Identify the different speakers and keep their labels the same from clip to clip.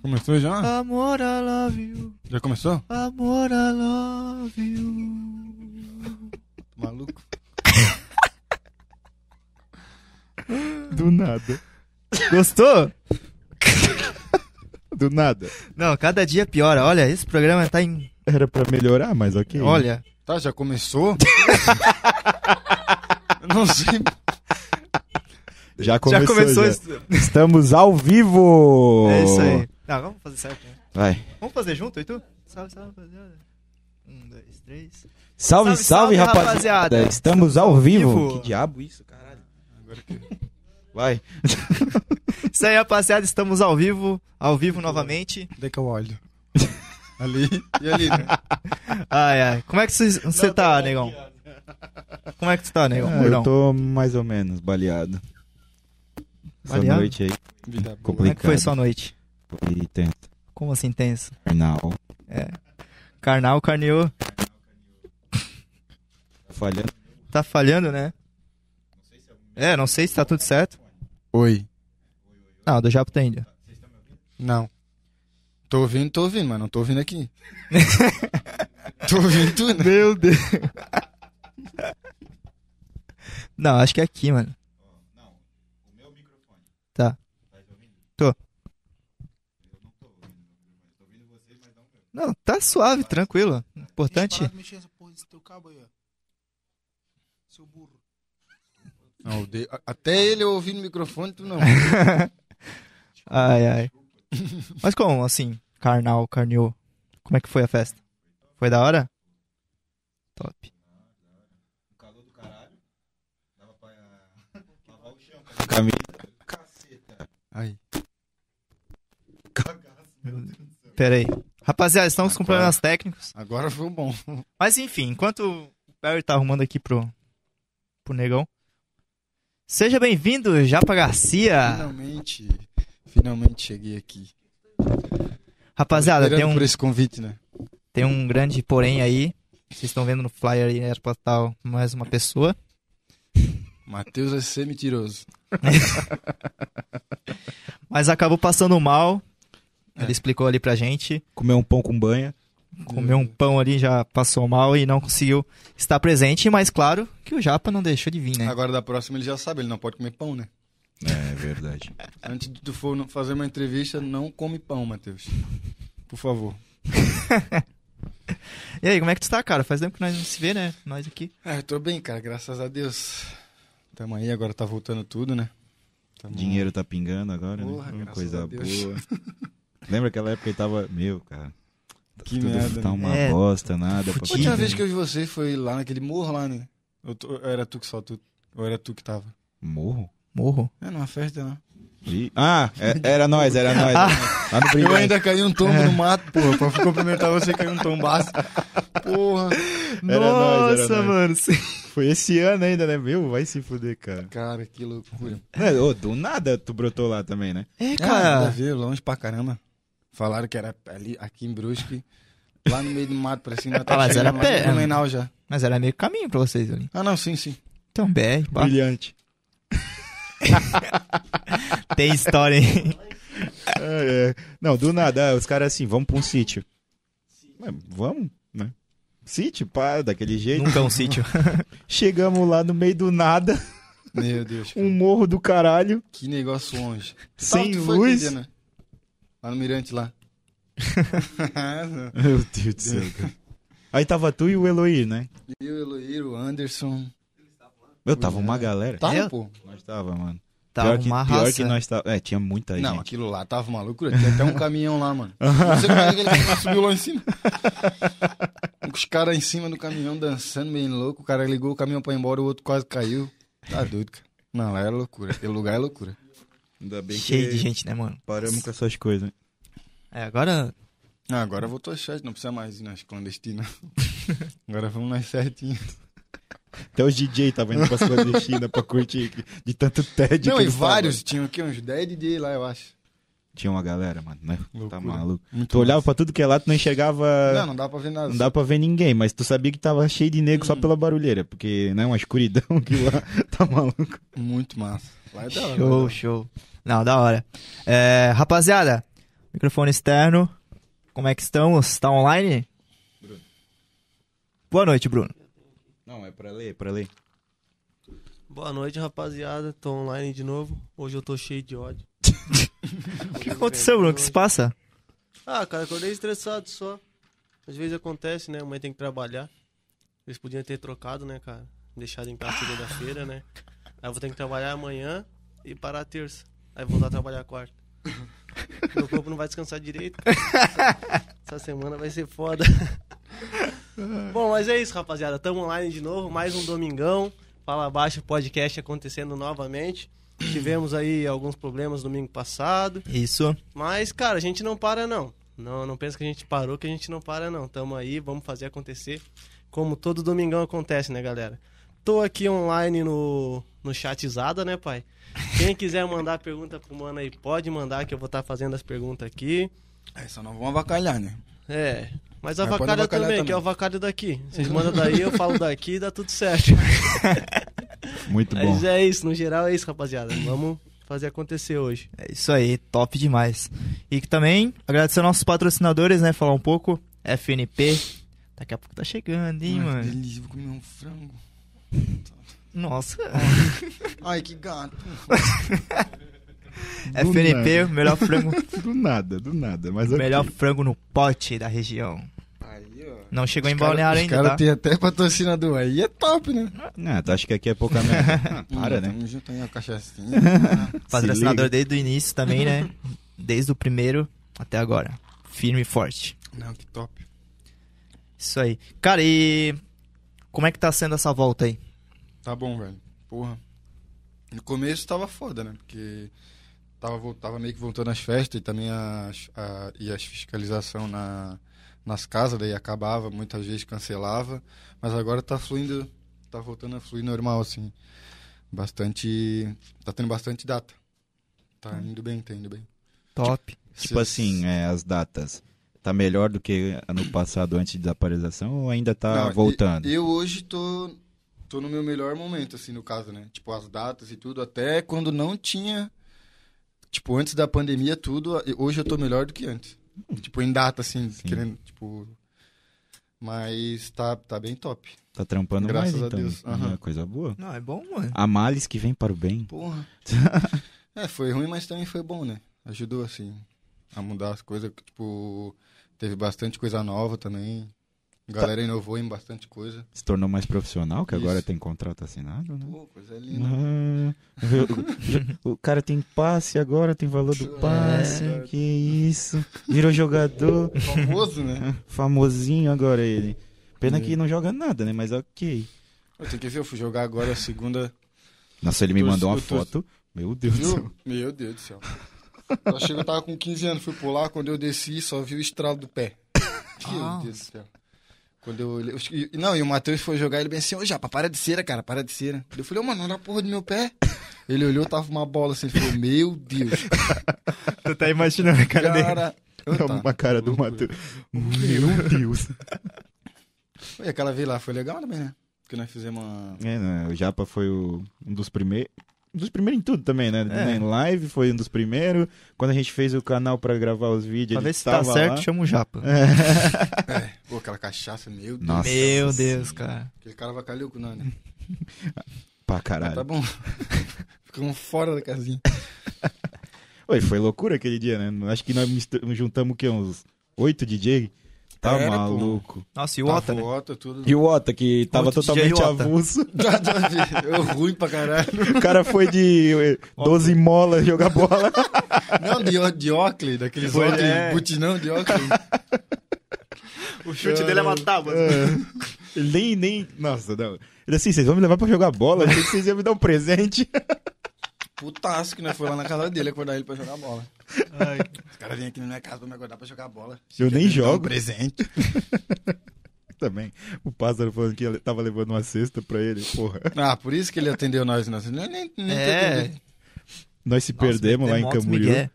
Speaker 1: Começou já?
Speaker 2: Amor, I love you.
Speaker 1: Já começou?
Speaker 2: Amor, I love you.
Speaker 1: Maluco.
Speaker 3: Do nada. Gostou? Do nada.
Speaker 2: Não, cada dia piora. Olha, esse programa tá em.
Speaker 3: Era pra melhorar, mas ok.
Speaker 2: Olha.
Speaker 1: Tá, já começou? Eu não sei.
Speaker 3: já começou.
Speaker 2: já começou
Speaker 3: já.
Speaker 2: isso.
Speaker 3: Estamos ao vivo!
Speaker 2: É isso aí. Não, vamos fazer certo. né?
Speaker 3: Vai.
Speaker 2: Vamos fazer junto, e tu? Salve, salve, rapaziada. Um, dois, três.
Speaker 3: Salve, salve,
Speaker 2: Salve, salve,
Speaker 3: rapaziada.
Speaker 2: rapaziada.
Speaker 3: Estamos ao vivo.
Speaker 2: vivo.
Speaker 3: Que diabo isso, caralho? Vai.
Speaker 2: Isso aí, rapaziada. Estamos ao vivo. Ao vivo novamente.
Speaker 1: Onde é que eu olho? Ali e ali, né?
Speaker 2: Ai, ai. Como é que você tá, negão? Como é que tu tá, negão?
Speaker 3: Ah, eu
Speaker 2: Gordão?
Speaker 3: tô mais ou menos baleado. Essa
Speaker 2: Baleado?
Speaker 3: noite aí
Speaker 1: Vida boa.
Speaker 2: Como
Speaker 3: Complicado.
Speaker 2: é que foi sua noite?
Speaker 3: foi tenso.
Speaker 2: Como assim tenso?
Speaker 3: Carnal.
Speaker 2: Carnal carneou.
Speaker 3: Tá falhando.
Speaker 2: Tá falhando, né? É, não sei se tá tudo certo.
Speaker 1: Oi.
Speaker 2: Não, do Japo tá ainda.
Speaker 1: Não. Tô ouvindo, tô ouvindo, mas não tô ouvindo aqui. tô ouvindo tudo, né?
Speaker 2: Meu Deus. Não, acho que é aqui, mano. Tá. Tô. Não, tá suave, tranquilo. Importante.
Speaker 4: mexer essa porra desse teu cabo aí, ó. Seu burro.
Speaker 1: Não, o de- a- Até ele eu ouvi no microfone, tu não.
Speaker 2: Ai, ai. Mas como assim? Carnal, carneou. Como é que foi a festa? Foi da hora? Top.
Speaker 1: Aí.
Speaker 2: Pera aí. Rapaziada, estamos com problemas técnicos.
Speaker 1: Agora foi bom.
Speaker 2: Mas enfim, enquanto o Barry tá arrumando aqui pro, pro negão. Seja bem-vindo, Japa Garcia.
Speaker 1: Finalmente. Finalmente cheguei aqui.
Speaker 2: Rapaziada, tem
Speaker 1: Esperando
Speaker 2: um,
Speaker 1: por esse convite, né?
Speaker 2: tem um grande porém aí. Vocês estão vendo no flyer aí, era pra estar mais uma pessoa.
Speaker 1: Matheus é semitiroso.
Speaker 2: Mas acabou passando mal. Ele
Speaker 3: É.
Speaker 2: explicou ali pra gente.
Speaker 3: Comer um pão com banha.
Speaker 2: comeu um pão ali, já passou mal e não conseguiu estar presente, mas claro que o Japa não deixou de vir, né?
Speaker 1: Agora da próxima ele já sabe, ele não pode comer pão, né?
Speaker 3: É verdade.
Speaker 1: Antes de tu for fazer uma entrevista, não come pão, Matheus. Por favor.
Speaker 3: Ah.
Speaker 2: E aí, como é que tu tá, cara? Faz tempo que nós não se vê, né? Nós aqui.
Speaker 1: Ah, eu tô bem, cara, graças a Deus. Tamo aí, agora tá voltando tudo, né? Tamo-
Speaker 3: Dinheiro tá pingando agora,
Speaker 1: Porra,
Speaker 3: né? Hum,
Speaker 1: graças
Speaker 3: Coisa
Speaker 1: a Deus.
Speaker 3: boa. Lembra aquela época que tava. Meu, cara. tá
Speaker 1: Que
Speaker 3: tudo
Speaker 1: merda,
Speaker 3: Tá
Speaker 1: né?
Speaker 3: uma
Speaker 2: É,
Speaker 3: bosta, nada.
Speaker 2: fudido.
Speaker 1: A última vez que eu vi você foi lá naquele morro lá, né? Eu tô- eu era tu que só tu. Ou era tu que tava?
Speaker 3: Morro?
Speaker 2: Morro.
Speaker 1: É, numa festa, né?
Speaker 3: Ih, Ah, é- era nós, era nós. era nós. Lá no
Speaker 1: Eu
Speaker 3: primeiro.
Speaker 1: ainda caí um
Speaker 2: É.
Speaker 1: tombo no mato, porra. Pra cumprimentar você, caiu um tombaço. Porra.
Speaker 3: Era nóis, era nóis.
Speaker 2: mano. sim.
Speaker 3: Foi esse ano ainda, né? Meu, vai se fuder, cara.
Speaker 1: Cara, que loucura.
Speaker 3: Né, ô, do nada tu brotou lá também, né?
Speaker 2: É,
Speaker 1: Cara,
Speaker 2: cara.
Speaker 1: Ah, ver longe pra caramba. Falaram que era ali, aqui em Brusque, lá no meio do mato, parecia que ainda
Speaker 2: Ah,
Speaker 1: tá
Speaker 2: mas
Speaker 1: chegando
Speaker 2: era
Speaker 1: lá em
Speaker 2: perto.
Speaker 1: Blumenau já.
Speaker 2: Mas era meio caminho pra vocês ali.
Speaker 1: Ah, não, sim, sim.
Speaker 2: Então, BR, pá.
Speaker 3: Brilhante.
Speaker 2: tem história, hein?
Speaker 3: É, é. Não, do nada, ah, os caras assim, vamos pra um sítio. Ué, vamos, né? Sítio, pá, daquele jeito.
Speaker 2: Nunca é um sítio.
Speaker 3: Chegamos lá no meio do nada,
Speaker 1: Meu Deus,
Speaker 3: um morro do caralho,
Speaker 1: que negócio longe.
Speaker 3: sem
Speaker 1: Tá, tu foi aquele
Speaker 3: luz.
Speaker 1: dia, né? Lá no Mirante, lá.
Speaker 3: Meu Deus do céu, cara. Aí tava tu e o Eloir, né?
Speaker 1: Eu, Eloir, o Anderson.
Speaker 3: Eu tava uma galera.
Speaker 1: Tá,
Speaker 2: É?
Speaker 1: pô.
Speaker 3: Nós tava, mano.
Speaker 2: Tá
Speaker 3: pior que,
Speaker 2: uma
Speaker 3: pior
Speaker 2: raça.
Speaker 3: que nós tava. É, tinha muita
Speaker 1: não,
Speaker 3: gente.
Speaker 1: aquilo lá tava uma loucura. Tinha até um caminhão lá, mano. Não sei como é que ele subiu lá em cima. Os caras em cima do caminhão dançando, meio louco. O cara ligou o caminhão pra ir embora, o outro quase caiu. Tá doido, cara. Não, lá era loucura. Aquele lugar é loucura.
Speaker 3: Ainda bem
Speaker 2: Cheio de gente, né, mano?
Speaker 3: paramos com essas coisas. né?
Speaker 2: É, agora.
Speaker 1: Ah, agora voltou às sete, não precisa mais ir nas clandestinas. agora vamos nas certinhas.
Speaker 3: Até os DJ tava indo pras clandestinas pra curtir aqui, de tanto tédio.
Speaker 1: não,
Speaker 3: que
Speaker 1: e
Speaker 3: eles tavam.
Speaker 1: vários. Tinha aqui uns 10 DJ lá, eu acho.
Speaker 3: Tinha uma galera, mano, né?
Speaker 1: Loucura.
Speaker 3: Tá maluco.
Speaker 1: Muito
Speaker 3: tu olhava pra tudo que é lá, tu não
Speaker 1: Não,
Speaker 3: enxergava.
Speaker 1: não dá pra ver
Speaker 3: Não,
Speaker 1: nada.
Speaker 3: dá pra ver ninguém, mas tu sabia que tava cheio de nego só pela barulheira, porque, né, uma escuridão que lá tá maluco.
Speaker 1: Muito massa. Lá é da hora.
Speaker 2: Show, show. Não, da hora. É, rapaziada, Microfone externo. Como é que estamos? Tá online? Boa noite, Bruno.
Speaker 3: Não, é pra ler, é pra ler.
Speaker 5: Boa noite, rapaziada. Tô online de novo. Hoje eu tô cheio de ódio.
Speaker 2: O que aconteceu, Bruno? O que se passa?
Speaker 5: Ah, cara, acordei estressado só. Às vezes acontece, né? A mãe tem que trabalhar. Eles podiam ter trocado, né, cara? Deixado em casa segunda-feira, né? Aí eu vou ter que trabalhar amanhã e parar terça. Aí voltar a trabalhar quarta. Meu corpo não vai descansar direito. Essa semana vai ser foda. Bom, mas é isso, rapaziada. Tamo online de novo, mais um domingão. Fala abaixo, podcast acontecendo novamente. Tivemos aí alguns problemas domingo passado,
Speaker 2: Isso.
Speaker 5: mas cara, a gente não para não. Não, não pensa que a gente parou, que a gente não para não. Tamo aí, vamos fazer acontecer, como todo domingão acontece, né, galera? Tô aqui online no no chatizada, né, pai? Quem quiser mandar pergunta pro mano aí, pode mandar que eu vou estar fazendo as perguntas aqui.
Speaker 1: É, só não vão avacalhar, né?
Speaker 5: É. Mas
Speaker 1: Mas Ah, pode
Speaker 5: avacalha
Speaker 1: avacalhar
Speaker 5: também,
Speaker 1: também.
Speaker 5: que é o avacalho daqui. Vocês mandam daí, eu falo daqui e dá tudo certo.
Speaker 3: Muito bom.
Speaker 5: Mas é isso, no geral é isso, rapaziada. Vamos fazer acontecer hoje.
Speaker 2: É isso aí, top demais. E que também agradecer aos nossos patrocinadores, né? Falar um pouco. FNP. Daqui a pouco tá chegando, hein,
Speaker 1: Ai, que
Speaker 2: mano?
Speaker 1: delícia, vou comer um frango.
Speaker 2: Nossa.
Speaker 1: Ai, que gato.
Speaker 2: FNP, o É melhor frango,
Speaker 3: Do nada, do nada. Mas
Speaker 2: o
Speaker 3: ok.
Speaker 2: melhor frango no pote da região.
Speaker 1: Aí, ó.
Speaker 2: Não chegou em
Speaker 1: Os cara-
Speaker 2: balneário
Speaker 1: Os
Speaker 2: ainda,
Speaker 1: caras
Speaker 2: tá?
Speaker 1: têm até patrocinador aí, é top, né? Hum,
Speaker 3: Ah, tu acha que aqui é pouca merda? Ah, para, né?
Speaker 1: Tamo junto aí, a cachaçinha.
Speaker 2: Patrocinador desde o início também, né? Desde o primeiro até agora. Firme e forte.
Speaker 1: Não, que top.
Speaker 2: Isso aí. Cara, e como é que tá sendo essa volta aí?
Speaker 1: Tá bom, velho. Porra. No começo tava foda, né? Porque tava, vol- tava meio que voltando às festas e também as, a, e as fiscalização na, nas casas, daí acabava, muitas vezes cancelava. Mas agora tá fluindo, tá voltando a fluir normal, assim. Bastante. Tá tendo bastante data. Tá indo bem, tá indo bem.
Speaker 2: Top.
Speaker 3: Hum. Tipo assim, é, as datas. Tá melhor do que ano passado antes da paralisação ou ainda tá
Speaker 1: Não, e-
Speaker 3: voltando?
Speaker 1: Eu hoje tô, tô no meu melhor momento, assim, no caso, né? Tipo, as datas e tudo, até quando não tinha. Tipo, antes da pandemia, tudo. e Hoje eu tô melhor do que antes. Tipo, em data, assim, querendo, tipo. Mas tá, tá bem top.
Speaker 3: Tá trampando
Speaker 1: Graças
Speaker 3: mais
Speaker 1: a
Speaker 3: então.
Speaker 1: Deus,
Speaker 3: Ah,
Speaker 1: aham.
Speaker 3: coisa boa.
Speaker 2: Não, é bom, mano.
Speaker 3: Há males que vem para o bem.
Speaker 1: Porra. é, foi ruim, mas também foi bom, né? Ajudou, assim, a mudar as coisas. Tipo, teve bastante coisa nova também. A galera inovou em bastante coisa.
Speaker 3: Se tornou mais profissional, que agora
Speaker 1: Isso.
Speaker 3: tem contrato assinado, né?
Speaker 1: Pô, coisa linda.
Speaker 3: Ah, o- o cara tem passe agora, tem valor do passe.
Speaker 1: É.
Speaker 3: Que isso. Virou jogador.
Speaker 1: Famoso, né?
Speaker 3: Famosinho agora ele. Pena
Speaker 1: É.
Speaker 3: que não joga nada, né? Mas ok.
Speaker 1: Eu tenho que ver, eu fui jogar agora a segunda.
Speaker 3: Nossa, ele me
Speaker 1: Eu tô-
Speaker 3: mandou uma
Speaker 1: eu tô-
Speaker 3: foto. Meu Deus do céu.
Speaker 1: Viu? Meu Deus do céu. Eu achei que eu tava com 15 anos, fui pular, quando eu desci, só vi o estralo do pé. Meu
Speaker 2: Ah.
Speaker 1: Deus do céu. Quando eu olhei. eu acho que- Não, e o Matheus foi jogar, ele bem assim, ô Japa, para de cera, cara, para de cera. Eu falei, ô, mano, olha a porra do meu pé. Ele olhou, tava uma bola assim, ele falou, meu Deus,
Speaker 2: Tu tá imaginando a cara dele.
Speaker 1: cara. Eu, tá.
Speaker 3: Uma cara do Matheus. Meu Deus.
Speaker 1: Foi aquela vez lá, foi legal também, né? Porque nós fizemos uma.
Speaker 3: É, né, O Japa foi o- um dos primeiros. Um dos primeiros em tudo também, né?
Speaker 2: É.
Speaker 3: Em live foi um dos primeiros. Quando a gente fez o canal pra gravar os vídeos,
Speaker 2: Pra
Speaker 3: ele
Speaker 2: ver se tá
Speaker 3: tava
Speaker 2: certo,
Speaker 3: lá. É.
Speaker 2: chama o Japa.
Speaker 1: Pô, aquela cachaça, meu Deus.
Speaker 3: Nossa.
Speaker 2: Meu Deus, cara.
Speaker 1: Aquele cara vacalhou com o Nani.
Speaker 3: Pra
Speaker 1: Mas
Speaker 3: caralho.
Speaker 1: tá bom. Ficamos fora da casinha.
Speaker 3: Oi, foi loucura aquele dia, né? Acho que nós mistu- juntamos o quê? Uns oito DJ? Tá
Speaker 1: Era, pô.
Speaker 3: maluco.
Speaker 2: Nossa,
Speaker 3: Tá
Speaker 2: e o Ota, né?
Speaker 1: Ota, tudo.
Speaker 3: E o Ota, que tava
Speaker 2: Outro DJ
Speaker 3: totalmente
Speaker 2: Ota.
Speaker 3: avulso.
Speaker 1: Nada a ver. Eu ruim pra caralho.
Speaker 3: O cara foi de eh, 12 molas jogar bola.
Speaker 1: Não, de, ó- de Oakley, daqueles
Speaker 2: Foi,
Speaker 1: Oakley,
Speaker 2: é.
Speaker 1: butinão de Oakley.
Speaker 2: O
Speaker 1: chute dele é uma
Speaker 2: tábua.
Speaker 3: É. Ele nem, nem. Nossa, não. Ele assim, vocês vão me levar pra jogar bola? Achei que vocês iam me dar um presente.
Speaker 1: Putaço que nós foi lá na casa dele acordar ele pra jogar bola. Os caras vêm aqui na minha casa pra me acordar pra jogar bola.
Speaker 3: Eu nem
Speaker 1: Quer me dar Um
Speaker 3: jogo.
Speaker 1: presente.
Speaker 3: Também. O pássaro falando que ele tava levando uma cesta pra ele. Porra.
Speaker 1: Ah, por isso que ele atendeu nós. nós nem, nem, nem
Speaker 2: É.
Speaker 1: atendeu.
Speaker 3: Nós se né? perdemos lá em Camboriú.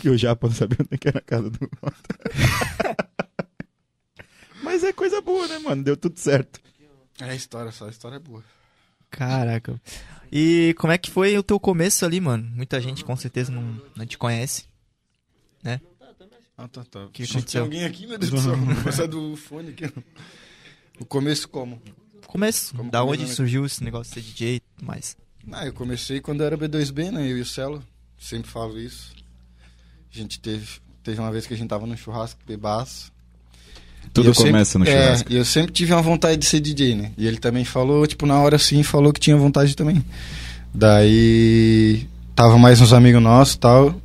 Speaker 3: Que o Japa não sabia onde é que era a casa do Ota. Mas é coisa boa, né, mano? Deu tudo certo.
Speaker 1: É a história só, a história é boa.
Speaker 2: Caraca. E como é que foi o teu começo ali, mano? Muita gente com certeza não, não te conhece. né?
Speaker 1: Ah, tá, tá.
Speaker 2: que
Speaker 1: Achei
Speaker 2: aconteceu?
Speaker 1: Tinha alguém aqui, meu Deus do céu. Vou passar do fone aqui. ó. O começo como?
Speaker 2: Começo,
Speaker 1: Como né?
Speaker 2: da
Speaker 1: combinando
Speaker 2: onde
Speaker 1: aqui.
Speaker 2: surgiu esse negócio de ser DJ e tudo mais.
Speaker 1: Ah, eu comecei quando eu era B2B, né? Eu e o Celo. Sempre falo isso. A gente teve... Teve uma vez que a gente tava num churrasco bebaço. E
Speaker 3: Tudo
Speaker 1: eu
Speaker 3: começa
Speaker 1: sempre-
Speaker 3: no
Speaker 1: é,
Speaker 3: churrasco.
Speaker 1: E eu sempre tive uma vontade de ser DJ, né? E ele também falou, tipo, na hora sim, falou que tinha vontade também. Daí tava mais uns amigos nossos e tal.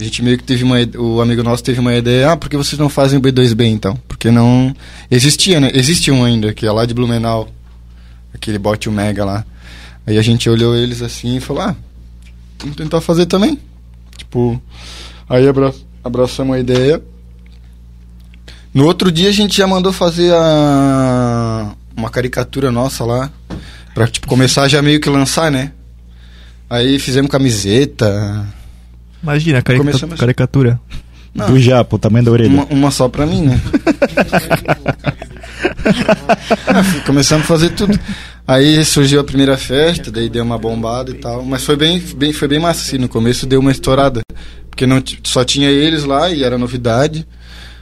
Speaker 1: A gente meio que teve uma ide- o amigo nosso teve uma ideia, ah, por que vocês não fazem o B2B então? Porque não existia, né? Existe um ainda que é lá de Blumenau, aquele bote o mega lá. Aí a gente olhou eles assim e falou: "Ah, vamos tentar fazer também". Tipo, aí abra- abraçamos a ideia. No outro dia a gente já mandou fazer a... uma caricatura nossa lá. Pra tipo, começar já meio que lançar, né? Aí fizemos camiseta.
Speaker 2: Imagina,
Speaker 1: carica- Começamos-
Speaker 2: caricatura.
Speaker 1: Não.
Speaker 3: Do Japa, o tamanho da orelha.
Speaker 1: Uma, uma só pra mim, né? Ah, Começamos a fazer tudo. Aí surgiu a primeira festa, daí deu uma bombada e tal. Mas foi bem, bem, foi bem massa, assim. No começo deu uma estourada. Porque não, t- só tinha eles lá e era novidade.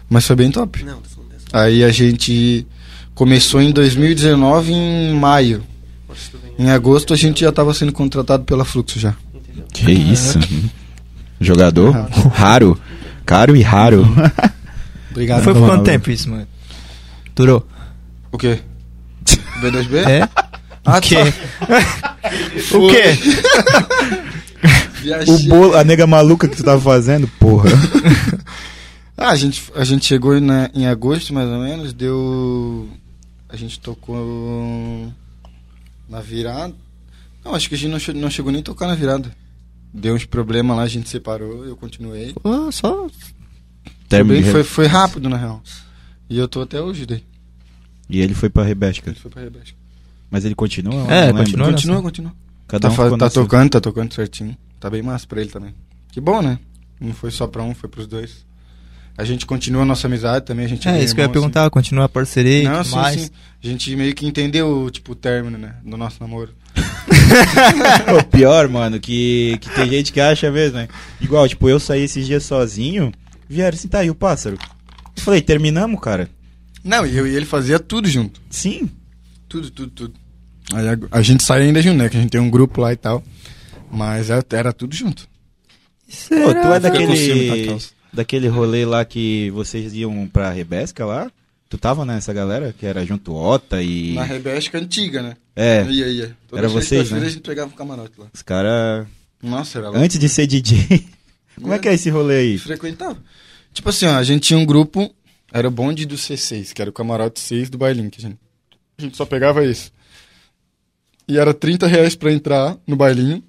Speaker 1: Mas foi bem top.
Speaker 5: Não, tô falando dessa.
Speaker 1: Aí a gente começou em 2019, em maio.
Speaker 5: Posso tu vem,
Speaker 1: Em agosto a gente já estava sendo contratado pela Fluxo já.
Speaker 5: entendeu?
Speaker 3: Que isso? Jogador raro. Caro e raro.
Speaker 1: Obrigado.
Speaker 2: Foi por
Speaker 3: Não,
Speaker 2: quanto
Speaker 3: não.
Speaker 2: tempo isso, mano? Durou.
Speaker 1: O quê? B2B?
Speaker 2: É?
Speaker 1: Ah,
Speaker 2: o quê? o
Speaker 1: Foi.
Speaker 2: quê?
Speaker 1: Viajei.
Speaker 3: O bolo, a nega maluca que tu tava fazendo, porra.
Speaker 1: Ah, a gente, a gente chegou na- em agosto, mais ou menos, deu... A gente tocou na virada. Não, acho que a gente não, che- não chegou nem a tocar na virada. Deu uns problemas lá, a gente separou, eu continuei.
Speaker 2: Pô, Ah, só...
Speaker 1: Foi,
Speaker 3: Termo
Speaker 1: bem-
Speaker 3: de re-
Speaker 1: foi, foi rápido, na real. E eu tô até hoje, daí.
Speaker 3: E ele foi pra Rebesca.
Speaker 1: Ele foi pra Rebecca.
Speaker 3: Mas ele continua? eu
Speaker 2: É,
Speaker 3: não lembro.
Speaker 2: continua.
Speaker 1: Continua, continua.
Speaker 3: Cada
Speaker 1: Tá,
Speaker 3: um
Speaker 1: fa-
Speaker 3: ficou
Speaker 1: tá
Speaker 3: na sua.
Speaker 1: tocando, tá tocando certinho. Tá bem massa pra ele também. Que bom, né? Não foi só pra um, foi pros dois. A gente continua a nossa amizade também, a gente
Speaker 2: É,
Speaker 1: bem
Speaker 2: isso que eu ia
Speaker 1: irmão, assim.
Speaker 2: perguntar, continua a parceria e
Speaker 1: Não,
Speaker 2: tudo
Speaker 1: sim,
Speaker 2: mais.
Speaker 1: sim. A gente meio que entendeu, tipo, o término, né? Do nosso namoro.
Speaker 3: É O pior, mano, que, que tem gente que acha mesmo, né? Igual, tipo, eu saí esses dias sozinho, vieram assim, tá aí o pássaro. Eu falei, terminamos, cara?
Speaker 1: Não, e eu e ele fazia tudo junto.
Speaker 3: Sim.
Speaker 1: Tudo, tudo, tudo. Aí a, a gente sai ainda junto, né? Que a gente tem um grupo lá e tal. Mas é- era tudo junto.
Speaker 3: Pô, tu é
Speaker 1: Fica com ciúme, tá,
Speaker 3: daquele,
Speaker 1: Klaus?
Speaker 3: daquele rolê lá que vocês iam pra Rebesca lá? Tu tava nessa galera que era junto Ota e...
Speaker 1: Na Rebesca antiga, né?
Speaker 3: É,
Speaker 1: Ia, ia. Toda
Speaker 3: Era vocês,
Speaker 1: sexta-feira
Speaker 3: né? É,
Speaker 1: a gente pegava um camarote lá.
Speaker 3: os caras...
Speaker 1: Nossa, era lá.
Speaker 3: Antes de ser DJ... Como é que é esse rolê aí?
Speaker 1: Frequentava. Tipo assim, ó, a gente tinha um grupo, era o bonde do C6, que era o camarote 6 do bailinho. Que a, gente, a gente só pegava isso. E era 30 reais pra entrar no bailinho.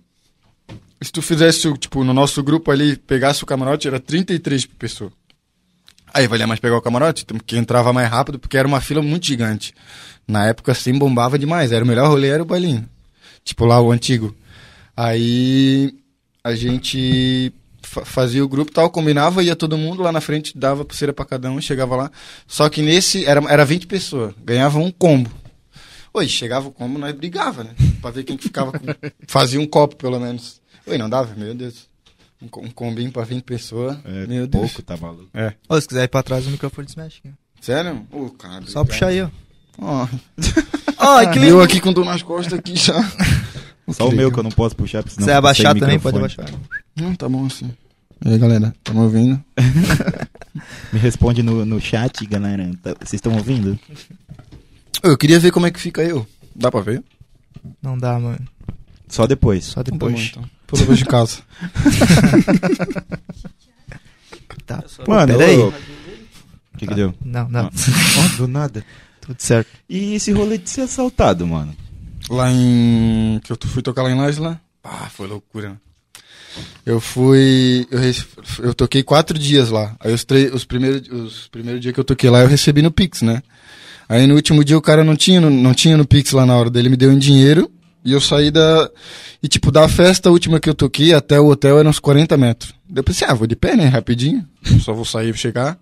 Speaker 1: Se tu fizesse, o- tipo, no nosso grupo ali, pegasse o camarote, era 33 por pessoa. Aí valia mais pegar o camarote, então, que entrava mais rápido, porque era uma fila muito gigante. Na época, assim, bombava demais. Era o melhor rolê, era o bailinho. Tipo, lá, o antigo. Aí a gente fa- fazia o grupo e tal, combinava, ia todo mundo lá na frente, dava pulseira pra cada um, chegava lá. Só que nesse, era, era 20 pessoas, ganhava um combo. Oi, chegava o combo, nós brigava, né? Pra ver quem que ficava com... Fazia um copo, pelo menos. Oi, não dava? Meu Deus. Um, co- um combinho pra 20 pessoas.
Speaker 3: É,
Speaker 1: Meu Deus.
Speaker 3: pouco, tá maluco.
Speaker 2: Ô, se quiser ir pra trás, o microfone desmexe. aqui.
Speaker 1: Sério? Ô, cara.
Speaker 2: Só puxar aí, ó. Ah,
Speaker 1: Ó, Ah,
Speaker 2: Ai, que lindo.
Speaker 1: eu aqui com dor nas costas aqui já.
Speaker 3: Só o meu que eu não posso puxar, porque senão...
Speaker 2: quiser
Speaker 3: fica
Speaker 2: abaixar
Speaker 3: sem
Speaker 2: é também, pode
Speaker 3: microfone, cara.
Speaker 1: Não, tá bom assim. E aí, galera, tá me ouvindo?
Speaker 3: Me responde no, no chat, galera. Tá- Vocês estão ouvindo?
Speaker 1: Eu queria ver como é que fica eu. Dá pra ver?
Speaker 2: Não dá, mano.
Speaker 3: Só depois.
Speaker 2: Só depois.
Speaker 1: Tá bom, então. Tô depois de casa.
Speaker 2: Tá.
Speaker 5: É só-
Speaker 3: Mano,
Speaker 2: peraí.
Speaker 3: ô, O que que deu?
Speaker 2: Não,
Speaker 1: Ah,
Speaker 2: não.
Speaker 3: Ó, do nada.
Speaker 2: Tudo certo.
Speaker 3: E esse rolê de ser assaltado, mano?
Speaker 1: Lá em. Que eu fui tocar lá em Lages lá. Ah, foi loucura, né? Eu fui. Eu, rece- eu toquei quatro dias lá. Aí os, tre... os primeiros os primeiros dias que eu toquei lá eu recebi no Pix, né? Aí no último dia o cara não tinha, no- não tinha no Pix lá na hora dele, me deu em dinheiro. E eu saí da. E tipo, da festa última que eu toquei até o hotel eram uns 40 metros. Daí eu pensei, ah, vou de pé, né? Rapidinho. Só vou sair e chegar.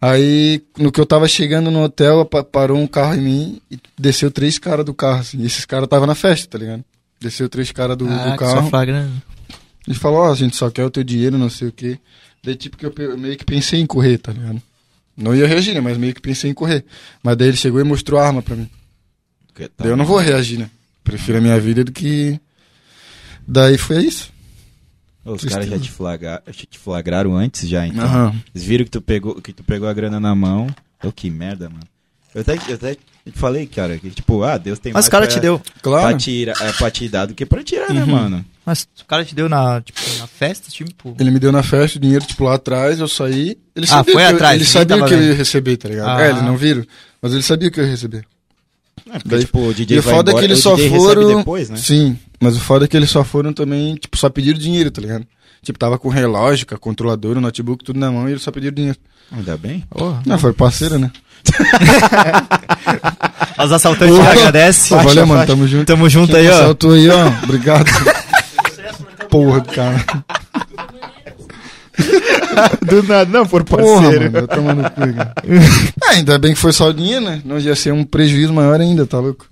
Speaker 1: Aí, no que eu tava chegando no hotel, pa- parou um carro em mim e desceu três caras do carro, assim. E esses caras tava na festa, tá ligado? Desceu três caras do, do
Speaker 2: Ah, que só
Speaker 1: carro
Speaker 2: flagrando.
Speaker 1: e falou, ó, a gente só quer o teu dinheiro, não sei o quê. Daí, tipo, que eu pe- eu meio que pensei em correr, tá ligado? Não ia reagir, né? Mas meio que pensei em correr. Mas daí ele chegou e mostrou a arma pra mim.
Speaker 3: Que tá- tal?
Speaker 1: Daí eu não vou reagir, né? Prefiro a minha vida do que. Daí foi isso.
Speaker 3: Os caras já te, flagra- já te flagraram antes já, então.
Speaker 1: Aham.
Speaker 3: Eles viram que tu pegou, que tu pegou a grana na mão. Eu, que merda, mano. Eu até, eu até te falei, cara, que tipo, ah, Deus tem
Speaker 2: Mas
Speaker 3: mais
Speaker 2: o cara
Speaker 3: pra-
Speaker 2: Tá te deu. Uhum.
Speaker 1: Claro.
Speaker 3: Pra, tirar, é, pra te dar do que pra tirar, né, mano?
Speaker 2: Mas o cara te deu na, tipo, na festa, tipo.
Speaker 1: Ele me deu na festa o dinheiro, tipo, lá atrás, eu saí. Ele
Speaker 2: Ah,
Speaker 1: sabia
Speaker 2: foi
Speaker 1: que eu-
Speaker 2: atrás,
Speaker 1: Ele
Speaker 2: ninguém
Speaker 1: sabia
Speaker 2: tava
Speaker 1: que eu
Speaker 2: vendo.
Speaker 1: ia receber, tá ligado?
Speaker 2: Ah.
Speaker 1: É, eles não viram. Mas ele sabia que eu ia receber.
Speaker 3: É, porque,
Speaker 1: Daí-
Speaker 3: tipo, o DJ
Speaker 1: e o
Speaker 3: vai
Speaker 1: foda é
Speaker 3: embora,
Speaker 1: que eles
Speaker 3: o
Speaker 1: só
Speaker 3: DJ recebe
Speaker 1: foram-
Speaker 3: depois, né?
Speaker 1: Sim, mas o foda é que eles só foram também, tipo, só pediram dinheiro, tá ligado? Tipo, tava com relógio, com a controladora, o notebook, tudo na mão e eles só pediram dinheiro.
Speaker 3: Ainda bem.
Speaker 2: Porra.
Speaker 1: Não, foi parceiro, né?
Speaker 2: Os assaltantes te agradecem.
Speaker 1: Pô, valeu, mano, tamo junto.
Speaker 2: Tamo junto
Speaker 1: Quem
Speaker 2: aí, ó.
Speaker 1: assaltou Então aí, ó. Obrigado. Porra, cara.
Speaker 2: Do nada, não, por
Speaker 1: Porra, mano, eu tomo no cu, cara. É, ainda bem que foi só o dinheiro, né? Não ia ser um prejuízo maior ainda, tá louco?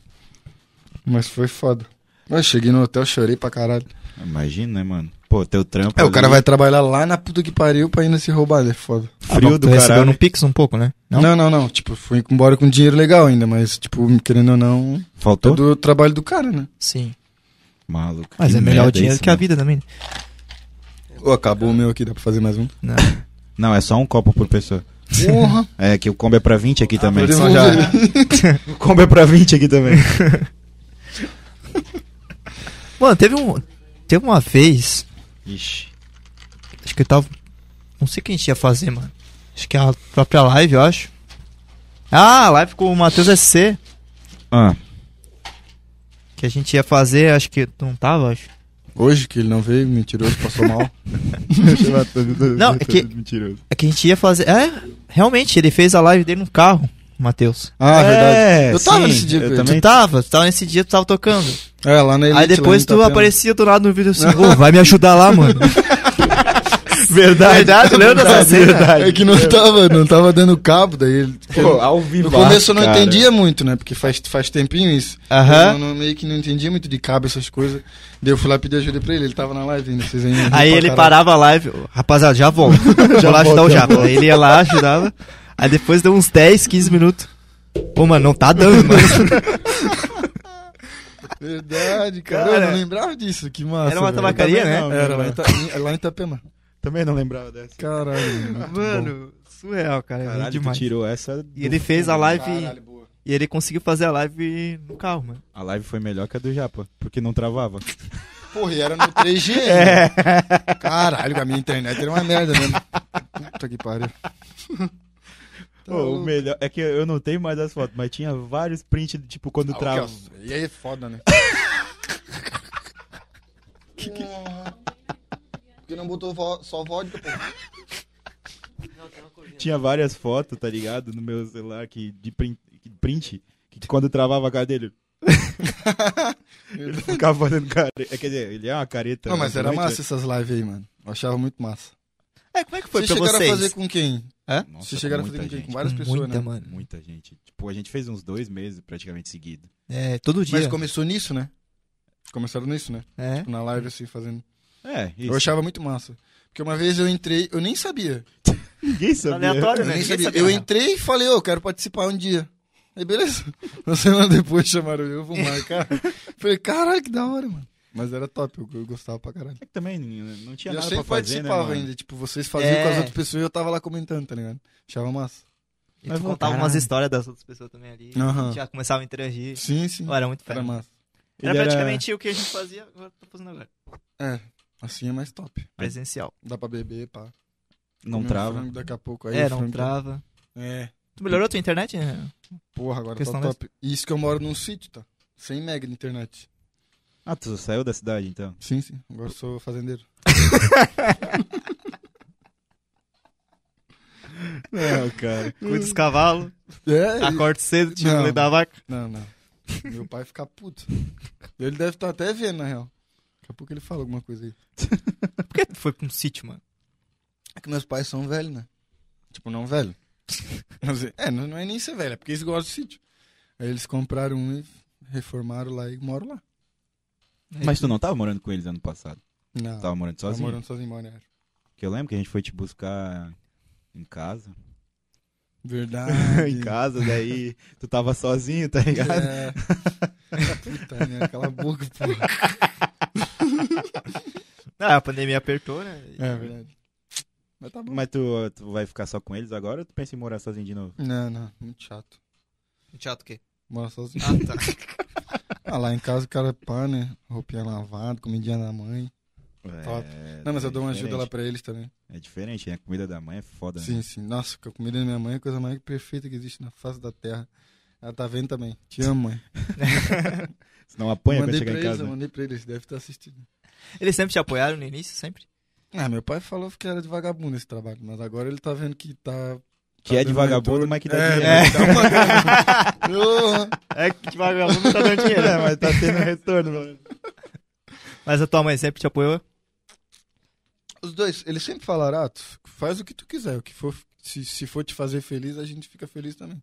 Speaker 1: Mas foi foda. Eu cheguei no hotel, chorei pra caralho.
Speaker 3: Imagina, né, mano? Pô, teu trampo.
Speaker 1: É, o
Speaker 3: ali,
Speaker 1: cara vai trabalhar lá na puta que pariu pra ainda se roubar, né? Foda.
Speaker 3: Frio do
Speaker 2: recebeu
Speaker 3: caralho.
Speaker 2: no Pix um pouco, né?
Speaker 1: Não? não, não, Tipo, fui embora com dinheiro legal ainda, mas, tipo, querendo ou não,
Speaker 3: Faltou?
Speaker 1: é do trabalho do cara, né?
Speaker 2: Sim.
Speaker 3: Maluco.
Speaker 2: Mas
Speaker 3: que
Speaker 2: é melhor o
Speaker 3: merda
Speaker 2: dinheiro
Speaker 3: isso,
Speaker 2: que a
Speaker 3: né?
Speaker 2: vida também. né?
Speaker 1: Ô, acabou o meu aqui, dá pra fazer mais um?
Speaker 2: Não.
Speaker 3: Não, é só um copo por pessoa.
Speaker 1: Porra!
Speaker 3: É que o combo é pra 20 aqui também.
Speaker 1: Devolve.
Speaker 3: Só já- O combo é pra 20 aqui também.
Speaker 2: Mano, teve um. Teve uma vez.
Speaker 3: Ixi.
Speaker 2: Acho que eu tava. Não sei o que a gente ia fazer, mano. Acho que é a própria live, eu acho. Ah, a live com o Matheus SC.
Speaker 3: Ah,
Speaker 2: Que a gente ia fazer, acho que. Não tava, acho.
Speaker 1: Hoje que ele não veio, mentiroso, passou mal.
Speaker 2: Não, é que-
Speaker 3: Mentiroso.
Speaker 2: É que a gente ia fazer. É, realmente, ele fez a live dele no carro, o Matheus.
Speaker 1: Ah, verdade.
Speaker 3: É,
Speaker 1: Eu tava
Speaker 3: sim,
Speaker 1: nesse dia,
Speaker 3: Eu
Speaker 1: Pedro.
Speaker 3: também
Speaker 2: Tu tava, tu tava nesse dia, tu tava tocando.
Speaker 1: É, lá na Elite,
Speaker 2: Aí depois
Speaker 1: lá em
Speaker 2: tu
Speaker 1: Itapema.
Speaker 2: aparecia do lado no vídeo assim, ô, vai me ajudar lá, mano. verdade, verdade, lembra dessa cena?
Speaker 1: É que não tava, não tava dando cabo, daí ele...
Speaker 3: Pô, ao vivo. ah,
Speaker 1: No começo eu não entendia muito, né? Porque faz, faz tempinho isso.
Speaker 2: Aham.
Speaker 1: Eu não- meio que não entendia muito de cabo essas coisas. Daí eu fui lá pedir ajuda pra ele, ele tava na live ainda. Vocês ainda riam pra
Speaker 2: Aí ele
Speaker 1: caralho.
Speaker 2: parava a live, "Ô, rapaziada, já volto. Vou lá ajudar o Japa. Aí ele ia lá, ajudava. Aí depois deu uns 10, 15 minutos. Pô, mano, não tá dando, mano.
Speaker 1: Verdade, cara.
Speaker 2: Cara.
Speaker 1: Eu não lembrava disso, que massa.
Speaker 2: Era uma
Speaker 1: velho.
Speaker 2: tabacaria, né?
Speaker 3: não.
Speaker 1: Era lá em, Ita... em- lá em Itapema.
Speaker 3: Também não lembrava dessa.
Speaker 1: Caralho. muito bom.
Speaker 2: Mano, surreal, cara. é
Speaker 3: Caralho, tu
Speaker 2: demais.
Speaker 3: tirou essa. do-
Speaker 2: E ele fez a live.
Speaker 1: Caralho, boa.
Speaker 2: E ele conseguiu fazer a live no carro, mano.
Speaker 3: A live foi melhor que a do Japa, porque não travava.
Speaker 1: Porra, e era no 3G. né?
Speaker 2: É.
Speaker 1: Caralho, a minha internet era uma merda mesmo. Puta que pariu. Tá
Speaker 3: Ô, o melhor é que eu não tenho mais as fotos, mas tinha vários prints, tipo,
Speaker 1: Ah,
Speaker 3: quando trava.
Speaker 1: é E aí, foda, né? que que... Porque não botou vo- só vodka, pô.
Speaker 3: Tinha várias fotos, tá ligado? No meu celular que, de prin- que print, que quando travava a cara dele. ele ficava fazendo cara. é, Quer dizer, ele é uma careta.
Speaker 1: Não, mas era
Speaker 3: muito-
Speaker 1: massa essas lives aí, mano. Eu achava muito massa.
Speaker 2: É, como é que foi
Speaker 1: Vocês
Speaker 2: pra
Speaker 1: chegaram
Speaker 2: vocês?
Speaker 1: a fazer com quem?
Speaker 3: Nossa,
Speaker 1: Vocês chegaram a fazer
Speaker 3: muita
Speaker 1: com quem? Com
Speaker 3: gente,
Speaker 1: várias pessoas,
Speaker 2: Muita,
Speaker 1: né?
Speaker 2: mano.
Speaker 3: Muita gente. Tipo, a gente fez uns dois meses praticamente seguido.
Speaker 2: É, todo dia.
Speaker 1: Mas começou nisso, né? Começaram nisso, né?
Speaker 2: É.
Speaker 1: Na live, assim, fazendo.
Speaker 3: É, isso.
Speaker 1: Eu achava muito massa. Porque uma vez eu entrei, eu nem sabia.
Speaker 3: Ninguém sabia.
Speaker 2: Aleatório,
Speaker 1: Eu
Speaker 2: né? Ninguém
Speaker 1: nem sabia.
Speaker 2: sabia,
Speaker 1: Eu
Speaker 2: né?
Speaker 1: entrei e falei, ô, quero participar um dia. Aí, beleza. Uma semana depois chamaram eu, eu vou marcar. Falei, caralho, que da hora, mano. Mas era top, eu, eu gostava pra caralho.
Speaker 3: É que também não tinha
Speaker 1: E eu
Speaker 3: nada
Speaker 1: sempre
Speaker 3: pra fazer, né,
Speaker 1: participava
Speaker 3: mano?
Speaker 1: ainda, tipo, vocês faziam
Speaker 2: É.
Speaker 1: com as outras pessoas e eu tava lá comentando, tá ligado? Achava massa.
Speaker 2: E
Speaker 3: Mas
Speaker 2: tu
Speaker 3: vou-
Speaker 2: contava
Speaker 3: caralho.
Speaker 2: umas histórias das outras pessoas também ali.
Speaker 1: Aham.
Speaker 2: A gente Já começava a interagir.
Speaker 1: Sim, sim.
Speaker 2: Pô, era muito fera.
Speaker 1: Era massa.
Speaker 2: Era
Speaker 3: Ele era-
Speaker 2: praticamente o que a gente fazia, agora tá fazendo agora.
Speaker 1: É, assim é mais top.
Speaker 2: Presencial.
Speaker 1: Dá pra beber, pá.
Speaker 3: Não
Speaker 1: Comer um
Speaker 3: trava.
Speaker 1: frango Daqui a pouco aí.
Speaker 2: É,
Speaker 1: o
Speaker 2: não
Speaker 1: frango-
Speaker 2: trava.
Speaker 1: É.
Speaker 2: Tu melhorou a tua internet? né?
Speaker 1: Porra, agora
Speaker 2: Questão
Speaker 1: tá top. E Isso que eu moro num sítio, tá? 100 mega de internet.
Speaker 3: Ah, tu saiu da cidade então?
Speaker 1: Sim, sim. Agora eu sou fazendeiro.
Speaker 3: Não, cara.
Speaker 2: Cuida dos cavalos,
Speaker 1: É, e-
Speaker 2: acorda cedo, tira o
Speaker 1: Não.
Speaker 2: leite da vaca.
Speaker 1: Não, não. Meu pai fica puto. Ele deve estar até vendo, na real. Daqui a pouco ele fala alguma coisa aí.
Speaker 2: Por que tu foi pra um sítio, mano?
Speaker 1: É que meus pais são velhos, né? Tipo, não velho. Mas, é, não, não é nem ser velho, é porque eles gostam do sítio. Aí eles compraram um e reformaram lá e moram lá.
Speaker 3: Mas tu não tava morando com eles ano passado?
Speaker 1: Não,
Speaker 3: Tava morando
Speaker 1: tava
Speaker 3: sozinho?
Speaker 1: morando Tá sozinho, mora.
Speaker 3: Que eu lembro que a gente foi te buscar em casa.
Speaker 1: Verdade.
Speaker 3: em casa, daí tu tava sozinho, tá ligado?
Speaker 1: É. Puta, minha, cala a boca, pô.
Speaker 2: Ah, a pandemia apertou, né?
Speaker 1: É verdade. Mas tá bom.
Speaker 3: Mas tu, tu vai ficar só com eles agora ou tu pensa em morar sozinho de novo?
Speaker 1: Não, não, muito chato.
Speaker 2: um Teatro o quê?
Speaker 1: Mora sozinho.
Speaker 2: Ah, tá.
Speaker 1: Ah, lá em casa o cara pá, né? Roupinha lavada, comidinha da mãe. Top.
Speaker 3: É,
Speaker 1: Não, mas eu
Speaker 3: é
Speaker 1: dou uma ajuda
Speaker 3: diferente.
Speaker 1: lá pra eles também.
Speaker 3: É diferente, né? A comida da mãe é foda, né?
Speaker 1: Sim, sim. Nossa, a comida da minha mãe é a coisa mais perfeita que existe na face da terra. Ela tá vendo também. Te amo, mãe.
Speaker 3: Senão apanha quando
Speaker 1: mandei
Speaker 3: chegar
Speaker 1: pra
Speaker 3: em
Speaker 1: eles,
Speaker 3: casa.
Speaker 1: eu
Speaker 3: né?
Speaker 1: mandei pra eles. Deve estar assistindo.
Speaker 2: Eles sempre te apoiaram no início, sempre?
Speaker 1: Ah, meu pai falou que era de vagabundo esse trabalho, mas agora ele tá vendo que tá.
Speaker 3: Que é de
Speaker 1: dando
Speaker 3: vagabundo,
Speaker 1: retorno.
Speaker 3: mas que dá
Speaker 1: É,
Speaker 3: dinheiro. né?
Speaker 1: é. Dá uma grana. Porra.
Speaker 2: É que vagabundo tá dando dinheiro.
Speaker 3: mas tá tendo retorno, mano.
Speaker 2: Mas a tua mãe sempre te apoiou?
Speaker 1: Os dois, eles sempre falaram, ah, tu faz o que tu quiser, o que for, se, se for te fazer feliz, a gente fica feliz também.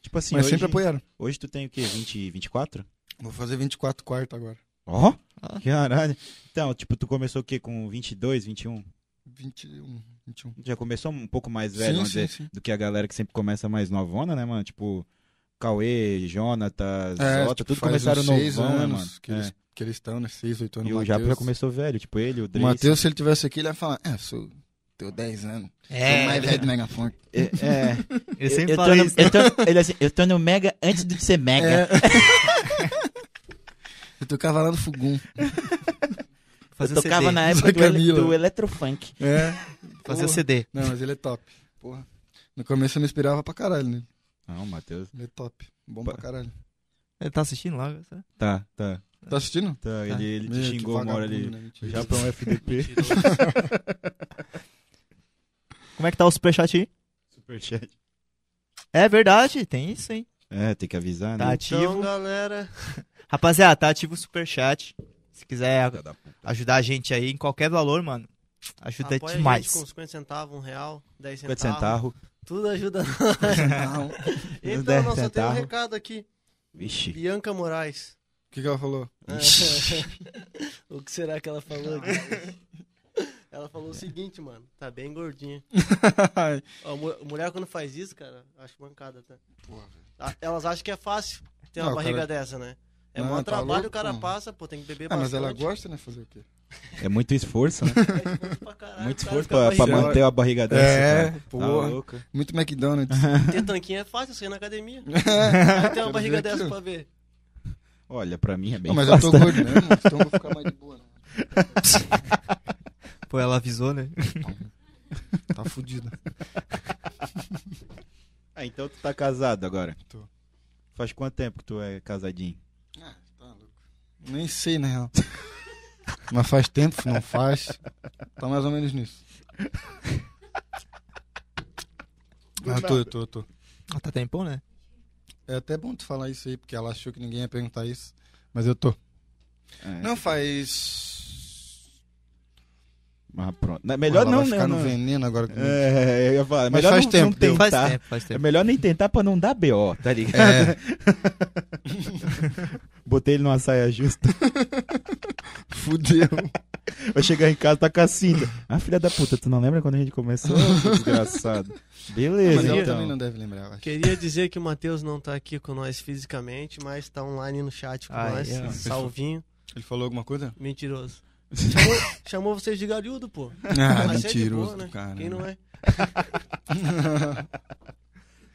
Speaker 3: Tipo assim,
Speaker 1: mas
Speaker 3: hoje,
Speaker 1: sempre apoiaram.
Speaker 3: hoje tu tem o quê? 20, 24?
Speaker 1: Vou fazer 24 quarto agora.
Speaker 3: Ó,
Speaker 1: Ah.
Speaker 3: caralho. Então, tipo, tu começou o quê? Com 22, 21?
Speaker 1: 21, 21.
Speaker 3: Já começou um pouco mais velho, vamos dizer,
Speaker 1: sim.
Speaker 3: do que a galera que sempre começa mais novona, né, mano? Tipo, Cauê, Jonatas,
Speaker 1: É,
Speaker 3: Zota,
Speaker 1: tipo,
Speaker 3: tudo
Speaker 1: faz
Speaker 3: começaram
Speaker 1: uns seis
Speaker 3: novão, né,
Speaker 1: anos
Speaker 3: mano?
Speaker 1: Que,
Speaker 3: É.
Speaker 1: eles, que eles estão, né? 6, 8 anos.
Speaker 3: E o Japa já começou velho, tipo ele, o
Speaker 1: O
Speaker 3: Dres.
Speaker 1: Matheus, se ele tivesse aqui, ele ia falar, é, sou teu 10 anos. sou mais velho do Megafone.
Speaker 3: É, é.
Speaker 2: É, Ele sempre fala isso. né?
Speaker 3: eu tô, ele assim, eu tô no Mega antes de ser Mega.
Speaker 1: É. Eu tô cavalando Fugum.
Speaker 2: Fazer CD.
Speaker 3: É,
Speaker 1: época do ele- Camila. do
Speaker 3: Eletrofunk.
Speaker 1: É.
Speaker 2: Fazer
Speaker 1: Porra.
Speaker 2: CD.
Speaker 1: Não, mas ele é top. Porra. No começo eu me inspirava pra caralho, né?
Speaker 3: Não, Matheus.
Speaker 1: Ele é top. Bom
Speaker 3: Pá.
Speaker 1: pra caralho.
Speaker 2: Ele tá assistindo logo? sabe?
Speaker 3: Tá, tá.
Speaker 1: Tá assistindo?
Speaker 3: tá. Ele, ele te
Speaker 1: Meu, que
Speaker 3: xingou uma hora
Speaker 1: vagabundo,
Speaker 3: ali.
Speaker 1: né?
Speaker 3: O
Speaker 1: Mentira.
Speaker 3: Japa é um FDP.
Speaker 5: Tirou.
Speaker 2: Como é que tá o superchat aí?
Speaker 3: Superchat.
Speaker 2: É verdade, tem isso, hein?
Speaker 3: É, tem que avisar,
Speaker 2: Tá
Speaker 3: né?
Speaker 2: ativo.
Speaker 5: Então, galera,
Speaker 2: Rapaziada, tá ativo o superchat. Se quiser
Speaker 3: Filha da puta.
Speaker 2: ajudar a gente aí em qualquer valor, mano, ajuda
Speaker 5: apoia tipo, a gente
Speaker 2: demais.
Speaker 5: com 50 centavos, 1 real, 10
Speaker 3: 50
Speaker 5: centavos.
Speaker 3: centavos.
Speaker 5: Tudo ajuda.
Speaker 1: Não. O
Speaker 5: Então,
Speaker 3: 10
Speaker 5: nós só tem um
Speaker 3: centavos.
Speaker 5: recado aqui.
Speaker 3: Vixe.
Speaker 5: Bianca Moraes.
Speaker 1: que que ela falou?
Speaker 5: É. o que será que ela falou aqui? Ela falou o seguinte, mano. Tá bem gordinha.
Speaker 1: Ah,
Speaker 5: Ó, mu- mulher quando faz isso, cara, acho bancada, tá?
Speaker 1: Porra, velho.
Speaker 5: A- Elas acham que é fácil ter uma
Speaker 1: Não,
Speaker 5: barriga
Speaker 1: cara-
Speaker 5: dessa, né? É
Speaker 1: Não,
Speaker 5: mó
Speaker 1: tá
Speaker 5: trabalho,
Speaker 1: louco,
Speaker 5: o cara
Speaker 1: pô.
Speaker 5: passa, pô, tem que beber
Speaker 1: Ah,
Speaker 5: bastante.
Speaker 1: mas ela gosta, né? Fazer o quê?
Speaker 3: É muito esforço, né?
Speaker 5: É esforço pra caralho,
Speaker 3: Muito
Speaker 5: o cara
Speaker 3: esforço
Speaker 5: fica
Speaker 3: pra, pra
Speaker 5: barrigudo.
Speaker 3: manter a barriga dessa. cara. Tá
Speaker 1: É, porra.
Speaker 3: louco.
Speaker 1: Muito McDonald's.
Speaker 5: Ter tanquinho é fácil, você ir na academia. Aí tem
Speaker 1: Quero
Speaker 5: uma barriga
Speaker 1: ver
Speaker 5: dessa
Speaker 1: aquilo.
Speaker 5: pra ver.
Speaker 3: Olha, pra mim é bem
Speaker 1: Não, mas eu
Speaker 3: fácil.
Speaker 1: tô gordinho, então eu vou ficar mais de boa, né?
Speaker 2: Pô, ela avisou, né?
Speaker 1: Tá fudido.
Speaker 3: Ah, então tu tá casado agora?
Speaker 1: Tô.
Speaker 3: Faz quanto tempo que tu é casadinho?
Speaker 1: Ah, tá louco. Nem sei, na real. Mas faz tempo, não faz. Tá mais ou menos nisso. Ah, tô, eu tô, eu tô.
Speaker 2: Ah, tá tempão, né?
Speaker 1: É até bom tu falar isso aí, porque ela achou que ninguém ia perguntar isso. Mas eu tô.
Speaker 3: É,
Speaker 1: Não faz.
Speaker 3: Mas Ah, pronto. Não, melhor
Speaker 1: Ela
Speaker 3: não,
Speaker 1: vai
Speaker 3: né?
Speaker 1: ficar no
Speaker 3: não.
Speaker 1: veneno agora comigo.
Speaker 3: É, eu ia falar.
Speaker 1: Mas
Speaker 3: melhor
Speaker 1: faz
Speaker 3: não,
Speaker 1: tempo,
Speaker 3: não
Speaker 1: deu.
Speaker 2: Faz
Speaker 3: tentar.
Speaker 2: tempo, faz
Speaker 3: É
Speaker 2: tempo.
Speaker 3: melhor nem tentar pra não dar BO, tá ligado?
Speaker 1: É,
Speaker 3: Botei ele numa saia justa.
Speaker 1: fudeu.
Speaker 3: Vai chegar em casa, tá com a cinta. Ah, filha da puta, tu não lembra quando a gente começou? seu Desgraçado.
Speaker 1: Mas
Speaker 3: Beleza,
Speaker 1: ela também
Speaker 3: então.
Speaker 1: não deve lembrar, eu acho.
Speaker 5: Queria dizer que o Matheus não tá aqui com nós fisicamente, mas tá online no chat com
Speaker 2: Ah,
Speaker 5: nós.
Speaker 2: é.
Speaker 5: Salvinho.
Speaker 1: Ele falou alguma coisa?
Speaker 5: Mentiroso. Chamou, chamou vocês de galhudo, pô.
Speaker 1: Ah,
Speaker 5: Mas é de
Speaker 1: mentiroso
Speaker 5: boa, né?
Speaker 1: do cara.
Speaker 5: Quem não é?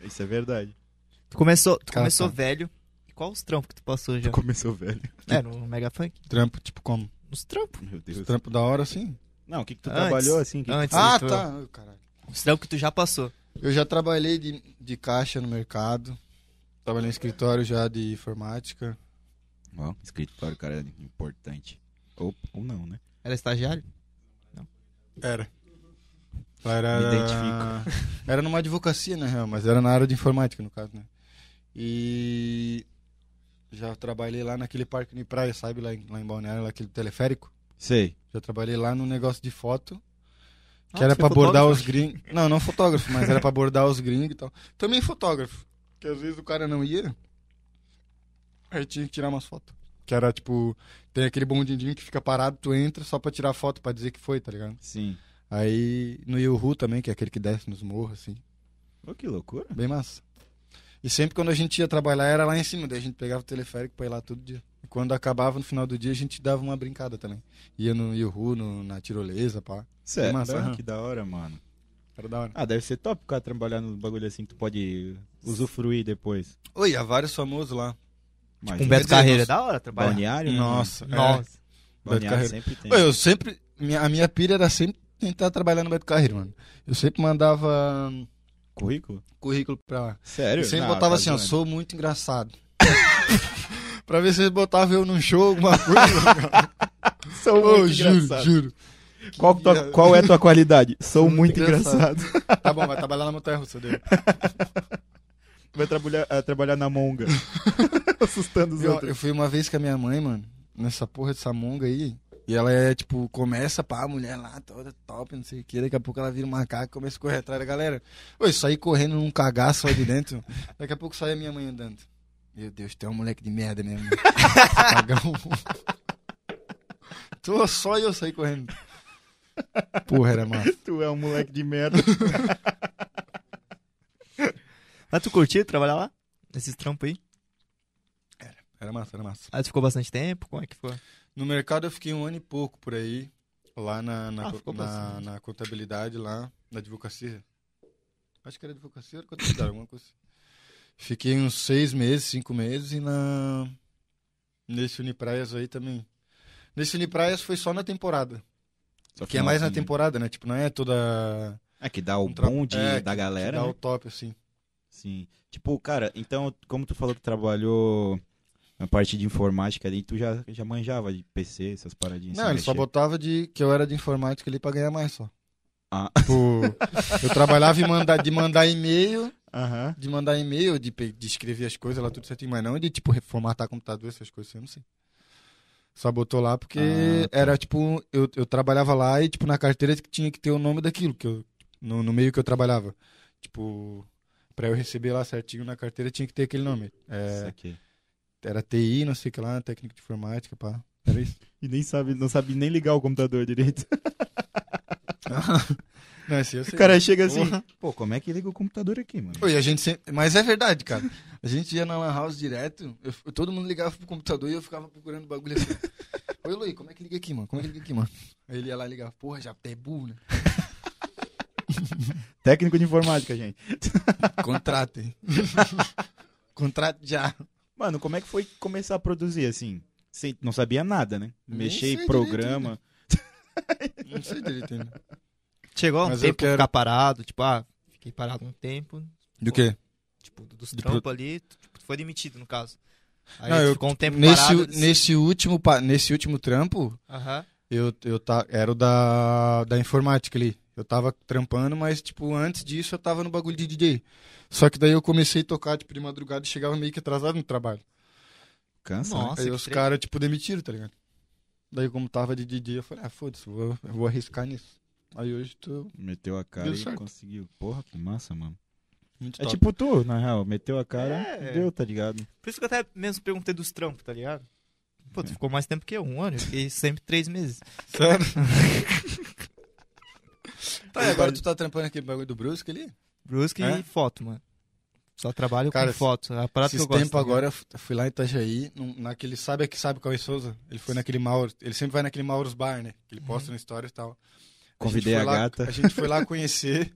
Speaker 3: Isso é verdade.
Speaker 2: Tu começou, tu
Speaker 1: Cara,
Speaker 2: começou
Speaker 1: tá.
Speaker 2: velho. E qual os trampos que tu passou já?
Speaker 3: Tu começou velho.
Speaker 2: É, no Mega Funk.
Speaker 1: Trampo, tipo como?
Speaker 2: Os trampos.
Speaker 3: Meu Deus.
Speaker 1: Trampo da hora, assim?
Speaker 3: Não, o que, que tu
Speaker 2: Antes.
Speaker 3: trabalhou assim? Que...
Speaker 2: Antes
Speaker 1: Ah,
Speaker 2: tu-
Speaker 1: tá. Ai, Caralho.
Speaker 2: Os trampos que tu já passou.
Speaker 1: Eu já trabalhei de, de caixa no mercado. Trabalhei em escritório já de informática.
Speaker 3: Ó, escritório, cara, é importante. Ou, ou não, né?
Speaker 2: Era estagiário?
Speaker 1: Era. Era,
Speaker 3: Me identifico.
Speaker 1: era numa advocacia, na real, mas era na área de informática, no caso, né? E já trabalhei lá naquele parque de praia, sabe? Lá em, lá em Balneário, lá aquele teleférico.
Speaker 3: Sei.
Speaker 1: Já trabalhei lá no negócio de foto. Que
Speaker 2: Ah,
Speaker 1: era
Speaker 2: tu
Speaker 1: pra
Speaker 2: foi
Speaker 1: abordar
Speaker 2: fotógrafo?
Speaker 1: os gringos. Não, não fotógrafo, mas era pra abordar os gringos e tal. Também fotógrafo. Que às vezes o cara não ia. Aí tinha que tirar umas fotos. Que era tipo, tem aquele bondinho que fica parado, tu entra só pra tirar foto, pra dizer que foi, tá ligado?
Speaker 3: Sim.
Speaker 1: Aí no Yuhu também, que é aquele que desce nos morros, assim.
Speaker 3: Ô, que loucura.
Speaker 1: Bem massa. E sempre quando a gente ia trabalhar era lá em cima, daí a gente pegava o teleférico pra ir lá todo dia. E quando acabava no final do dia, a gente dava uma brincada também. Ia no Yuhu, no, na tirolesa, pá.
Speaker 3: Sério,
Speaker 1: massa,
Speaker 3: ah,
Speaker 1: aham.
Speaker 3: que da hora, mano.
Speaker 1: Era da hora.
Speaker 3: Ah, deve ser top ficar trabalhar num bagulho assim que tu pode usufruir depois.
Speaker 1: Oi, há vários famosos lá.
Speaker 3: Mas,
Speaker 2: Com
Speaker 3: né?
Speaker 2: Beto
Speaker 1: dizer,
Speaker 2: Carreira,
Speaker 1: nós-
Speaker 2: da hora trabalhar.
Speaker 3: Balneário, né,
Speaker 1: Nossa.
Speaker 3: mano?
Speaker 1: Nossa.
Speaker 3: Balneário
Speaker 1: Beto
Speaker 3: sempre tem.
Speaker 1: Pô, Eu sempre. minha- a minha pira era sempre tentar trabalhar no Beto Carreiro, mano. Eu sempre mandava hum,
Speaker 3: Currículo?
Speaker 1: currículo pra lá.
Speaker 3: Sério?
Speaker 1: Eu sempre
Speaker 3: Não,
Speaker 1: botava
Speaker 3: tá
Speaker 1: assim, ó,
Speaker 3: zoando.
Speaker 1: sou muito engraçado. pra ver se eles botavam eu num show, alguma coisa.
Speaker 3: Sou
Speaker 1: Ô,
Speaker 3: muito
Speaker 1: juro,
Speaker 3: engraçado.
Speaker 1: juro.
Speaker 3: Qual, que tua- qual é a tua qualidade? Sou muito,
Speaker 1: Muito
Speaker 3: engraçado.
Speaker 1: engraçado. Tá bom, vai trabalhar na montanha russa dele.
Speaker 3: Vai trabalhar, ah, trabalhar na monga. Assustando os
Speaker 1: Eu,
Speaker 3: outros.
Speaker 1: eu fui uma vez com a minha mãe, mano, nessa porra dessa monga aí. E ela é, tipo, começa, pá, a mulher lá, toda top, não sei o que. Daqui a pouco ela vira um macaco e começa a correr atrás da galera. Oi, saí correndo num cagaço lá de dentro. Daqui a pouco sai a minha mãe andando. Meu Deus, tem um moleque de merda mesmo. né? Cagão. Tô só eu saí correndo. Porra, era massa.
Speaker 3: Tu é um moleque de merda.
Speaker 2: Mas tu curtia trabalhar lá? Nesses trampos aí?
Speaker 1: Era massa, era massa.
Speaker 2: Aí tu ficou bastante tempo? Como é que foi?
Speaker 1: No mercado eu fiquei um ano e pouco por aí, lá na, na,
Speaker 2: Ah,
Speaker 1: co-
Speaker 2: ficou
Speaker 1: na-
Speaker 2: bastante.
Speaker 1: na contabilidade, lá na advocacia. Acho que era advocacia ou era contabilidade, alguma coisa assim. Fiquei uns seis meses, cinco meses, e na nesse Unipraias aí também. Nesse Unipraias foi só na temporada, que é mais na temporada, né? Tipo, não é toda...
Speaker 3: É que dá o
Speaker 1: um tra-
Speaker 3: bonde
Speaker 1: é,
Speaker 3: da
Speaker 1: que
Speaker 3: galera.
Speaker 1: dá
Speaker 3: né?
Speaker 1: o top, assim.
Speaker 3: Sim. Tipo, cara, então, como tu falou que trabalhou na parte de informática ali, tu já, já manjava de PC, essas paradinhas.
Speaker 1: Não,
Speaker 3: assim,
Speaker 1: ele só
Speaker 3: mexer.
Speaker 1: botava de que eu era de informática ali pra ganhar mais só.
Speaker 3: Ah.
Speaker 1: Tipo, eu trabalhava em mandar, de mandar e-mail...
Speaker 3: Aham.
Speaker 1: De mandar e-mail, de, pe- de escrever as coisas lá, tudo certinho, mas não de, tipo, reformatar computador, essas coisas, eu não sei. Só botou lá porque
Speaker 3: Ah, tá.
Speaker 1: era, tipo, eu, eu trabalhava lá e, tipo, na carteira que tinha que ter o nome daquilo, que eu, no, no meio que eu trabalhava. Tipo, pra eu receber lá certinho na carteira tinha que ter aquele nome.
Speaker 3: Isso
Speaker 1: É,
Speaker 3: aqui.
Speaker 1: era TI, não sei o que lá, técnica de informática, pá. Era isso.
Speaker 3: E nem sabe, não sabe nem ligar o computador direito.
Speaker 1: Não, esse eu sei.
Speaker 3: O cara chega assim,
Speaker 1: Porra.
Speaker 3: pô, como é que liga o computador aqui, mano?
Speaker 1: Pô, e a gente sempre... Mas é verdade, cara. A gente ia na Lan House direto, eu f- todo mundo ligava pro computador e eu ficava procurando bagulho assim. Oi, Luí, como é que liga aqui, mano? Como é que liga aqui, mano? Aí ele ia lá e ligava, porra, já é burro, né?
Speaker 3: Técnico de informática, gente.
Speaker 1: Contratem. Contrate já.
Speaker 3: Mano, como é que foi começar a produzir, assim? Sem- não sabia nada, né?
Speaker 1: Nem
Speaker 3: Mexer em
Speaker 1: sei
Speaker 3: programa.
Speaker 1: Não sei direito ainda.
Speaker 2: Chegou um
Speaker 1: Mas eu
Speaker 2: tempo
Speaker 1: quero-
Speaker 2: ficar parado, tipo, ah, fiquei parado um tempo,
Speaker 1: Do quê?
Speaker 2: tipo, dos
Speaker 1: De
Speaker 2: trampos ali, tu, tipo, tu foi demitido, no caso. Aí
Speaker 1: Não,
Speaker 2: tu
Speaker 1: eu-
Speaker 2: ficou um tempo
Speaker 1: Nesse,
Speaker 2: parado.
Speaker 1: u- nesse, último, pa- nesse último trampo,
Speaker 2: Aham.
Speaker 1: eu, eu ta, era o da, da informática ali. Eu tava trampando, mas, tipo, antes disso eu tava no bagulho de DJ. Só que daí eu comecei a tocar, tipo, de madrugada e chegava meio que atrasado no trabalho.
Speaker 3: Cansa, né?
Speaker 2: Nossa,
Speaker 1: aí
Speaker 2: que
Speaker 1: os
Speaker 2: tre-
Speaker 1: caras, tipo, demitiram, tá ligado? Daí, como tava de DJ, eu falei, ah, foda-se, eu vou, eu vou arriscar nisso. Aí hoje tô
Speaker 3: Meteu a cara
Speaker 1: Deu
Speaker 3: e
Speaker 1: certo.
Speaker 3: conseguiu. Porra, que massa, mano.
Speaker 1: muito
Speaker 3: É
Speaker 1: top.
Speaker 3: tipo tu, na real. Meteu a cara,
Speaker 2: É.
Speaker 3: deu, tá ligado?
Speaker 2: Por isso que eu até mesmo perguntei dos trampos, tá ligado? Pô, tu ficou mais tempo que eu, um ano, eu fiquei sempre três meses.
Speaker 1: É. Sério? tá, e agora tu tá trampando aquele bagulho do Brusque ali?
Speaker 2: Brusque
Speaker 1: É?
Speaker 2: e foto, mano. Só trabalho
Speaker 1: Cara,
Speaker 2: com foto. É a parada que
Speaker 1: Esses
Speaker 2: eu gosto.
Speaker 1: tempo
Speaker 2: tá ligado?
Speaker 1: agora, eu fu- fui lá em Itajaí, num- naquele, sabe que sabe Cauê Souza? Ele foi naquele Mauros, ele sempre vai naquele Mauros Bar, né? Que ele posta no stories e tal. A gente
Speaker 3: Convidei
Speaker 1: foi
Speaker 3: a
Speaker 1: lá-
Speaker 3: gata.
Speaker 1: A gente foi lá conhecer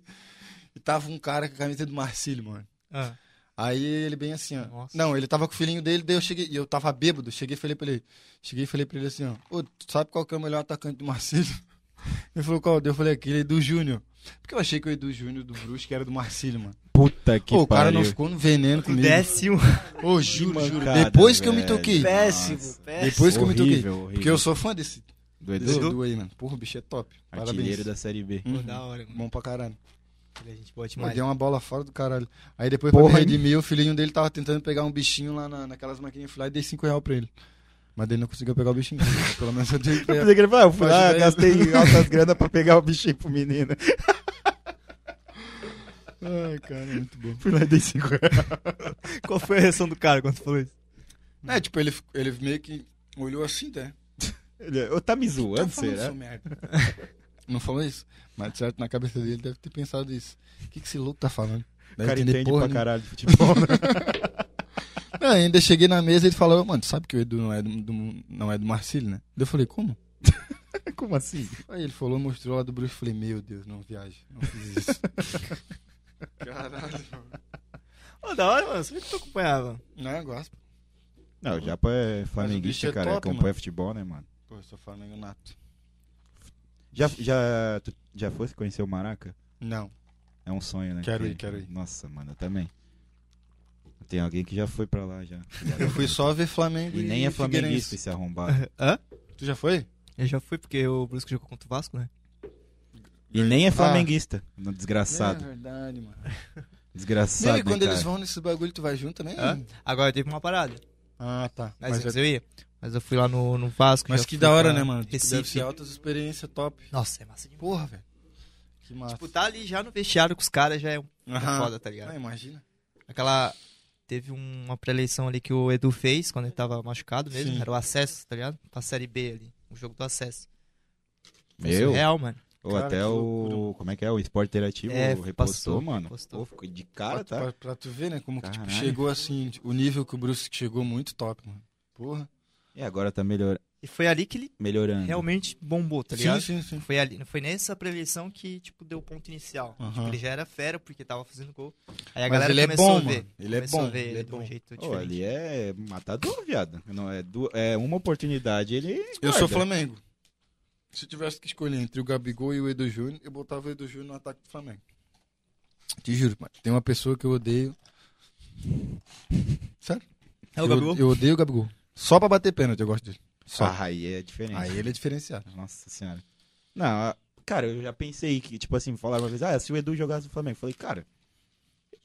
Speaker 1: e tava um cara com a camisa do Marcílio, mano.
Speaker 2: Ah,
Speaker 1: Aí ele bem assim, ó.
Speaker 2: Nossa.
Speaker 1: Não, ele tava com o filhinho dele, daí eu cheguei, e eu tava bêbado, cheguei e falei pra ele, cheguei e falei pra ele assim, ó, ô, tu sabe qual que é o melhor atacante do Marcílio? Ele falou, qual? Daí Eu falei, aquele do Júnior. Porque eu achei que o Edu Júnior do Brusque era do Marcílio, mano.
Speaker 3: Puta que
Speaker 1: Pô, o cara
Speaker 3: pariu.
Speaker 1: não ficou no veneno
Speaker 2: tu
Speaker 1: comigo.
Speaker 2: desce um.
Speaker 1: Ô, juro,
Speaker 3: Que
Speaker 1: juro.
Speaker 3: mancada,
Speaker 1: Depois que eu me
Speaker 3: velho.
Speaker 1: toquei.
Speaker 3: Péssimo,
Speaker 5: péssimo.
Speaker 1: Depois que eu me toquei.
Speaker 3: Horrível, horrível.
Speaker 1: Porque eu sou fã desse,
Speaker 3: Do
Speaker 1: desse
Speaker 3: Edu,
Speaker 1: Edu aí, mano. Porra, o bicho é top.
Speaker 3: artilheiro
Speaker 1: Parabéns.
Speaker 3: da Série B.
Speaker 2: Pô,
Speaker 1: Uhum.
Speaker 2: da hora, mano.
Speaker 1: Bom pra caralho.
Speaker 2: Ele é gente boa
Speaker 1: Mas
Speaker 2: demais.
Speaker 1: deu uma bola fora do caralho. Aí depois,
Speaker 3: Porra,
Speaker 1: pra me redimir, o filhinho dele tava tentando pegar um bichinho lá na- naquelas maquininhas. Eu fui lá e dei 5 reais pra ele. Mas ele não conseguiu pegar o bichinho. Pelo menos eu dei. um pra
Speaker 3: Eu
Speaker 1: ele.
Speaker 3: pensei que ele falou, ah, eu fui
Speaker 1: Pode
Speaker 3: lá,
Speaker 1: ver.
Speaker 3: gastei altas granas pra pegar o bichinho pro menino.
Speaker 1: Ai, cara, muito bom.
Speaker 3: Fui lá e dei cinco reais.
Speaker 2: Qual foi a reação do cara quando tu falou isso?
Speaker 1: É, tipo, ele, fi- ele meio que olhou assim, né?
Speaker 3: Ele, "Ô, tá me zoando,
Speaker 1: falando
Speaker 3: será?
Speaker 1: seu merda. Não falou isso? Mas de certo, na cabeça dele deve ter pensado isso. O que, que esse louco tá falando?
Speaker 3: O
Speaker 1: Deve
Speaker 3: cara
Speaker 1: entender
Speaker 3: entende
Speaker 1: porra
Speaker 3: pra
Speaker 1: nenhuma.
Speaker 3: caralho de futebol, né?
Speaker 1: Não, ainda cheguei na mesa e ele falou, mano, tu sabe que o Edu não é do, do- não é do Marcílio, né? Daí Eu falei, como?
Speaker 3: Como assim?
Speaker 1: Aí ele falou, mostrou lá do Bruxo, eu falei, meu Deus, não viaja, não fiz isso. Caralho, mano.
Speaker 2: Ô, da hora, mano. Sabia que tu acompanhava.
Speaker 1: Não, eu gosto.
Speaker 3: Não, o Japa é
Speaker 1: bicho
Speaker 3: flamenguista,
Speaker 1: é
Speaker 3: cara.
Speaker 1: top,
Speaker 3: acompanha
Speaker 1: mano.
Speaker 3: futebol, né, mano?
Speaker 1: Pô, eu sou Flamengo nato.
Speaker 3: Já, já, tu já fosse conhecer o Maraca?
Speaker 1: Não.
Speaker 3: É um sonho, né?
Speaker 1: Quero ir,
Speaker 3: Porque-
Speaker 1: quero ir.
Speaker 3: Nossa, mano, eu também. Tem alguém que já foi pra lá já.
Speaker 1: Eu fui só ver Flamengo
Speaker 3: E
Speaker 1: e,
Speaker 3: nem é flamenguista
Speaker 1: Figueirense.
Speaker 3: esse arrombado.
Speaker 2: Hã?
Speaker 1: Tu já foi?
Speaker 2: Eu já fui, porque o Brusco jogou contra o Vasco, né?
Speaker 3: E nem é flamenguista. no Desgraçado.
Speaker 1: Ah. É verdade, mano.
Speaker 3: Desgraçado.
Speaker 1: e
Speaker 3: né,
Speaker 1: quando eles
Speaker 3: cara?
Speaker 1: vão nesses bagulho, tu vai junto também?
Speaker 2: Hã? Agora teve uma parada.
Speaker 1: Ah, tá.
Speaker 2: Mas, antes eu ia. Mas eu fui lá no, no Vasco.
Speaker 1: Mas
Speaker 2: já
Speaker 1: que
Speaker 2: fui
Speaker 1: da hora,
Speaker 2: pra
Speaker 1: né, mano? Tipo,
Speaker 2: Recife.
Speaker 1: deve ser altas experiências top.
Speaker 2: Nossa, é massa demais.
Speaker 1: Porra, velho. Que massa.
Speaker 2: Tipo, tá ali já no vestiário com os caras já é um é
Speaker 1: Aham.
Speaker 2: foda, tá ligado?
Speaker 1: Ah, imagina.
Speaker 2: Aquela. Teve um, uma pré-eleição ali que o Edu fez quando ele tava machucado mesmo.
Speaker 1: Sim.
Speaker 2: Era o acesso, tá ligado? Pra série B ali. O jogo do acesso. é
Speaker 3: Meu.
Speaker 2: Real, mano.
Speaker 3: Ou
Speaker 1: Cara,
Speaker 3: até
Speaker 1: que
Speaker 3: o. Como é que é? O esporte interativo
Speaker 2: É,
Speaker 3: repostou,
Speaker 2: passou,
Speaker 3: mano.
Speaker 2: repostou.
Speaker 3: Pô, ficou de
Speaker 1: pra,
Speaker 3: cara, tá?
Speaker 1: pra- pra tu ver, né? Como que tipo,
Speaker 3: Caralho.
Speaker 1: chegou assim, o nível que o Bruce chegou muito top, mano. Porra.
Speaker 3: E agora tá melhor...
Speaker 2: E foi ali que ele
Speaker 3: melhorando.
Speaker 2: realmente bombou, tá ligado?
Speaker 1: Uhum. Sim, sim, sim.
Speaker 2: Foi ali, foi nessa pré-eleição que, tipo, deu o ponto inicial.
Speaker 1: Aham.
Speaker 2: Tipo, ele já era fera porque tava fazendo gol. Aí a
Speaker 1: Mas
Speaker 2: galera
Speaker 1: ele é
Speaker 2: começou
Speaker 1: bom,
Speaker 2: a ver.
Speaker 1: mano. Ele é
Speaker 2: começou
Speaker 1: bom,
Speaker 2: a ver
Speaker 1: ele
Speaker 2: ele
Speaker 1: é
Speaker 2: de um
Speaker 1: bom.
Speaker 2: jeito
Speaker 3: Ô,
Speaker 2: diferente.
Speaker 3: ali é matador, viado. Não, é, du... é uma oportunidade, ele.
Speaker 1: Eu
Speaker 3: guarda.
Speaker 1: sou Flamengo. Se tivesse que escolher entre o Gabigol e o Edu Júnior, eu botava o Edu Júnior no ataque do Flamengo. Te juro, mano. Tem uma pessoa que eu odeio. Sério?
Speaker 2: É o
Speaker 1: Eu-
Speaker 2: Gabigol?
Speaker 1: Eu, odeio o Gabigol. Só pra bater pênalti eu gosto dele. Só.
Speaker 3: Ah, aí é diferente.
Speaker 1: Aí ele é diferenciado.
Speaker 3: Nossa senhora. Não, a- cara, eu já pensei que, tipo assim, falaram uma vez, ah, se o Edu jogasse no Flamengo. Eu falei, cara,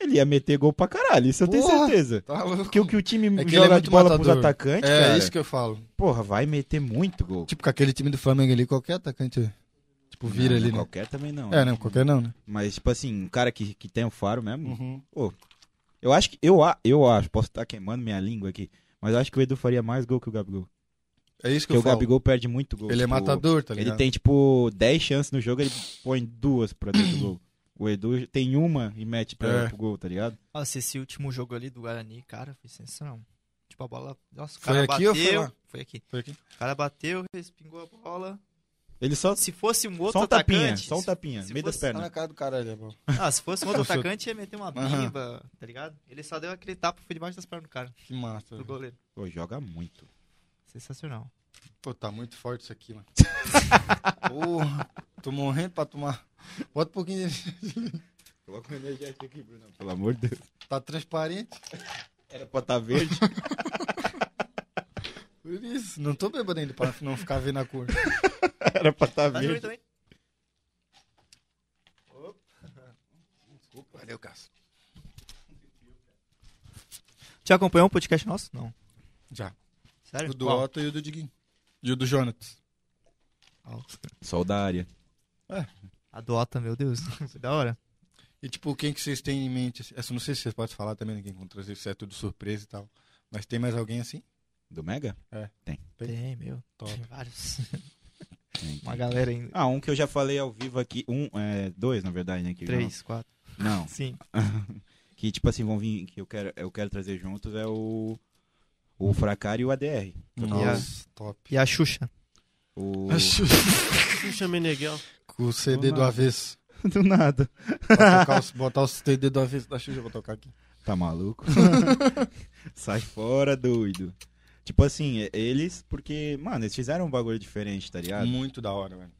Speaker 3: ele ia meter gol pra caralho, isso eu tenho
Speaker 1: Porra.
Speaker 3: certeza.
Speaker 1: Tá louco.
Speaker 3: Porque o que o time
Speaker 1: É que ele é
Speaker 3: joga de
Speaker 1: muito
Speaker 3: bola pros
Speaker 1: matador.
Speaker 3: atacantes,
Speaker 1: É
Speaker 3: cara,
Speaker 1: isso que eu falo.
Speaker 3: porra, vai meter muito gol.
Speaker 1: Tipo, com aquele time do Flamengo ali, qualquer atacante. Tipo, vira
Speaker 3: Não,
Speaker 1: ali,
Speaker 3: não,
Speaker 1: né?
Speaker 3: Qualquer um. também não.
Speaker 1: É, não, qualquer não, né?
Speaker 3: Mas, tipo assim, um cara que, que tem o faro
Speaker 1: Uhum.
Speaker 3: mesmo, eu acho que, eu, a- eu acho, posso estar queimando minha língua aqui, mas eu acho que o Edu faria mais gol que o Gabigol.
Speaker 1: É isso que
Speaker 3: Porque
Speaker 1: eu
Speaker 3: o
Speaker 1: falo.
Speaker 3: Gabigol perde muito gol.
Speaker 1: Ele é
Speaker 3: tipo,
Speaker 1: matador, tá
Speaker 3: Ele
Speaker 1: ligado?
Speaker 3: tem, tipo, 10 chances no jogo, ele põe duas pra dentro do gol. O Edu tem uma e mete pra,
Speaker 1: É.
Speaker 3: pro gol, tá ligado?
Speaker 2: Nossa, esse último jogo ali do Guarani, cara, foi sensacional. Tipo, a bola. Nossa, o
Speaker 1: Foi
Speaker 2: cara
Speaker 1: aqui
Speaker 2: bateu.
Speaker 1: ou foi lá?
Speaker 2: Foi aqui.
Speaker 1: Foi aqui.
Speaker 2: O cara bateu, respingou a bola.
Speaker 3: Ele só.
Speaker 2: Se fosse um outro
Speaker 3: só um
Speaker 2: atacante.
Speaker 3: tapinha, só um
Speaker 2: se-
Speaker 3: tapinha,
Speaker 2: se
Speaker 3: meio das
Speaker 2: fosse-
Speaker 1: Tá na
Speaker 3: pernas.
Speaker 1: cara do caralho, é bom.
Speaker 2: Ah, se fosse um outro
Speaker 1: Eu sou-
Speaker 2: atacante, ia meter uma
Speaker 1: Aham.
Speaker 2: bimba, tá ligado? Ele só deu aquele tapa, foi debaixo das pernas do cara,
Speaker 1: Que massa.
Speaker 2: do
Speaker 1: velho.
Speaker 2: goleiro.
Speaker 3: Pô, joga muito.
Speaker 2: Sensacional.
Speaker 1: Pô, tá muito forte isso aqui, mano. Porra, tô morrendo pra tomar. Bota um pouquinho de...
Speaker 3: Coloca o energético aqui, Bruno. Pelo amor de Deus.
Speaker 1: Tá transparente.
Speaker 3: Era pra tá verde.
Speaker 1: Por isso, não tô bebendo ainda pra não ficar vendo a cor.
Speaker 3: Era pra tá
Speaker 2: Tá ruim
Speaker 3: verde.
Speaker 2: também?
Speaker 1: Valeu, Cássio.
Speaker 2: Já acompanhou um podcast nosso? Não.
Speaker 1: Já.
Speaker 2: Sério?
Speaker 1: O do
Speaker 2: Qual?
Speaker 1: Otto e o do Diguinho. E o do Jonatas.
Speaker 2: Ah,
Speaker 3: Sol da área.
Speaker 2: A do Ota, meu Deus. Foi da hora.
Speaker 1: E tipo, quem que vocês têm em mente? assim? Essa eu não sei se vocês podem falar também, né, quem encontrou vocês, se é tudo surpresa e tal. Mas tem mais alguém assim?
Speaker 3: Do Mega?
Speaker 1: Tem.
Speaker 2: Tem, meu.
Speaker 1: Top.
Speaker 2: Tem vários.
Speaker 3: Tem.
Speaker 2: Uma galera ainda.
Speaker 3: Ah, um que eu já falei ao vivo aqui. Um, é, dois, na verdade, né? que
Speaker 2: Três, quatro,
Speaker 3: eu- Não.
Speaker 2: cinco.
Speaker 3: que, tipo assim, vão vir. Que eu quero, eu quero trazer juntos é o. O Fracário e o ADR.
Speaker 1: Nossa, top.
Speaker 2: E a Xuxa.
Speaker 3: O.
Speaker 5: Xuxa Meneghel.
Speaker 1: Com o CD do
Speaker 3: nada.
Speaker 1: avesso.
Speaker 3: Do nada.
Speaker 1: Pra tocar os- botar os CD do avesso da Xuxa, eu vou tocar aqui.
Speaker 3: Tá maluco? Sai fora, doido. Tipo assim, é- eles, porque, mano, eles fizeram um bagulho diferente, tá ligado?
Speaker 1: Muito da hora, velho.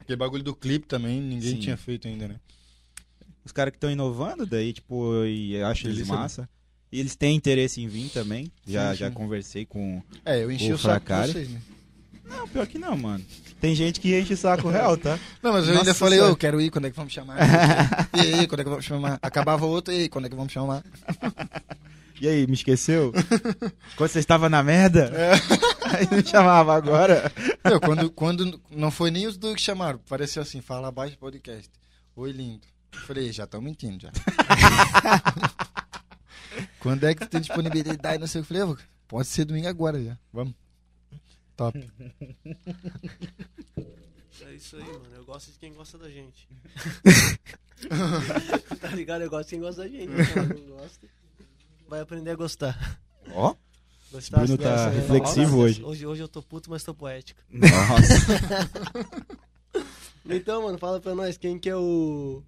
Speaker 1: Aquele bagulho do clipe também, ninguém
Speaker 3: Sim.
Speaker 1: tinha feito ainda, né?
Speaker 3: Os caras que estão inovando daí, tipo, e eu acho eles
Speaker 1: Delícia, né?
Speaker 3: massa. E eles têm interesse em vir também. Já,
Speaker 1: Sim,
Speaker 3: já
Speaker 1: sim.
Speaker 3: conversei com.
Speaker 1: É, eu enchi
Speaker 3: O
Speaker 1: o, saco de
Speaker 3: Fracari.
Speaker 1: vocês, né?
Speaker 3: Não, pior que não, mano. Tem gente que enche o saco real, tá?
Speaker 1: Não, mas eu
Speaker 3: Nossa
Speaker 1: ainda falei, ô,
Speaker 3: Senhora.
Speaker 1: eu quero ir, quando é que vamos chamar? e aí, quando é que vamos chamar? Acabava outro, e aí, quando é que vamos chamar?
Speaker 3: E aí, me esqueceu? Quando você estava na merda? Aí não chamava agora.
Speaker 1: Meu, quando, quando não foi nem os dois que chamaram, pareceu assim, fala abaixo do podcast. Oi, lindo. Eu falei, já estão mentindo, já. quando é que tu tem disponibilidade, não sei o que. Eu falei, "Ô, pode ser domingo agora já, vamos. Top.
Speaker 5: É isso aí, mano. Eu gosto de quem gosta da gente. tá ligado? Eu gosto de quem gosta da gente. né, cara? Não gosta. Vai aprender a gostar.
Speaker 3: Ó.
Speaker 5: Gostasse
Speaker 3: Bruno tá
Speaker 5: né?
Speaker 3: reflexivo hoje.
Speaker 5: hoje. Hoje eu tô puto, mas tô poético.
Speaker 3: Nossa.
Speaker 5: Então, mano, fala pra nós quem que é o.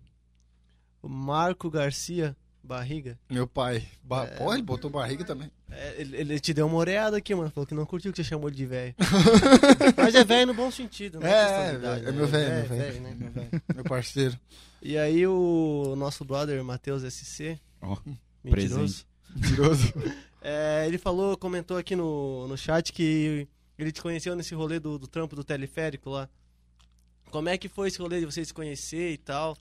Speaker 5: o Marco Garcia Barriga.
Speaker 1: Meu pai. Ba Pô, ele botou barriga também.
Speaker 5: É, ele, ele te deu uma oreada aqui, mano. Falou que não curtiu que você chamou ele de velho. Mas é velho no bom sentido, né?
Speaker 1: É,
Speaker 5: questão de
Speaker 1: é,
Speaker 5: idade,
Speaker 1: é
Speaker 5: né?
Speaker 1: meu velho, meu velho.
Speaker 5: né?
Speaker 1: Meu parceiro.
Speaker 5: E aí o nosso brother Matheus SC.
Speaker 3: Ó, presente.
Speaker 5: mentiroso,
Speaker 1: Mentiroso.
Speaker 5: é, ele falou, comentou aqui no, no chat que ele te conheceu nesse rolê do, do trampo do teleférico lá. Como é que foi esse rolê de vocês se conhecer e tal?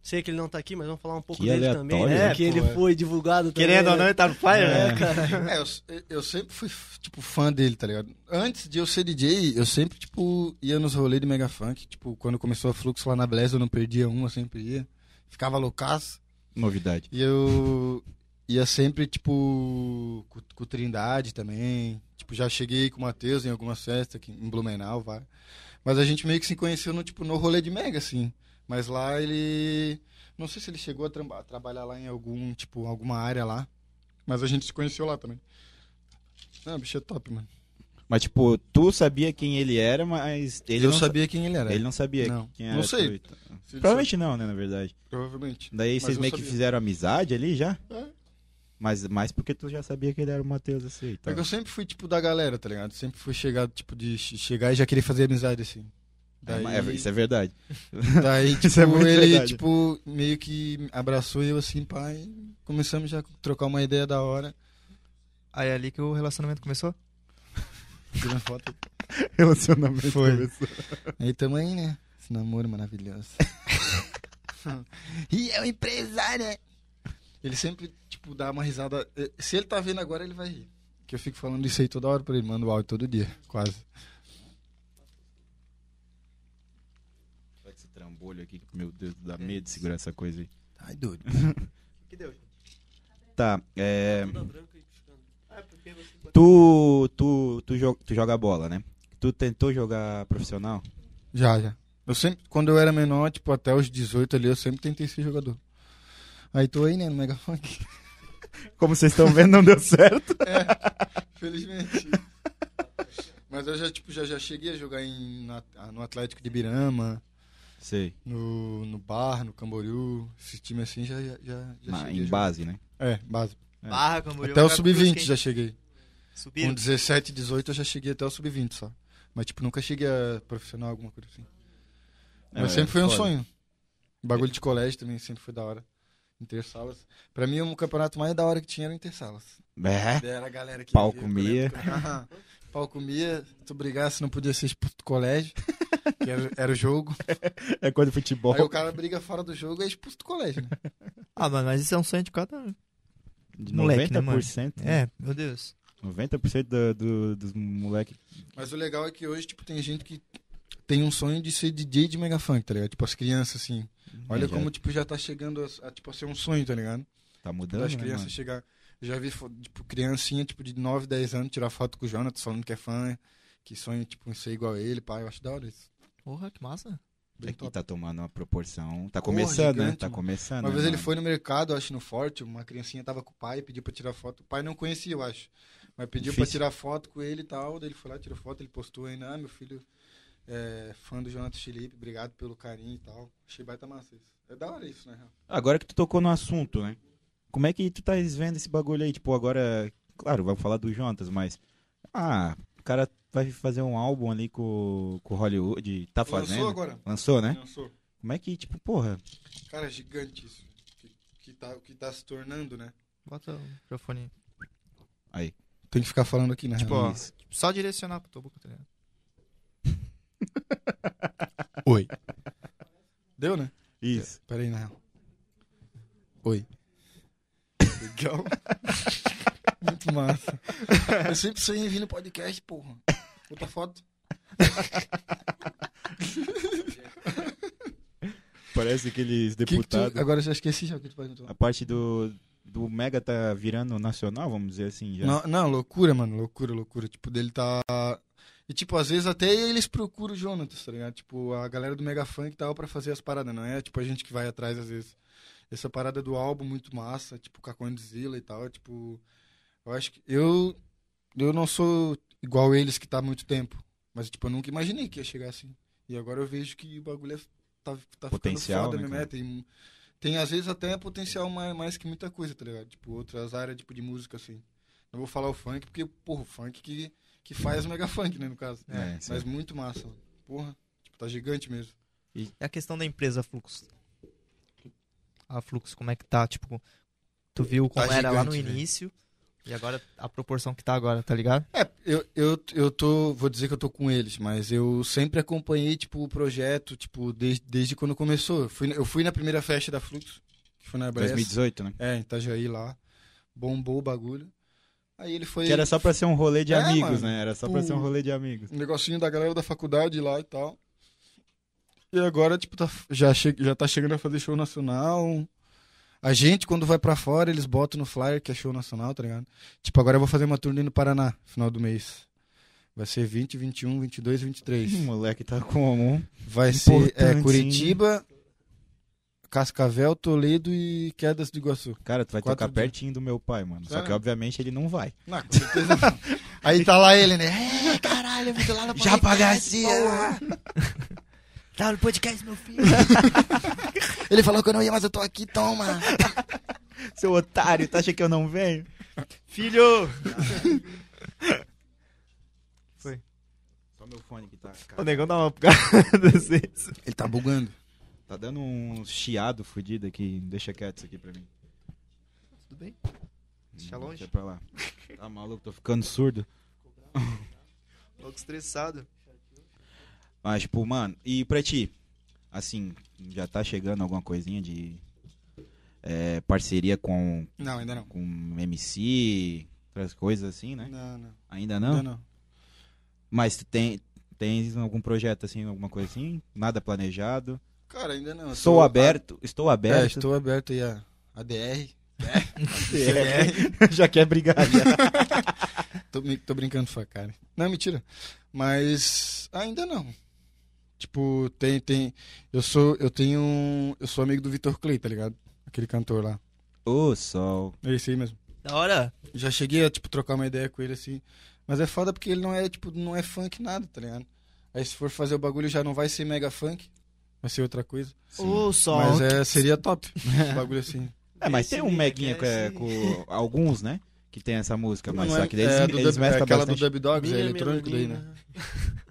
Speaker 5: Sei que ele não tá aqui, mas vamos falar um pouco
Speaker 3: Que
Speaker 5: dele
Speaker 3: aleatório,
Speaker 5: também, né?
Speaker 3: né?
Speaker 5: que ele foi divulgado também.
Speaker 2: Querendo ou não,
Speaker 5: né?
Speaker 2: ele tá no fire, né?
Speaker 5: É, cara.
Speaker 1: É, eu, eu sempre fui, tipo, fã dele, tá ligado? Antes de eu ser DJ, eu sempre, tipo, ia nos rolês de Mega Funk. Tipo, quando começou a Fluxo lá na Bless, eu não perdia um, eu sempre ia. Ficava loucaço.
Speaker 3: Novidade.
Speaker 1: E eu ia sempre, tipo, com, com o Trindade também. Tipo, já cheguei com o Matheus em algumas festas, aqui em Blumenau, vai. Mas a gente meio que se conheceu no, tipo, no rolê de Mega, assim. Mas lá ele... Não sei se ele chegou a, tramba- a trabalhar lá em algum, tipo, alguma área lá. Mas a gente se conheceu lá também. Ah, o bicho é top, mano.
Speaker 3: Mas, tipo, tu sabia quem ele era, mas ele
Speaker 1: eu
Speaker 3: não
Speaker 1: sabia quem ele era.
Speaker 3: Ele não sabia
Speaker 1: Não.
Speaker 3: quem
Speaker 1: Não
Speaker 3: era.
Speaker 1: sei.
Speaker 3: tu e tal.
Speaker 1: Se ele
Speaker 3: Provavelmente não, né, na verdade.
Speaker 1: sabe, Provavelmente.
Speaker 3: Daí
Speaker 1: Mas
Speaker 3: vocês
Speaker 1: eu
Speaker 3: meio que
Speaker 1: sabia.
Speaker 3: fizeram amizade ali já?
Speaker 1: É.
Speaker 3: Mas mais porque tu já sabia que ele era o Matheus assim. Tá.
Speaker 1: É que eu sempre fui, tipo, da galera, tá ligado? Sempre fui chegado, tipo, de che- chegar e já querer fazer amizade, assim. Daí...
Speaker 3: É, isso é verdade.
Speaker 1: Daí, tipo,
Speaker 3: Isso é muito
Speaker 1: ele,
Speaker 3: verdade.
Speaker 1: tipo, meio que abraçou eu assim, pai. Começamos já a trocar uma ideia da hora.
Speaker 2: Aí é ali que o relacionamento começou.
Speaker 1: Tirando foto.
Speaker 3: Relacionamento
Speaker 1: Foi.
Speaker 3: começou.
Speaker 1: Aí também, né? Esse namoro maravilhoso. e é o empresário, né? Ele sempre, tipo, dá uma risada. Eh, Se ele tá vendo agora, ele vai rir. Que eu fico falando isso aí toda hora pra ele. Mando o áudio todo dia, quase.
Speaker 3: Olha esse trambolho aqui, que, meu Deus, dá medo de segurar essa coisa aí.
Speaker 1: Ai, doido.
Speaker 3: Tá, é.
Speaker 5: Toda branca e piscando. Ah, porque você-
Speaker 3: Tu, tu, tu, jo- tu joga bola, né? Tu tentou jogar profissional?
Speaker 1: Já, já. Eu sempre, quando eu era menor, tipo, até os 18 ali, eu sempre tentei ser jogador. Aí tô aí, né, no Mega Funk.
Speaker 3: Como vocês estão vendo, não deu certo.
Speaker 1: É, Felizmente. Mas eu já, tipo, já, já cheguei a jogar em, na- no Atlético de Birama,
Speaker 3: Sei.
Speaker 1: no, no Bar, no Camboriú, esse time assim já, já, já, já
Speaker 3: Na-
Speaker 1: cheguei a
Speaker 3: em
Speaker 1: jogar.
Speaker 3: base, né?
Speaker 1: É, base.
Speaker 2: Barra, Camboriú,
Speaker 3: é um
Speaker 1: até o
Speaker 2: Crato
Speaker 1: Sub-20
Speaker 2: Cruz,
Speaker 1: já cheguei.
Speaker 2: quem-
Speaker 1: Com
Speaker 2: Subiram.
Speaker 1: 17, 18 eu já cheguei até o Sub-20 só. Mas, tipo, nunca cheguei a profissional alguma coisa assim. Mas
Speaker 3: É,
Speaker 1: sempre foi um
Speaker 3: foda.
Speaker 1: sonho. Bagulho de colégio também sempre foi da hora. Intersalas. Pra mim, o campeonato mais da hora que tinha era o Intersalas.
Speaker 3: É.
Speaker 1: Era a galera que
Speaker 3: Pau
Speaker 1: via,
Speaker 3: comia.
Speaker 1: eu lembro que- Aham. Pau comia, tu brigasse, não podia ser expulso do colégio, que era, era o jogo.
Speaker 3: É coisa de futebol.
Speaker 1: Aí o cara briga fora do jogo e é expulso do colégio, né?
Speaker 2: Ah, mano, mas isso é um sonho de cada.
Speaker 3: De
Speaker 2: Moleque, né, mano?
Speaker 3: 90%. né?
Speaker 2: É, meu Deus.
Speaker 3: 90% do, do, dos moleques.
Speaker 1: Mas o legal é que hoje, tipo, tem gente que tem um sonho de ser DJ de mega funk, tá ligado? Tipo, as crianças, assim. Olha
Speaker 3: É, já
Speaker 1: como, tipo, já tá chegando a, a, tipo, a ser um sonho, tá ligado?
Speaker 3: Tá mudando.
Speaker 1: das
Speaker 3: né,
Speaker 1: crianças
Speaker 3: mano?
Speaker 1: chegar. Já vi, fo- tipo, criancinha, tipo, de 9, 10 anos, tirar foto com o Jonathan, falando que é fã, que sonha, tipo, em ser igual a ele, pai. Eu acho da hora isso.
Speaker 2: Porra, que massa.
Speaker 1: Bem
Speaker 3: Aqui
Speaker 1: top.
Speaker 3: tá tomando uma proporção. Tá
Speaker 1: Porra,
Speaker 3: começando, né?
Speaker 1: gigante,
Speaker 3: Tá
Speaker 1: mano.
Speaker 3: começando.
Speaker 1: Uma
Speaker 3: né,
Speaker 1: vez ele
Speaker 3: mano?
Speaker 1: foi no mercado, acho, no Forte, uma criancinha tava com o pai, pediu pra tirar foto. O pai não conhecia, eu acho. Mas pediu pra
Speaker 3: Difícil.
Speaker 1: tirar foto com ele e tal. Daí ele foi lá, tirou foto, ele postou ainda, ah, meu filho é fã do Jonathan Felipe, obrigado pelo carinho e tal. Achei baita massa isso. É da hora isso, né? real?
Speaker 3: Agora que tu tocou no assunto, né? Como é que tu tá vendo esse bagulho aí? Tipo, agora. Claro, vamos falar do Jontas, mas. Ah, o cara vai fazer um álbum ali com, com Hollywood. Tá fazendo.
Speaker 1: Lançou agora?
Speaker 3: Lançou, né?
Speaker 1: Lançou.
Speaker 3: Como é que, tipo, porra.
Speaker 1: Cara, gigante isso. né? Que, que, tá, que tá se tornando, né?
Speaker 2: Bota o microfone.
Speaker 1: Tem que ficar falando aqui, né?
Speaker 2: Tipo, ó,
Speaker 3: Isso.
Speaker 2: só direcionar pro tua boca, tá ligado?
Speaker 1: Oi. Deu, né?
Speaker 3: Isso.
Speaker 1: Pera aí, na real. Oi. Legal. Muito massa. Eu sempre sonhei em vir no podcast, porra. Outra foto.
Speaker 3: Parece aqueles
Speaker 1: Que que tu-
Speaker 3: deputados.
Speaker 1: Agora eu já esqueci já o que tu perguntou.
Speaker 3: A parte do. Do Mega tá
Speaker 1: é
Speaker 3: virando nacional, vamos dizer assim. Já.
Speaker 1: Não, não, loucura, mano. Loucura, loucura. Tipo, dele tá. E, tipo, às vezes até eles procuram o Jonatas, tá ligado? Tipo, a galera do Mega Funk tava pra fazer as paradas, não é? Tipo, a gente que vai atrás às vezes. Essa parada do álbum muito massa, tipo, Cacondzilla e tal, tipo. Eu acho que. Eu. Eu não sou igual eles que tá há muito tempo. Mas, tipo, eu nunca imaginei que ia chegar assim. E agora eu vejo que o bagulho é, tá, tá
Speaker 3: Potencial,
Speaker 1: ficando foda
Speaker 3: né,
Speaker 1: mesmo.
Speaker 3: cara?
Speaker 1: é, Tem, tem, às vezes, até potencial mais, mais que muita coisa, tá ligado? Tipo, outras áreas tipo, de música, assim. Não vou falar o funk, porque, porra, o funk que, que faz mega funk, né, no caso.
Speaker 3: É, isso
Speaker 1: Mas muito massa, mano. Porra, tipo, tá gigante mesmo.
Speaker 2: É a questão da empresa Flux. A Flux, como é que tá? Tipo, tu viu como
Speaker 1: Tá
Speaker 2: era lá no
Speaker 1: gigante, né?
Speaker 2: início e agora a proporção que tá agora, tá ligado?
Speaker 1: É, eu, eu, eu tô, vou dizer que eu tô com eles, mas eu sempre acompanhei, tipo, o projeto, tipo, desde, desde quando começou. Eu fui, eu fui na primeira festa da Fluxo, que foi na Brest.
Speaker 3: 2018, né?
Speaker 1: É, em Itajaí lá. Bombou o bagulho. Aí ele foi.
Speaker 3: Que era só pra ser um rolê de
Speaker 1: É,
Speaker 3: amigos,
Speaker 1: mano.
Speaker 3: né? Era só pra
Speaker 1: Tipo,
Speaker 3: ser um rolê de amigos.
Speaker 1: Um negocinho da galera da faculdade lá e tal. E agora, tipo, tá, já, che já tá chegando a fazer show nacional. A gente, quando vai pra fora, eles botam no flyer que é show nacional, tá ligado? Tipo, agora eu vou fazer uma turnê no Paraná, final do mês. Vai ser 20, 21, 22 e 23.
Speaker 3: O moleque tá com um.
Speaker 1: Vai ser é,
Speaker 3: Importante,
Speaker 1: Curitiba, Cascavel, Toledo e Quedas do Iguaçu.
Speaker 3: Cara, tu vai
Speaker 1: Quatro É.
Speaker 3: tocar
Speaker 1: dias.
Speaker 3: pertinho do meu pai, mano. Só
Speaker 1: Sério?
Speaker 3: que obviamente ele não vai.
Speaker 1: Não, com certeza não. Aí tá lá ele, né? É, caralho, eu vou lá na
Speaker 2: Já
Speaker 1: pagasse!
Speaker 2: Tá no podcast, meu filho.
Speaker 1: Ele falou que eu não ia, mas eu tô aqui, toma!
Speaker 3: Seu otário, tu acha que eu não venho?
Speaker 2: filho!
Speaker 3: Só meu fone que tá. cara.
Speaker 2: O negão dá uma bugada às vezes.
Speaker 1: Ele tá bugando.
Speaker 3: Tá dando um chiado fudido aqui. Deixa quieto isso aqui pra mim.
Speaker 2: Tudo bem? Deixa longe.
Speaker 3: Deixa pra lá. Tá maluco, tô ficando surdo.
Speaker 2: Logo estressado.
Speaker 3: Mas, tipo, mano, e pra ti? Assim, já tá chegando alguma coisinha de é, parceria com,
Speaker 1: Não, ainda não.
Speaker 3: com MC, outras coisas assim, né?
Speaker 1: Não, não.
Speaker 3: Ainda não?
Speaker 1: Ainda não.
Speaker 3: Mas tu tem, tens algum projeto assim, alguma coisa assim? Nada planejado?
Speaker 1: Cara, ainda não. Eu
Speaker 3: Sou
Speaker 1: tô-
Speaker 3: aberto, estou
Speaker 1: É,
Speaker 3: aberto.
Speaker 1: estou aberto aí a, a DR.
Speaker 3: É, já quer brigar. já.
Speaker 1: Tô, me- tô brincando com sua cara. Não, mentira. Mas ainda não. Tipo, tem, tem. Eu sou. Eu tenho. um- Eu sou amigo do Vitor Clay, tá ligado? Aquele cantor lá.
Speaker 3: Ô, sol.
Speaker 1: É esse aí mesmo.
Speaker 2: Da hora.
Speaker 1: Já cheguei a, tipo, trocar uma ideia com ele, assim. Mas é foda porque ele não é, tipo, não é funk nada, tá ligado? Aí se for fazer o bagulho já não vai ser mega funk. Vai ser outra coisa.
Speaker 2: Ô, sol.
Speaker 1: Mas é, seria top. Um bagulho assim.
Speaker 3: É, mas
Speaker 2: Esse
Speaker 3: tem um meguinha com, é,
Speaker 2: esse-
Speaker 3: com alguns, né? Que tem essa música, mas
Speaker 1: Não
Speaker 3: só
Speaker 1: é-
Speaker 3: que daí eles,
Speaker 1: é, do
Speaker 3: eles
Speaker 1: Dub-
Speaker 3: mesclam
Speaker 1: aquela
Speaker 3: bastante.
Speaker 1: do Dub Dogs, é
Speaker 5: Minha
Speaker 1: eletrônico daí, né?
Speaker 5: menina.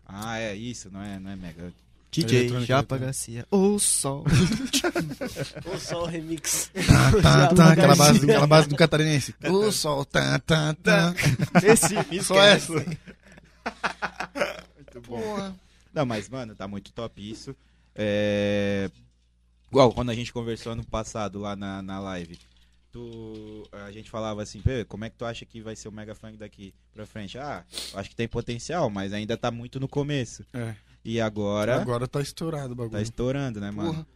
Speaker 3: Ah, é isso, não é, não é mega.
Speaker 2: DJ
Speaker 1: Eletrônica,
Speaker 2: Japa
Speaker 1: né?
Speaker 2: Garcia. Ô, sol.
Speaker 5: Ou só o remix.
Speaker 1: Tá,
Speaker 5: Já
Speaker 1: tá, aquela
Speaker 5: bagageia.
Speaker 1: base, aquela base do catarinense. O sol, tá, tá, tá.
Speaker 2: Esse
Speaker 1: Só essa. Porra.
Speaker 3: Não, mas, mano, tá muito top isso. É... Igual quando a gente conversou ano passado lá na, na live. Tu, a gente falava assim, "Pê, como é que tu acha que vai ser o Mega Funk daqui pra frente? Ah, eu acho que tem potencial, mas ainda tá muito no começo.
Speaker 1: É.
Speaker 3: E agora,
Speaker 1: Agora tá estourado o bagulho.
Speaker 3: tá estourando, né, mano?
Speaker 1: Porra.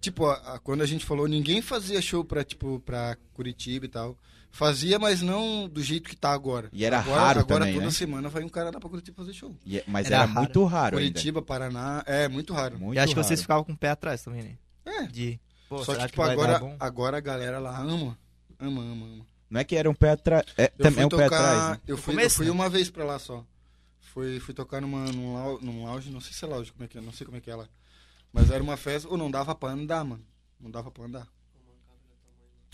Speaker 1: Tipo, a- a- quando a gente falou, ninguém fazia show pra, tipo, pra Curitiba e tal. Fazia, mas não do jeito que tá agora.
Speaker 3: E era
Speaker 1: agora,
Speaker 3: É raro
Speaker 1: Agora
Speaker 3: também,
Speaker 1: toda
Speaker 3: né?
Speaker 1: semana vai um cara lá pra Curitiba fazer show.
Speaker 3: E é- mas
Speaker 2: Era
Speaker 3: era,
Speaker 2: raro.
Speaker 3: muito raro
Speaker 1: Curitiba, Paraná, é muito raro.
Speaker 3: ainda. Muito
Speaker 2: E acho que
Speaker 3: raro.
Speaker 2: vocês ficavam com o pé atrás também, né?
Speaker 1: É.
Speaker 2: De. Pô,
Speaker 1: Só que,
Speaker 2: será
Speaker 1: tipo,
Speaker 2: vai dar
Speaker 1: agora,
Speaker 2: bom?
Speaker 1: agora a galera lá ama. Ama, ama, ama.
Speaker 3: Não é que era um pé atrás. É, também é um pé atrás. Né?
Speaker 1: Eu fui,
Speaker 2: começo,
Speaker 1: eu fui
Speaker 2: né?
Speaker 1: uma vez pra lá só. Fui, fui tocar numa, num, lau- num lounge, não sei se é lounge, como é que é, não sei como é que é lá. Mas era uma festa, ou não dava pra andar, mano. Não dava pra andar.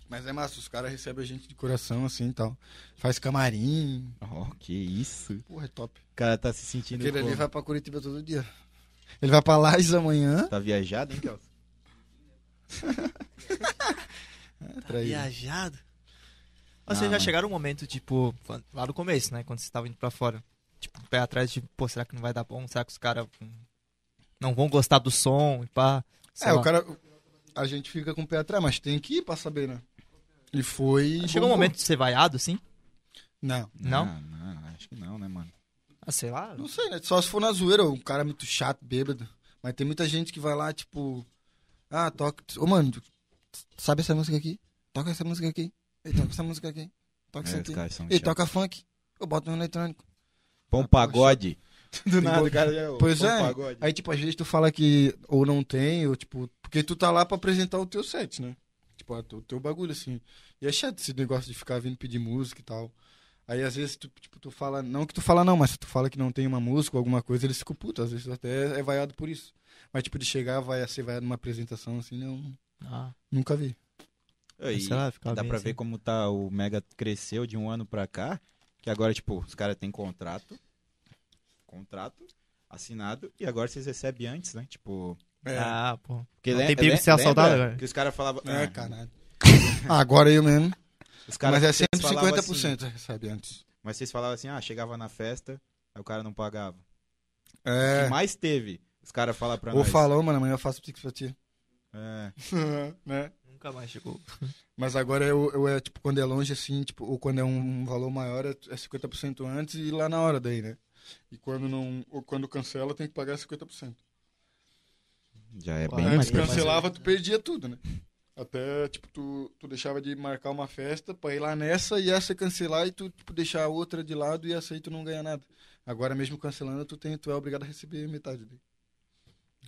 Speaker 1: Mas é massa, os caras recebem a gente de coração, assim e tal. Faz camarim.
Speaker 3: Oh, que isso. O
Speaker 1: Porra, é top.
Speaker 3: cara tá se sentindo.
Speaker 1: Aquele ali
Speaker 3: como?
Speaker 1: vai pra Curitiba todo dia. Ele vai pra Lages amanhã.
Speaker 3: Tá viajado, hein, Kelso?
Speaker 1: É, traíra.
Speaker 2: Viajado.
Speaker 3: Ah,
Speaker 2: Mas vocês já
Speaker 3: mano.
Speaker 2: chegaram um momento, tipo, quando- lá no começo, né? Quando vocês estavam indo pra fora. Tipo, pé atrás, tipo, pô, será que não vai dar bom? Será que os caras hum, não vão gostar do som e pá? sei
Speaker 1: É,
Speaker 2: lá.
Speaker 1: o cara. A gente fica com o pé atrás, mas tem que ir pra saber, né? E foi.
Speaker 2: Chegou um
Speaker 1: bombou.
Speaker 2: momento de ser vaiado, assim?
Speaker 1: Não.
Speaker 2: Não?
Speaker 3: Não, não, acho que não, né, mano?
Speaker 2: Ah, sei lá.
Speaker 1: Não sei, né? Só se for na zoeira, um cara muito chato, bêbado. Mas tem muita gente que vai lá, tipo. Ah, toca. Ô, mano, tu- sabe essa música aqui? Toca essa música aqui. E toca essa música aqui. Toca
Speaker 3: É,
Speaker 1: essa
Speaker 3: os
Speaker 1: aqui.
Speaker 3: caras são
Speaker 1: E
Speaker 3: chatos.
Speaker 1: toca funk. Eu boto no eletrônico.
Speaker 3: Põe um pagode. Do nada, o cara já
Speaker 1: Pois
Speaker 3: pô,
Speaker 1: é.
Speaker 3: pagode.
Speaker 1: Aí, tipo, às vezes tu fala que ou não tem, ou tipo, porque tu tá lá pra apresentar o teu set, né? Tipo, ah, o teu bagulho, assim. E é chato esse negócio de ficar vindo pedir música e tal. Aí, às vezes, tu, tipo, tu fala, não que tu fala não, mas se tu fala que não tem uma música ou alguma coisa, eles ficam putos. Às vezes até é vaiado por isso. Mas, tipo, de chegar, vai a ser vaiado numa apresentação, assim, eu
Speaker 2: Ah,
Speaker 1: nunca vi.
Speaker 3: Aí,
Speaker 2: sei lá, ficava
Speaker 3: dá
Speaker 2: bem
Speaker 3: pra
Speaker 2: assim.
Speaker 3: ver como tá o Mega cresceu de um ano pra cá. Que agora, tipo, os caras têm contrato. Contrato assinado. E agora vocês recebem antes, né? Tipo.
Speaker 2: ah pô.
Speaker 3: Porque
Speaker 2: Não
Speaker 3: lem-
Speaker 2: tem perigo de
Speaker 3: lem-
Speaker 2: ser assaltado
Speaker 3: lembra
Speaker 2: agora?
Speaker 3: Que os caras falavam.
Speaker 1: É,
Speaker 3: ah,
Speaker 1: caralho. Agora eu mesmo.
Speaker 3: Os caras
Speaker 1: Mas é
Speaker 3: vocês
Speaker 1: sempre
Speaker 3: falavam
Speaker 1: 50%, sabe, antes.
Speaker 3: assim- mas vocês falavam assim, ah, chegava na festa, aí o cara não pagava. O
Speaker 1: É.
Speaker 3: que mais teve? Os caras falavam pra
Speaker 1: Ou
Speaker 3: nós.
Speaker 1: falou, mano, amanhã eu faço pix pra ti.
Speaker 3: É.
Speaker 1: né?
Speaker 2: Nunca mais chegou.
Speaker 1: Mas agora eu, eu é, tipo, quando é longe, assim, tipo, ou quando é um valor maior, é é 50% antes e lá na hora daí, né? E quando não. Ou quando cancela, tem que pagar 50%.
Speaker 3: Já é
Speaker 2: Pô,
Speaker 3: bem
Speaker 2: antes
Speaker 3: mais
Speaker 1: antes
Speaker 2: mas-
Speaker 3: pesado.
Speaker 1: cancelava, tu perdia tudo, né? Até, tipo, tu, tu deixava de marcar uma festa pra ir lá nessa e essa cancelar e tu, tipo, deixar a outra de lado e essa aí tu não ganha nada. Agora mesmo cancelando, tu, tem, tu é obrigado a receber metade dele.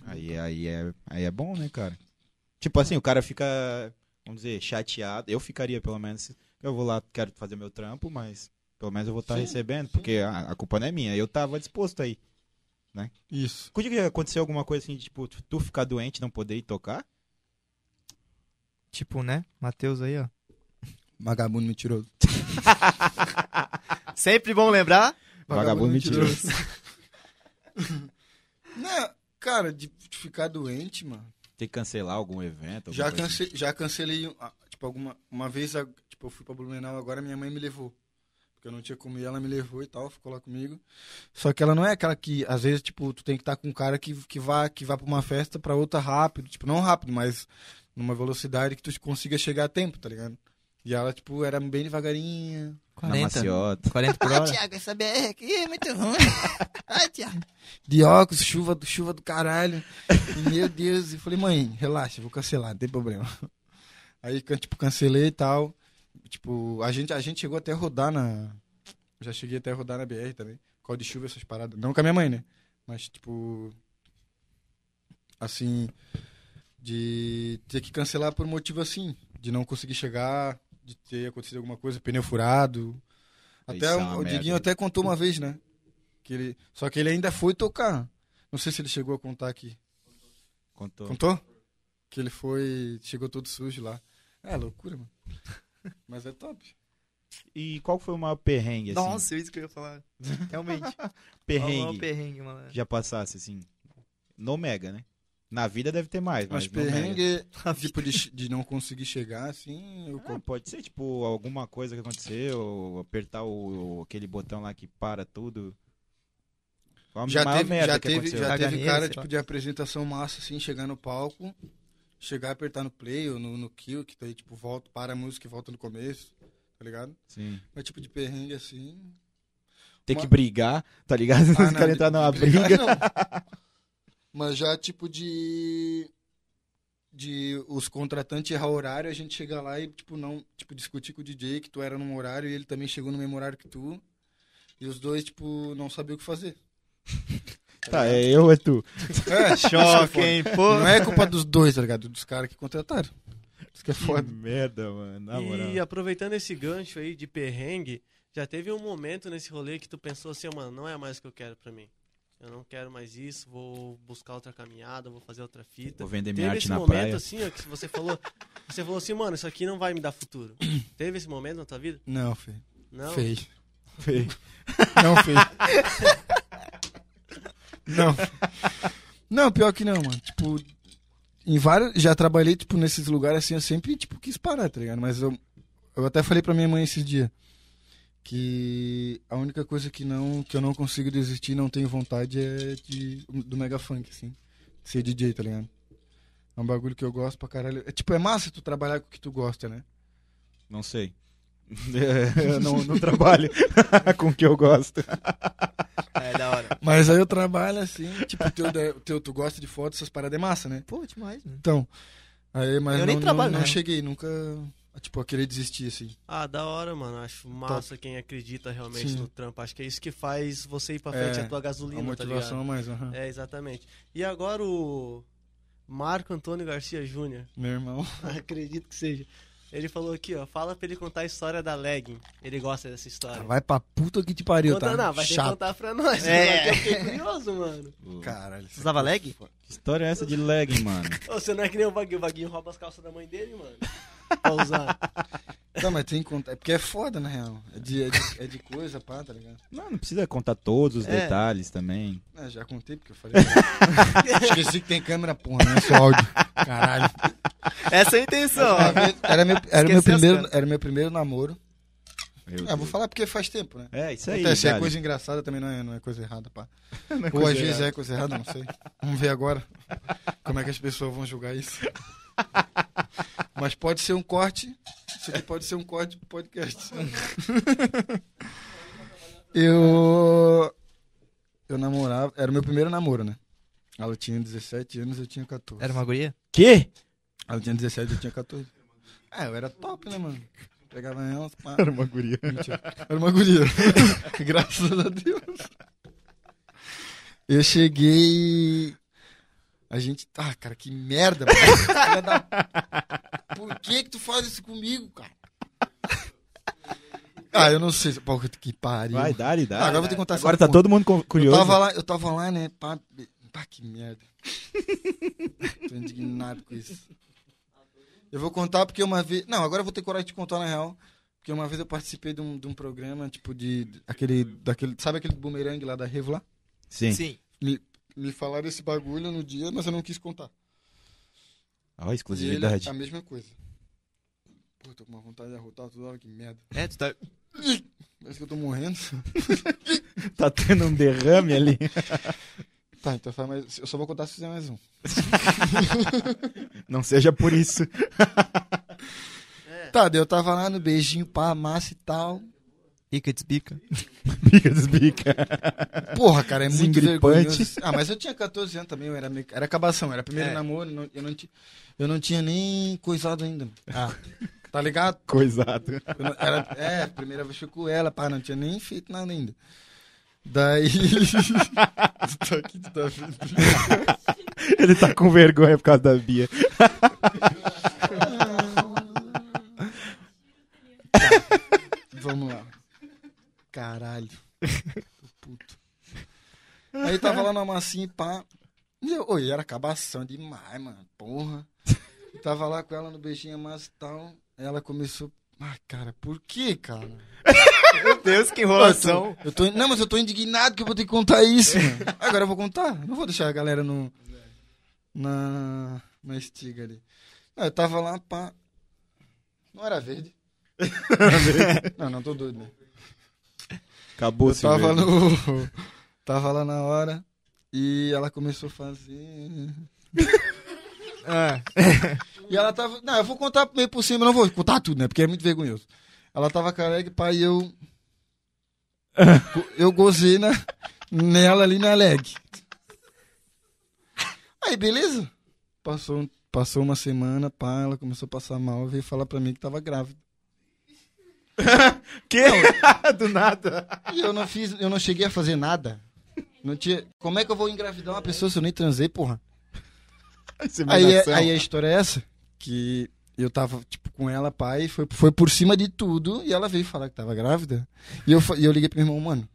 Speaker 3: Aí, aí, é, aí é bom, né, cara? Tipo assim, o cara fica, vamos dizer, chateado. Eu ficaria, pelo menos. Eu vou lá, quero fazer meu trampo, mas pelo menos eu vou estar
Speaker 1: Sim,
Speaker 3: recebendo,
Speaker 1: sim.
Speaker 3: porque a, a culpa não é minha. Eu tava disposto aí.
Speaker 1: Isso.
Speaker 3: Quando que aconteceu alguma coisa assim, tipo, tu tu ficar doente e não poder ir tocar?
Speaker 2: Tipo, né? Matheus aí, ó.
Speaker 1: Vagabundo mentiroso.
Speaker 2: Sempre bom lembrar.
Speaker 3: Vagabundo mentiroso.
Speaker 1: não, Né? cara, de, de ficar doente, mano.
Speaker 3: Tem que cancelar algum evento? alguma
Speaker 1: Já,
Speaker 3: coisa assim?
Speaker 1: cance, já cancelei, ah, tipo, alguma, uma vez, a- tipo, eu fui pra Blumenau, agora minha mãe me levou. Porque eu não tinha comido, ela me levou e tal, ficou lá comigo. Só que ela não é aquela que, às vezes, tipo, tu tem que estar com um cara que, que vá que vá pra uma festa, pra outra rápido. Tipo, não rápido, mas numa velocidade que tu consiga chegar a tempo, tá ligado? E ela, tipo, era bem devagarinha.
Speaker 3: assim? Na
Speaker 2: né?
Speaker 3: maciota.
Speaker 2: 40 por hora.
Speaker 4: essa BR aqui é muito ruim. Ai, Tiago.
Speaker 1: De óculos, chuva, do- chuva do caralho. E, meu Deus, e falei, mãe, relaxa, vou cancelar, não tem problema. Aí, can- tipo, cancelei e tal. Tipo, a gente, a gente chegou até a rodar na. Já cheguei até a rodar na BR também. Por causa de chuva, essas paradas. Não com a minha mãe, né? Mas, tipo. Assim. De ter que cancelar por motivo assim. De não conseguir chegar, de ter acontecido alguma coisa, pneu furado.
Speaker 3: Isso
Speaker 1: Até
Speaker 3: é uma
Speaker 1: o, o
Speaker 3: merda,
Speaker 1: Diguinho
Speaker 3: né?
Speaker 1: até contou uma vez, né? Que ele, só que ele ainda foi tocar. Não sei se ele chegou a contar aqui.
Speaker 3: Contou.
Speaker 1: Contou? Que ele foi. Chegou todo sujo lá. É loucura, mano. Mas é top.
Speaker 3: E qual foi o maior perrengue, assim?
Speaker 2: Nossa, isso que eu ia falar. Realmente. Ó, ó,
Speaker 3: perrengue.
Speaker 2: perrengue, mano.
Speaker 3: que Já passasse, assim. No Mega, né? Na vida deve ter mais, mas,
Speaker 1: Mas
Speaker 3: no Mega.
Speaker 1: perrengue, tipo, de, che- de não conseguir chegar, assim, eu
Speaker 3: Ah, pode ser, tipo, alguma coisa que aconteceu, apertar o, o- aquele botão lá que para tudo. Qual a
Speaker 1: Já
Speaker 3: maior
Speaker 1: teve,
Speaker 3: merda
Speaker 1: já
Speaker 3: que
Speaker 1: teve,
Speaker 3: aconteceu?
Speaker 1: já teve
Speaker 2: H&M,
Speaker 1: cara
Speaker 2: sei
Speaker 1: tipo,
Speaker 2: lá.
Speaker 1: de apresentação massa, assim, chegar no palco, chegar, apertar no play ou no, no kill, que daí, tipo, volta, para a música e volta no começo, tá ligado?
Speaker 3: Sim.
Speaker 1: Mas, tipo, de perrengue, assim...
Speaker 3: Ter
Speaker 1: Uma-
Speaker 3: que brigar, tá ligado?
Speaker 1: Ah,
Speaker 3: Os
Speaker 1: não,
Speaker 3: caras
Speaker 1: de-
Speaker 3: entrar numa
Speaker 1: de
Speaker 3: briga.
Speaker 1: brigar, não. Mas já, tipo, de... De os contratantes errar horário, a gente chegar lá e, tipo, não... Tipo, discutir com o DJ que tu era num horário e ele também chegou no mesmo horário que tu. E os dois, tipo, não sabiam o que fazer.
Speaker 3: Tá, é eu, é tu.
Speaker 1: É,
Speaker 2: Choque, hein, pô.
Speaker 1: Não é culpa dos dois, tá ligado? Dos caras que contrataram. Isso que é
Speaker 3: Que
Speaker 1: foda.
Speaker 3: merda, mano. Na moral.
Speaker 5: E aproveitando esse gancho aí de perrengue, já teve um momento nesse rolê que tu pensou assim, mano, não é mais o que eu quero pra mim. Eu não quero mais isso, vou buscar outra caminhada, vou fazer outra fita.
Speaker 3: Vou vender minha
Speaker 5: Teve
Speaker 3: arte
Speaker 5: esse
Speaker 3: na
Speaker 5: momento
Speaker 3: praia.
Speaker 5: assim, ó, que você falou, você falou assim, mano, isso aqui não vai me dar futuro. Teve esse momento na tua vida?
Speaker 1: Não, feio.
Speaker 5: Não.
Speaker 1: Feio.
Speaker 3: Feio.
Speaker 1: Não, feio. não. Não, pior que não, mano. Tipo, em vários. Já trabalhei, tipo, nesses lugares assim, eu sempre, tipo, quis parar, tá ligado? Mas eu, eu até falei pra minha mãe esses dias que a única coisa que não que eu não consigo desistir, não tenho vontade é de do mega funk assim, ser DJ, tá ligado? É um bagulho que eu gosto pra caralho. É tipo, é massa tu trabalhar com o que tu gosta, né?
Speaker 3: Não sei. eu não, não trabalho com o que eu gosto.
Speaker 2: É da hora.
Speaker 1: Mas aí eu trabalho assim, tipo, o teu, da- o teu, tu gosta de foto, essas paradas é massa, né?
Speaker 2: Pô, demais, mano.
Speaker 1: Então, aí, mas
Speaker 2: Eu
Speaker 1: não,
Speaker 2: nem
Speaker 1: não-
Speaker 2: trabalho,
Speaker 1: não,
Speaker 2: né?
Speaker 1: cheguei, nunca Tipo, eu querer desistir, assim.
Speaker 5: Ah, da hora, mano. Acho massa quem acredita realmente
Speaker 1: Sim.
Speaker 5: no trampo. Acho que é isso que faz você ir pra frente,
Speaker 1: É,
Speaker 5: a tua gasolina,
Speaker 1: a
Speaker 5: tá
Speaker 1: motivação
Speaker 5: ligado?
Speaker 1: a mais, aham.
Speaker 3: né?
Speaker 5: É, exatamente. E agora o Marco Antônio Garcia Júnior.
Speaker 1: Meu irmão.
Speaker 5: Acredito que seja. Ele falou aqui, ó. Fala pra ele contar a história da legging. Ele gosta dessa história.
Speaker 3: Ah,
Speaker 1: Vai pra puta que te pariu, tá?
Speaker 5: Conta, não, vai ter que
Speaker 1: Chato.
Speaker 5: contar pra nós. né?
Speaker 2: É.
Speaker 5: porque Eu fiquei curioso, mano.
Speaker 1: Caralho. é
Speaker 2: Você usava leg?
Speaker 3: Que história é essa de lag, mano?
Speaker 5: Ô, Você não é que nem o Vaguinho. O Vaguinho rouba as calças da mãe dele, mano. Pra usar.
Speaker 1: Não, mas tem que contar. É porque é foda, na real. É de, é de, é de coisa, pá, tá ligado?
Speaker 3: Não, não precisa contar todos os
Speaker 5: É.
Speaker 3: detalhes também.
Speaker 1: É, já contei porque eu falei. Esqueci que tem câmera, porra, não é só áudio. Caralho.
Speaker 2: Essa é a intenção.
Speaker 1: Uma vez- Era meu, era
Speaker 2: Esqueceu
Speaker 1: meu
Speaker 2: as
Speaker 1: primeiro,
Speaker 2: câmeras.
Speaker 1: era meu primeiro namoro.
Speaker 3: Meu
Speaker 1: É, vou
Speaker 3: Deus.
Speaker 1: falar porque faz tempo, né?
Speaker 3: É, isso aí.
Speaker 1: Acontece, é
Speaker 3: Dali.
Speaker 1: coisa engraçada também, não é, não é coisa errada, pá. Ou
Speaker 2: coisa
Speaker 1: às vezes
Speaker 2: errada.
Speaker 1: é coisa errada, não sei. Vamos ver agora como é que as pessoas vão julgar isso. Mas pode ser um corte. Isso aqui pode ser um corte pro podcast. Eu. Eu namorava. Era o meu primeiro namoro, né? Ela tinha 17 anos, eu tinha 14.
Speaker 2: Era uma guria?
Speaker 3: Quê?
Speaker 1: Ela tinha 17, eu tinha 14. Ah, eu era top, né, mano? Pegava elas, pá. Era uma guria. Mentira. Era uma guria. Graças a Deus. Eu cheguei. A gente. Ah, cara, que merda, mano. Filha da- Por que que tu faz isso comigo, cara? Ah, eu não sei. se- Pô, que pariu.
Speaker 3: Vai, dá-lhe, dá.
Speaker 1: Ah, agora eu vou ter que contar essa
Speaker 3: Agora tá
Speaker 1: porra.
Speaker 3: todo mundo cu- curioso.
Speaker 1: Eu tava lá, eu tava lá, né? Pá, be- pá que merda. Tô indignado com isso. Eu vou contar porque uma vez. Não, agora eu vou ter coragem de contar na real. Porque uma vez eu participei de um, de um programa, tipo, de. de- Aquele, daquele, sabe aquele bumerangue lá da Revo lá?
Speaker 3: Sim.
Speaker 1: assim, Me, me falaram esse bagulho no dia, mas eu não quis contar.
Speaker 3: Ó,
Speaker 1: E ele, é
Speaker 3: exclusividade.
Speaker 1: a mesma coisa. Pô, tô com uma vontade de arrotar toda hora, que merda.
Speaker 2: É, tu tá.
Speaker 1: Parece que eu tô morrendo. é-
Speaker 3: Tá tendo um derrame ali.
Speaker 1: Tá, então faz mais. Eu só vou contar se fizer mais um.
Speaker 3: Não seja por isso.
Speaker 1: Tá, daí eu tava lá no beijinho, pá, massa e tal.
Speaker 2: Pica, despica.
Speaker 3: Bica desbica.
Speaker 1: Porra, cara, é muito
Speaker 3: Desengripante.
Speaker 1: vergonhoso. Ah, mas eu tinha 14 anos também, eu era, meio- era acabação, era primeiro
Speaker 2: É.
Speaker 1: namoro, não- eu, não ti- eu não tinha nem coisado ainda. Ah, tá ligado?
Speaker 3: Coisado.
Speaker 1: Eu não- era- é, primeira vez que eu fui com ela, pá, não tinha nem feito nada ainda. Daí. tu tá aqui, tu tá vendo.
Speaker 3: Ele tá com vergonha por causa da Bia.
Speaker 1: Vamos lá. Caralho. Tô puto. Aí tava lá na massinha e pá. E eu, oi, era acabação demais, mano. Porra. Tava lá com ela no beijinho massa e tal. Ela começou. Ah, cara, por que, cara?
Speaker 2: Meu Deus, que enrolação.
Speaker 1: Eu tô, não, mas eu tô indignado que eu vou ter que contar isso, mano. Agora eu vou contar. Não vou deixar a galera no. Na. Na estiga ali. Não, eu tava lá, pá. Não era verde. não, não tô doido, né?
Speaker 3: Acabou
Speaker 1: Eu tava no. Tava lá na hora e ela começou a fazer.
Speaker 2: Ah,
Speaker 1: E ela tava. Não, eu vou contar meio por cima, eu não vou contar tudo, né? Porque é muito vergonhoso. Ela tava careca, pai, e eu. Eu gozei na... nela ali na leg. Aí, beleza? Passou, um- passou uma semana, pá, ela começou a passar mal veio falar pra mim que tava grávida.
Speaker 3: Que? Do nada.
Speaker 1: E eu não fiz, eu não cheguei a fazer nada. Não tinha. Como é que eu vou engravidar uma pessoa se eu nem transei, porra? Aí, é- aí a história é essa, que eu tava, tipo, com ela, pai, foi, foi por cima de tudo, e ela veio falar que tava grávida. E eu, fa- e eu liguei pro meu irmão, mano,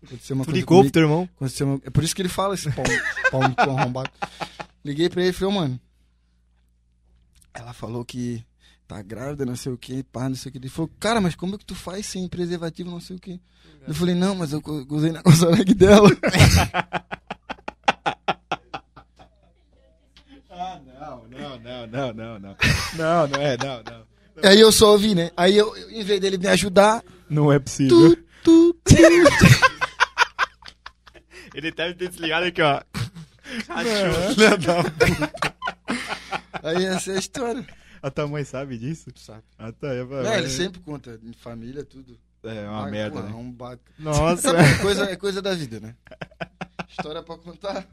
Speaker 1: aconteceu uma
Speaker 2: tu
Speaker 1: coisa
Speaker 2: ligou pro
Speaker 1: comigo,
Speaker 2: teu irmão?
Speaker 1: aconteceu uma- É por isso que ele fala esse pau, pau, pau arrombado. Liguei pra ele e falei, ô, mano, ela falou que tá grávida, não sei o que, pá, não sei o que. Ele falou, cara, mas como é que tu faz sem preservativo, não sei o que? Eu falei, não, mas eu co- gozei na cosareg dela.
Speaker 3: Ah, não, não, não, não, não, não. Não, não é, não, não.
Speaker 1: Aí eu só ouvi, né? Aí eu, eu, em vez dele me ajudar,
Speaker 3: Não é possível.
Speaker 1: tu, tu, tu.
Speaker 2: Ele deve ter desligado aqui, ó.
Speaker 1: Aí essa é a história.
Speaker 3: A tua mãe sabe disso? Ah,
Speaker 1: Sabe.
Speaker 3: A tua...
Speaker 1: Não, ele sempre conta, em família, tudo.
Speaker 3: É uma
Speaker 1: Ah,
Speaker 3: merda,
Speaker 1: pô,
Speaker 3: né?
Speaker 1: arrombado.
Speaker 2: Nossa.
Speaker 1: Sabe, é coisa, é coisa da vida, né? História pra contar.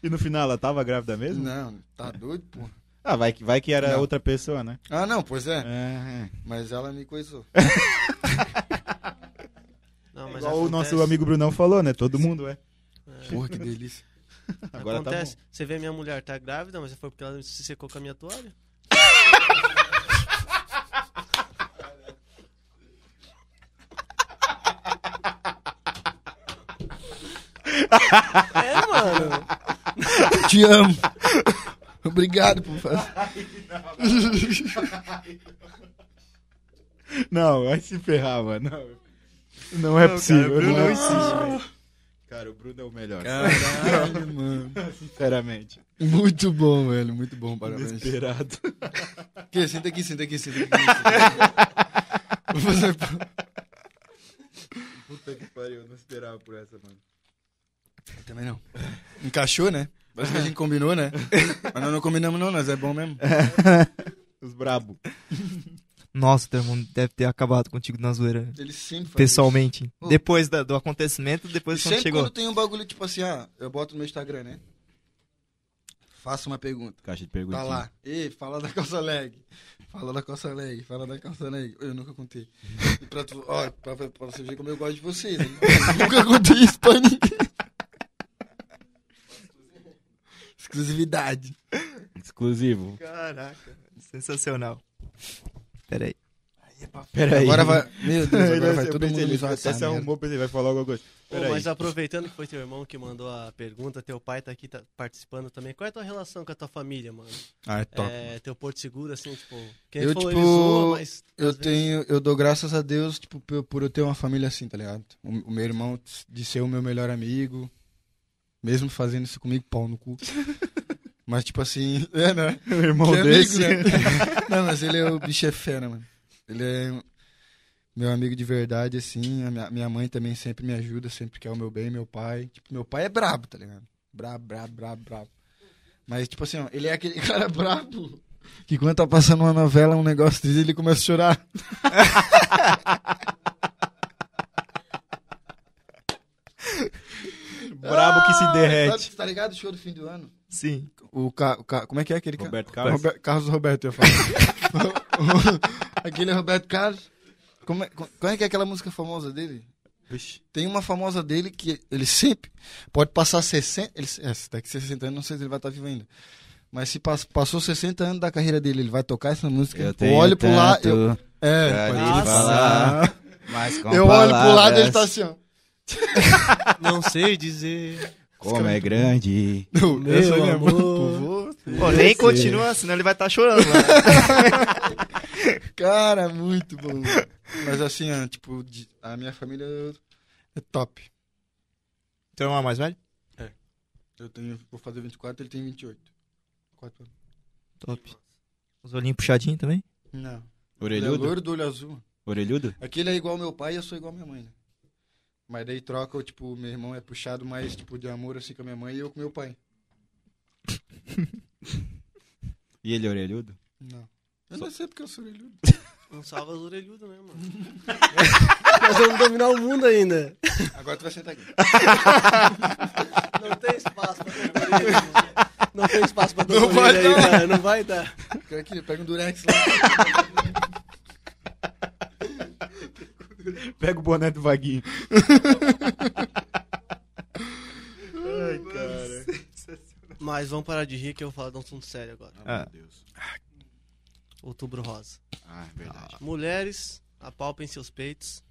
Speaker 3: E no final ela tava grávida mesmo?
Speaker 1: Não, tá doido, pô.
Speaker 3: Ah, vai que, vai que era
Speaker 1: Não.
Speaker 3: outra pessoa, né?
Speaker 1: Ah, não, pois é.
Speaker 3: É, é.
Speaker 1: Mas ela me coisou.
Speaker 5: Não, mas
Speaker 3: Igual o
Speaker 5: acontece.
Speaker 3: nosso amigo Brunão falou, né? Todo mundo é.
Speaker 1: Porra, que delícia.
Speaker 3: Agora tá
Speaker 5: Acontece. Você vê minha mulher tá grávida, mas foi porque ela se secou com a minha toalha. é, mano.
Speaker 1: Te amo. Obrigado por fazer.
Speaker 3: bom. Não, vai se ferrar, mano. Não, não é possível.
Speaker 2: Bruno
Speaker 3: não
Speaker 2: não
Speaker 3: é
Speaker 2: existe,
Speaker 1: um
Speaker 3: possível. Cara, o Bruno é o melhor.
Speaker 1: Caralho, mano.
Speaker 3: Sinceramente.
Speaker 1: Muito bom, velho. Muito bom, parabéns.
Speaker 3: Desesperado.
Speaker 1: Que, senta aqui, senta aqui, senta aqui. Senta aqui. Vou fazer...
Speaker 3: Puta que pariu, eu não esperava por essa, mano.
Speaker 1: Também não. Encaixou, né? Parece que a gente combinou, né? Mas nós não combinamos não, nós é bom mesmo.
Speaker 3: Os brabo.
Speaker 2: Nossa, todo mundo deve ter acabado contigo na zoeira.
Speaker 1: Ele sempre faz
Speaker 2: Pessoalmente.
Speaker 1: Ô.
Speaker 2: Depois da- do acontecimento, depois
Speaker 1: isso.
Speaker 2: quando
Speaker 1: Sempre
Speaker 2: chegou.
Speaker 1: quando tem um bagulho, tipo assim, ah, eu boto no meu Instagram, né? Faço uma pergunta.
Speaker 3: Caixa de
Speaker 1: Tá
Speaker 3: perguntinha.
Speaker 1: lá. E fala da calça leg. Fala da calça leg. Fala da calça leg. Eu nunca contei. E pra, tu, ó, pra, pra você ver como eu gosto de vocês. Né? Eu nunca contei isso pra ninguém. Exclusividade.
Speaker 3: Exclusivo.
Speaker 5: Caraca.
Speaker 2: Sensacional. Pera aí.
Speaker 3: Peraí.
Speaker 1: Agora vai. Meu Deus, agora
Speaker 3: Ele-
Speaker 1: vai
Speaker 3: eu
Speaker 1: todo
Speaker 3: pensei,
Speaker 1: mundo
Speaker 3: ele
Speaker 1: me zoar
Speaker 3: até
Speaker 1: essa
Speaker 3: se
Speaker 1: merda.
Speaker 3: arrumou, pensei, vai falar alguma coisa. Peraí.
Speaker 5: mas aproveitando que foi teu irmão que mandou a pergunta, teu pai tá aqui tá participando também. Qual é a tua relação com a tua família, mano?
Speaker 1: Ah, é top.
Speaker 5: É, teu porto seguro, assim, tipo... Quem
Speaker 1: Eu,
Speaker 5: falou,
Speaker 1: tipo,
Speaker 5: ele zoa, mas...
Speaker 1: Eu
Speaker 5: às vezes-
Speaker 1: tenho, eu dou graças a Deus, tipo, por, por eu ter uma família assim, tá ligado? O, o meu irmão de ser o meu melhor amigo, mesmo fazendo isso comigo, pau no cu. Mas, tipo assim, é, né?
Speaker 3: o irmão
Speaker 1: Que
Speaker 3: desse.
Speaker 1: amigo, né? Não, mas ele é o bicho é fera, mano. Ele é meu amigo de verdade, assim. A minha, minha mãe também sempre me ajuda, sempre quer o meu bem, meu pai. Tipo, meu pai é brabo, tá ligado? Brabo, brabo, brabo, brabo. Mas, tipo assim, ó, ele é aquele cara brabo que quando tá passando uma novela, um negócio desse, ele começa a chorar.
Speaker 3: Brabo que se derrete.
Speaker 1: Sabe, tá ligado? O show do fim do ano.
Speaker 2: Sim.
Speaker 1: O ca... o ca- Como é que é aquele cara?
Speaker 3: Roberto Carlos?
Speaker 1: Rober- Carlos Roberto, eu falo. aquele é Roberto Carlos. Como é... co- Como é que é aquela música famosa dele?
Speaker 3: Vixe.
Speaker 1: Tem uma famosa dele que ele sempre pode passar 60. Ele... É, se daqui 60 anos, não sei se ele vai estar vivo ainda. Mas se pass- passou 60 anos da carreira dele, ele vai tocar essa música. eu olho pro lado. Eu... É,
Speaker 3: pra
Speaker 1: pode
Speaker 3: lhe
Speaker 1: ser.
Speaker 3: falar, mas com
Speaker 1: eu olho pro lado e ele
Speaker 3: palavras,
Speaker 1: tá assim, ó.
Speaker 5: Não sei dizer...
Speaker 3: Como é grande.
Speaker 1: Não,
Speaker 5: Meu
Speaker 1: essa é minha
Speaker 5: amor.
Speaker 1: mão.
Speaker 2: Pô, nem continua, senão ele vai estar chorando lá.
Speaker 1: Cara, muito bom. Mas assim, ó, tipo, de- a minha família é top. Então,
Speaker 2: Teu irmão é mais velho?
Speaker 1: Eu tenho, vou fazer 24, ele tem 28. Quatro anos.
Speaker 2: Top. Os olhinhos puxadinhos também?
Speaker 1: Não. Ele é
Speaker 3: Orelhudo?
Speaker 1: loiro do olho azul.
Speaker 3: Orelhudo?
Speaker 1: Aquele é igual ao meu pai e eu sou igual à minha mãe, né? Mas daí troca, tipo, meu irmão é puxado mais, tipo, de amor assim com a minha mãe e eu com meu pai.
Speaker 3: E ele é orelhudo?
Speaker 1: Não. Eu não sei porque eu sou orelhudo.
Speaker 5: Não salva os orelhudos, né, mano? Nós vamos dominar o mundo ainda.
Speaker 1: Agora tu vai sentar aqui.
Speaker 5: Não tem espaço pra dois orelhudos. Não tem espaço pra dois
Speaker 1: Não vai
Speaker 5: orelhudos aí, cara. Não vai dar.
Speaker 1: Fica aqui, pega um durex lá.
Speaker 3: Pega o boné do Vaguinho.
Speaker 5: Mas vamos parar de rir que eu vou falar de um assunto sério agora.
Speaker 2: Ah.
Speaker 3: Meu Deus.
Speaker 5: Outubro rosa.
Speaker 3: Ah, é verdade.
Speaker 5: Mulheres, apalpem seus peitos.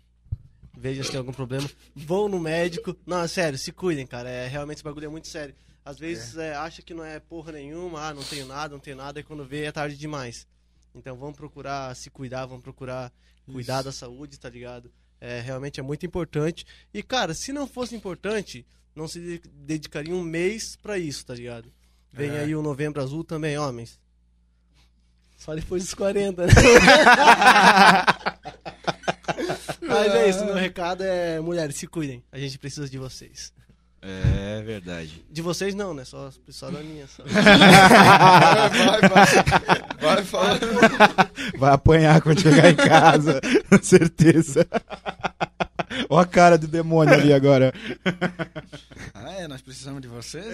Speaker 5: Vejam se tem algum problema. Vão no médico. Não, é sério, se cuidem, cara. É, realmente esse bagulho é muito sério. Às vezes é, acha que não é porra nenhuma, ah, não tenho nada, não tenho nada, e quando vê é tarde demais. Então vamos procurar se cuidar, vamos procurar cuidar da saúde, tá ligado? É, realmente é muito importante. E, cara, se não fosse importante, não se de- dedicaria um mês pra isso, tá ligado? Vem aí o Novembro Azul também, homens. Só depois dos 40, né? Mas é isso, meu recado é, mulheres, se cuidem. A gente precisa de vocês.
Speaker 3: É verdade.
Speaker 5: De vocês não, né? Só, só da minha. Só.
Speaker 1: vai, vai. Vai, fala.
Speaker 3: Vai apanhar quando chegar em casa, com certeza. Ó a cara do demônio ali agora.
Speaker 1: Ah, É, nós precisamos de vocês.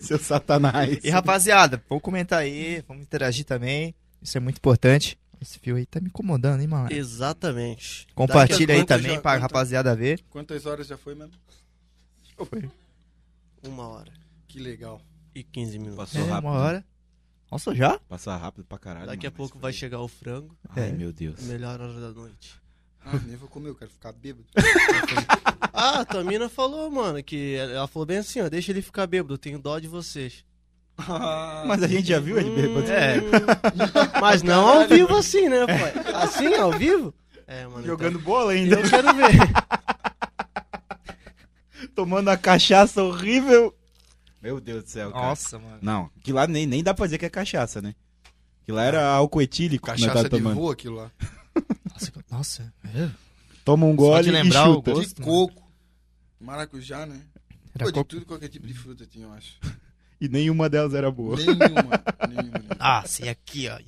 Speaker 3: Seu satanás.
Speaker 2: E rapaziada, vamos comentar aí, vamos interagir também. Isso é muito importante. Esse fio aí tá me incomodando, hein, mano?
Speaker 5: Exatamente. Daqui
Speaker 2: Compartilha
Speaker 5: tá a
Speaker 2: aí
Speaker 5: quanto
Speaker 2: também
Speaker 5: já-
Speaker 2: pra
Speaker 5: quanto-
Speaker 2: rapaziada ver. É,
Speaker 1: Quantas horas já foi mesmo?
Speaker 5: Uma hora
Speaker 1: Que legal.
Speaker 5: e 15 minutos. É.
Speaker 3: Passou
Speaker 2: É,
Speaker 3: rápido.
Speaker 2: uma hora. Nossa, já?
Speaker 3: Passar rápido pra caralho.
Speaker 5: Daqui a
Speaker 3: mano, mas
Speaker 5: pouco vai
Speaker 3: foi-
Speaker 5: chegar o frango,
Speaker 3: Ai, meu Deus.
Speaker 5: melhor hora da noite.
Speaker 1: Ah, nem vou comer, eu quero ficar bêbado.
Speaker 5: Ah, tua mina falou, mano, que ela falou bem assim, ó, deixa ele ficar bêbado, eu tenho dó de vocês.
Speaker 1: Ah.
Speaker 5: Hum.
Speaker 3: Mas a gente já viu ele bêbado.
Speaker 2: É.
Speaker 5: Mas não ao vivo assim, né, pai? Assim, ao vivo? É, mano.
Speaker 3: Jogando bola ainda.
Speaker 5: Então, eu quero ver.
Speaker 3: Tomando a cachaça horrível. Meu Deus do céu, cara.
Speaker 2: Nossa, mano.
Speaker 3: Não, que lá nem, nem dá pra dizer que é cachaça, né? Que lá era álcool etílico que nós
Speaker 1: Cachaça
Speaker 3: tava
Speaker 1: tá de
Speaker 3: tomando.
Speaker 1: voo aquilo lá.
Speaker 2: Nossa, que- nossa. é.
Speaker 3: Toma um gole
Speaker 2: de
Speaker 3: e
Speaker 2: lembrar o
Speaker 3: chuta.
Speaker 2: gosto.
Speaker 1: De coco. Maracujá, né?
Speaker 2: Era
Speaker 1: Pô, de
Speaker 2: coco-
Speaker 1: tudo, qualquer tipo de fruta tinha, eu acho.
Speaker 3: E nenhuma delas era boa.
Speaker 1: Nenhuma, nenhuma. nenhuma.
Speaker 2: Ah, sei aqui, ó.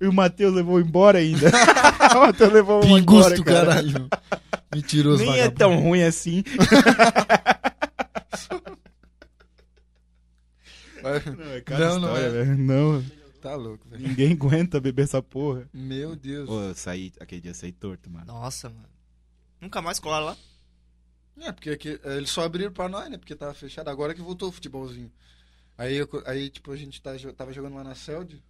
Speaker 3: E o Matheus levou embora ainda. o Matheus levou uma embora,
Speaker 1: Pingusto,
Speaker 3: cara.
Speaker 1: caralho. Mentiroso,
Speaker 3: Nem é tão ruim assim.
Speaker 1: vagabundo.
Speaker 3: Não, é
Speaker 1: cada história,
Speaker 3: velho. Não,
Speaker 1: Tá louco, velho.
Speaker 3: ninguém aguenta beber essa porra.
Speaker 1: Meu Deus.
Speaker 3: Pô, eu saí, aquele dia eu saí torto, mano.
Speaker 2: Nossa, mano. Nunca mais colaram lá.
Speaker 1: É, porque aqui, eh, eles só abriram pra nós, né? Porque tava fechado. Agora que voltou o futebolzinho. Aí, eu co- aí tipo, a gente tá jo- tava jogando lá na Celde.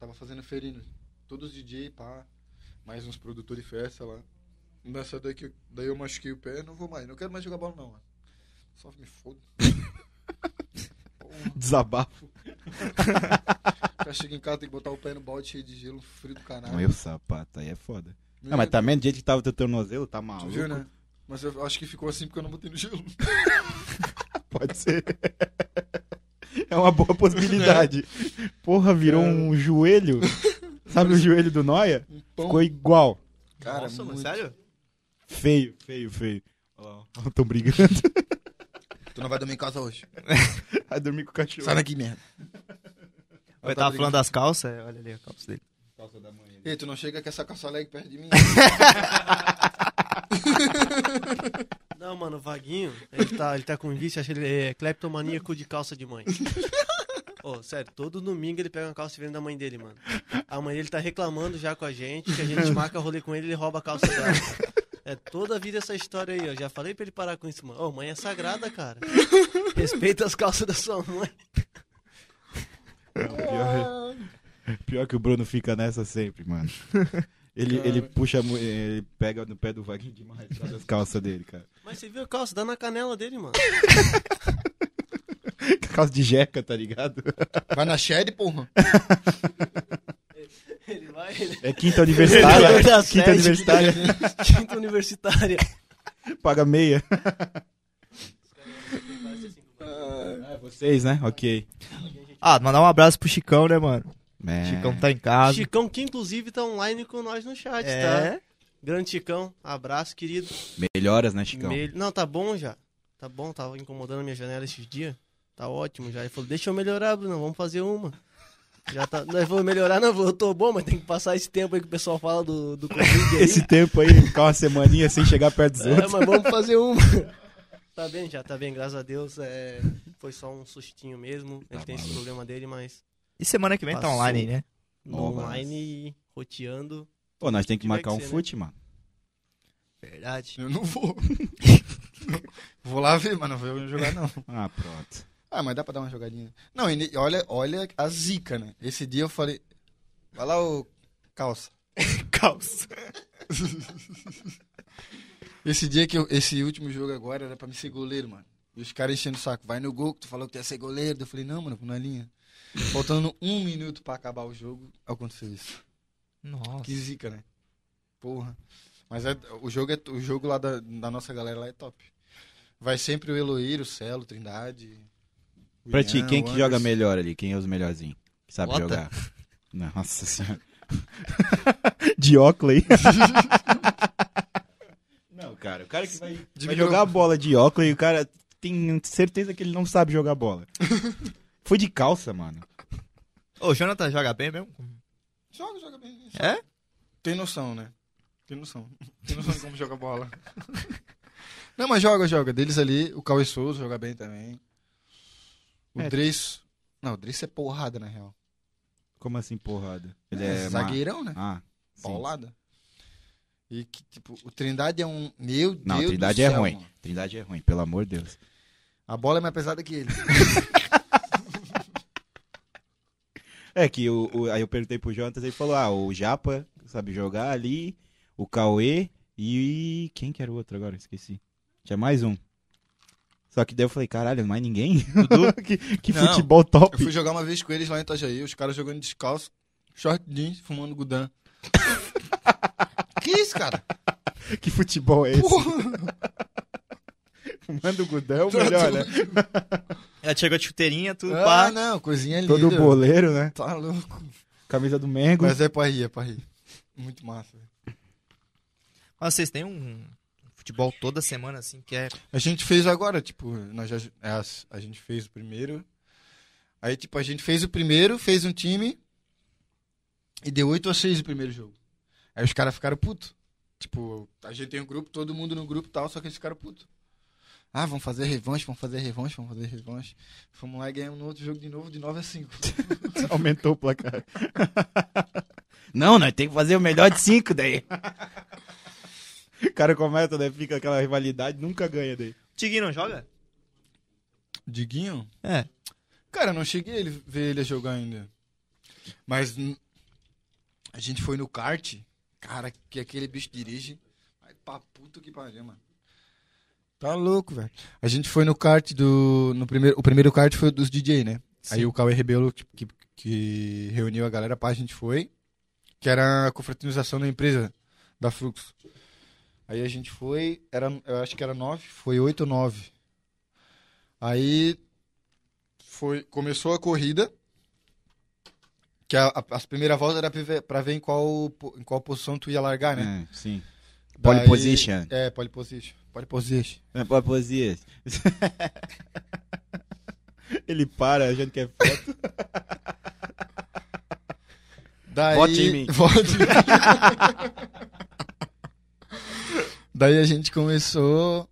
Speaker 1: Tava fazendo ferino. Todos DJ, pá. Mais uns produtores de festa lá. Nessa daí que eu- daí eu machuquei o pé, não vou mais. Não quero mais jogar bola, não, mano. Só me foda. Porra,
Speaker 3: Desabafo.
Speaker 1: já chega em casa, tem que botar o pé no balde cheio de gelo, frio do caralho.
Speaker 3: Meu sapato, aí é foda.
Speaker 1: Não
Speaker 3: Ah, mas
Speaker 1: ia-
Speaker 3: também do jeito que tava teu tornozelo, tá
Speaker 1: Tu
Speaker 3: maluco.
Speaker 1: viu, né? Mas eu acho que ficou assim porque eu não botei no gelo.
Speaker 3: Pode ser. É uma boa possibilidade. Porra, virou um joelho. Sabe o joelho do Noia?
Speaker 1: Um pão.
Speaker 3: Ficou igual.
Speaker 1: Cara,
Speaker 2: Nossa, mano,
Speaker 1: muito.
Speaker 2: sério?
Speaker 3: Feio, feio, feio. Olha lá, Tô brigando.
Speaker 1: Tu não vai dormir em casa hoje.
Speaker 3: Vai dormir com o cachorro.
Speaker 1: Sai daqui mesmo.
Speaker 2: Eu tava falando das calças, é, olha ali a calça dele.
Speaker 1: Ei, tu não chega com essa calça leg perto de mim.
Speaker 5: Não, mano, o Vaguinho, ele tá, ele tá com vício, acho que ele é cleptomaníaco de calça de mãe. Ô, sério, todo domingo ele pega uma calça e vende da mãe dele, mano. A mãe dele tá reclamando já com a gente, que a gente marca rolê com ele e ele rouba a calça dela. É toda a vida essa história aí, ó. Já falei pra ele parar com isso, mano. Ô, mãe é sagrada, cara. Respeita as calças da sua mãe.
Speaker 3: Pior, pior que o Bruno fica nessa sempre, mano. Ele,
Speaker 1: Cara.
Speaker 3: ele puxa, mu- ele pega no pé do vaguinho demais atrás das calças dele, cara.
Speaker 5: Mas você viu a calça? Dá na canela dele, mano.
Speaker 3: Calça de jeca, tá ligado?
Speaker 1: Vai na shed, porra.
Speaker 5: Ele vai, ele... é
Speaker 3: É quinta universitária.
Speaker 5: Ele
Speaker 3: quinta
Speaker 5: tá sério.
Speaker 3: universitária.
Speaker 5: Tinta universitária.
Speaker 3: Paga meia. vocês, né? Ok.
Speaker 2: Ah, mandar um abraço pro Chicão, né, mano?
Speaker 3: É.
Speaker 2: Chicão tá em casa.
Speaker 5: Chicão, que inclusive tá online com nós no chat, tá?
Speaker 2: É.
Speaker 5: Grande Chicão, abraço, querido.
Speaker 3: Melhoras, né, Chicão?
Speaker 5: Mel- Não, tá bom já. Tá bom, tava incomodando a minha janela esses dias. Tá ótimo já. Ele falou, deixa eu melhorar, Bruno, vamos fazer uma. Já tá... Nós vamos melhorar, não, eu tô bom, mas tem que passar esse tempo aí que o pessoal fala do, do Covid aí.
Speaker 3: Esse tempo aí, ficar uma semaninha sem chegar perto dos
Speaker 5: É,
Speaker 3: outros.
Speaker 5: mas vamos fazer uma. Tá bem já, tá bem, graças a Deus. é, Foi só um sustinho mesmo. Ele
Speaker 3: Tá
Speaker 5: tem esse
Speaker 3: maluco.
Speaker 5: problema dele, mas
Speaker 2: E semana que vem tá
Speaker 5: Passou.
Speaker 2: online, né?
Speaker 5: no
Speaker 3: Ó, mas-
Speaker 5: online, roteando.
Speaker 3: Pô, nós tem que
Speaker 5: Vai
Speaker 3: marcar
Speaker 5: que
Speaker 3: um
Speaker 5: ser, né?
Speaker 3: fute, mano.
Speaker 2: Verdade.
Speaker 1: Eu não vou. vou lá ver, mas não vou jogar, não.
Speaker 3: Ah, pronto.
Speaker 1: Ah, mas dá pra dar uma jogadinha. Não, e ne- olha, olha a zica, né? Esse dia eu falei... Vai lá, ô calça.
Speaker 2: Calça.
Speaker 1: Esse dia que eu... Esse último jogo agora era pra me ser goleiro, mano. E os caras enchendo o saco. Vai no gol, que tu falou que tu ia ser goleiro. Eu falei, não, mano, na linha. Faltando um minuto pra acabar o jogo, aconteceu isso.
Speaker 2: Nossa.
Speaker 1: Que zica, né? Porra. Mas é- o, jogo é, o jogo lá da, da nossa galera lá é top. Vai sempre o Eloíro, o Celo, o Trindade. o
Speaker 3: Pra ti,
Speaker 1: Ian,
Speaker 3: quem
Speaker 1: o
Speaker 3: que
Speaker 1: Anderson.
Speaker 3: joga melhor ali? Quem é os melhorzinhos? Que sabe
Speaker 2: Lota.
Speaker 3: jogar? Nossa senhora. De Oakley. Não, cara, o cara que vai,
Speaker 1: De
Speaker 3: vai
Speaker 1: micro-
Speaker 3: jogar a bola de Oakley, o cara tem certeza que ele não sabe jogar bola. Foi de calça, mano.
Speaker 2: Ô, Jonathan joga bem mesmo?
Speaker 1: Joga, joga bem.
Speaker 2: É?
Speaker 1: Tem noção, né? Tem noção. Tem noção de como joga bola. Não, mas joga, joga. Deles ali, o Cauê Souza joga bem também. O
Speaker 3: É.
Speaker 1: Dreis. Não, o Dreis é porrada, na real.
Speaker 3: Como assim, porrada? Ele é,
Speaker 1: É,
Speaker 3: ma-
Speaker 1: zagueirão, né?
Speaker 3: Ah, sim.
Speaker 1: Paulada. E que, tipo, o Trindade é um. Meu Deus.
Speaker 3: Não,
Speaker 1: do
Speaker 3: Trindade
Speaker 1: céu,
Speaker 3: é ruim.
Speaker 1: mano.
Speaker 3: Trindade é ruim, pelo amor de Deus.
Speaker 1: A bola é mais pesada que ele.
Speaker 3: É que o, o- aí eu perguntei pro Jonas, ele falou: ah, o Japa sabe jogar ali, o Cauê e. Quem que era o outro agora? Esqueci. Tinha mais um. Só que daí eu falei, caralho, mais ninguém? que que
Speaker 1: Não.
Speaker 3: futebol top.
Speaker 1: Eu fui jogar uma vez com eles lá em Itajaí, os caras jogando descalço, short jeans, fumando gudan. que isso, cara?
Speaker 3: Que futebol é esse? Manda o Gudão, melhor, né?
Speaker 2: Ela É, chegou a chuteirinha, tudo
Speaker 1: Ah, não, coisinha linda.
Speaker 3: Todo boleiro, né?
Speaker 1: Tá louco.
Speaker 3: Camisa do Mengo.
Speaker 1: Mas é pra rir, é pra rir. Muito massa. velho.
Speaker 2: Mas vocês têm um futebol toda semana, assim, que é.
Speaker 1: A gente fez agora, tipo, nós já, é, as- a gente fez o primeiro. Aí, tipo, a gente fez o primeiro, fez um time e deu 8 a 6 o primeiro jogo. Aí os caras ficaram putos. Tipo, a gente tem um grupo, todo mundo no grupo e tal, só que eles ficaram putos. Ah, vamos fazer revanche, vamos fazer revanche, vamos fazer revanche. Fomos lá e ganhamos no outro jogo de novo, de 9 a 5.
Speaker 3: Aumentou o placar. Não, nós temos que fazer o melhor de cinco daí. O cara começa, né? Fica aquela rivalidade, nunca ganha daí.
Speaker 2: O Tiguinho não joga?
Speaker 1: Diguinho?
Speaker 2: É.
Speaker 1: Cara, eu não cheguei a ele- ver ele jogar ainda. Mas hum, a gente foi no kart. Cara, que aquele bicho dirige. Ai, pra puto que pariu, mano. Tá louco, velho. A gente foi no kart do. No primeiro, o primeiro kart foi o dos DJ, né? Aí o Cauê Rebelo, que, que, que reuniu a galera, pá, a gente foi. Que era a confraternização da empresa, da Flux. Aí a gente foi, era, eu acho que era nove, foi oito ou nove. Aí foi, começou a corrida, que a, a, as primeira volta era pra ver- pra ver em qual, po- em qual posição tu ia largar, né?
Speaker 3: É, sim.
Speaker 1: Daí-
Speaker 3: Pole position.
Speaker 1: É, pole position. Pole position.
Speaker 3: É, pole position. Ele para, a gente quer foto.
Speaker 1: Daí...
Speaker 3: Vote em mim.
Speaker 1: Vote em mim. Daí a gente começou...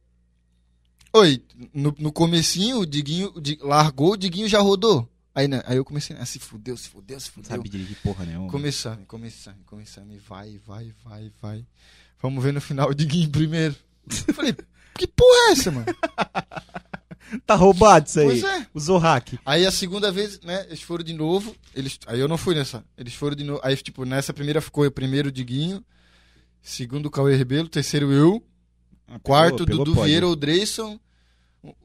Speaker 1: Oi, no, no comecinho, o Diguinho o Di- largou, o Diguinho já rodou. Aí, né, aí eu comecei, ah, se fudeu, se fudeu, se
Speaker 3: Não
Speaker 1: fudeu.
Speaker 3: sabe né? dirigir porra nenhuma.
Speaker 1: Começando, começando, começando. E vai, vai, vai, vai. Vamos ver no final o Diguinho primeiro. Eu Falei, que porra é essa, mano?
Speaker 3: Tá roubado isso
Speaker 1: Pois é.
Speaker 3: Usou hack.
Speaker 1: Aí a segunda vez, né, eles foram de novo. Eles, aí eu não fui nessa. Eles foram de novo. Aí, tipo, nessa primeira ficou eu primeiro o Diguinho, segundo o Cauê Rebelo, terceiro eu,
Speaker 3: Ah,
Speaker 1: quarto
Speaker 3: do
Speaker 1: Dudu Vieira ou Dreyson.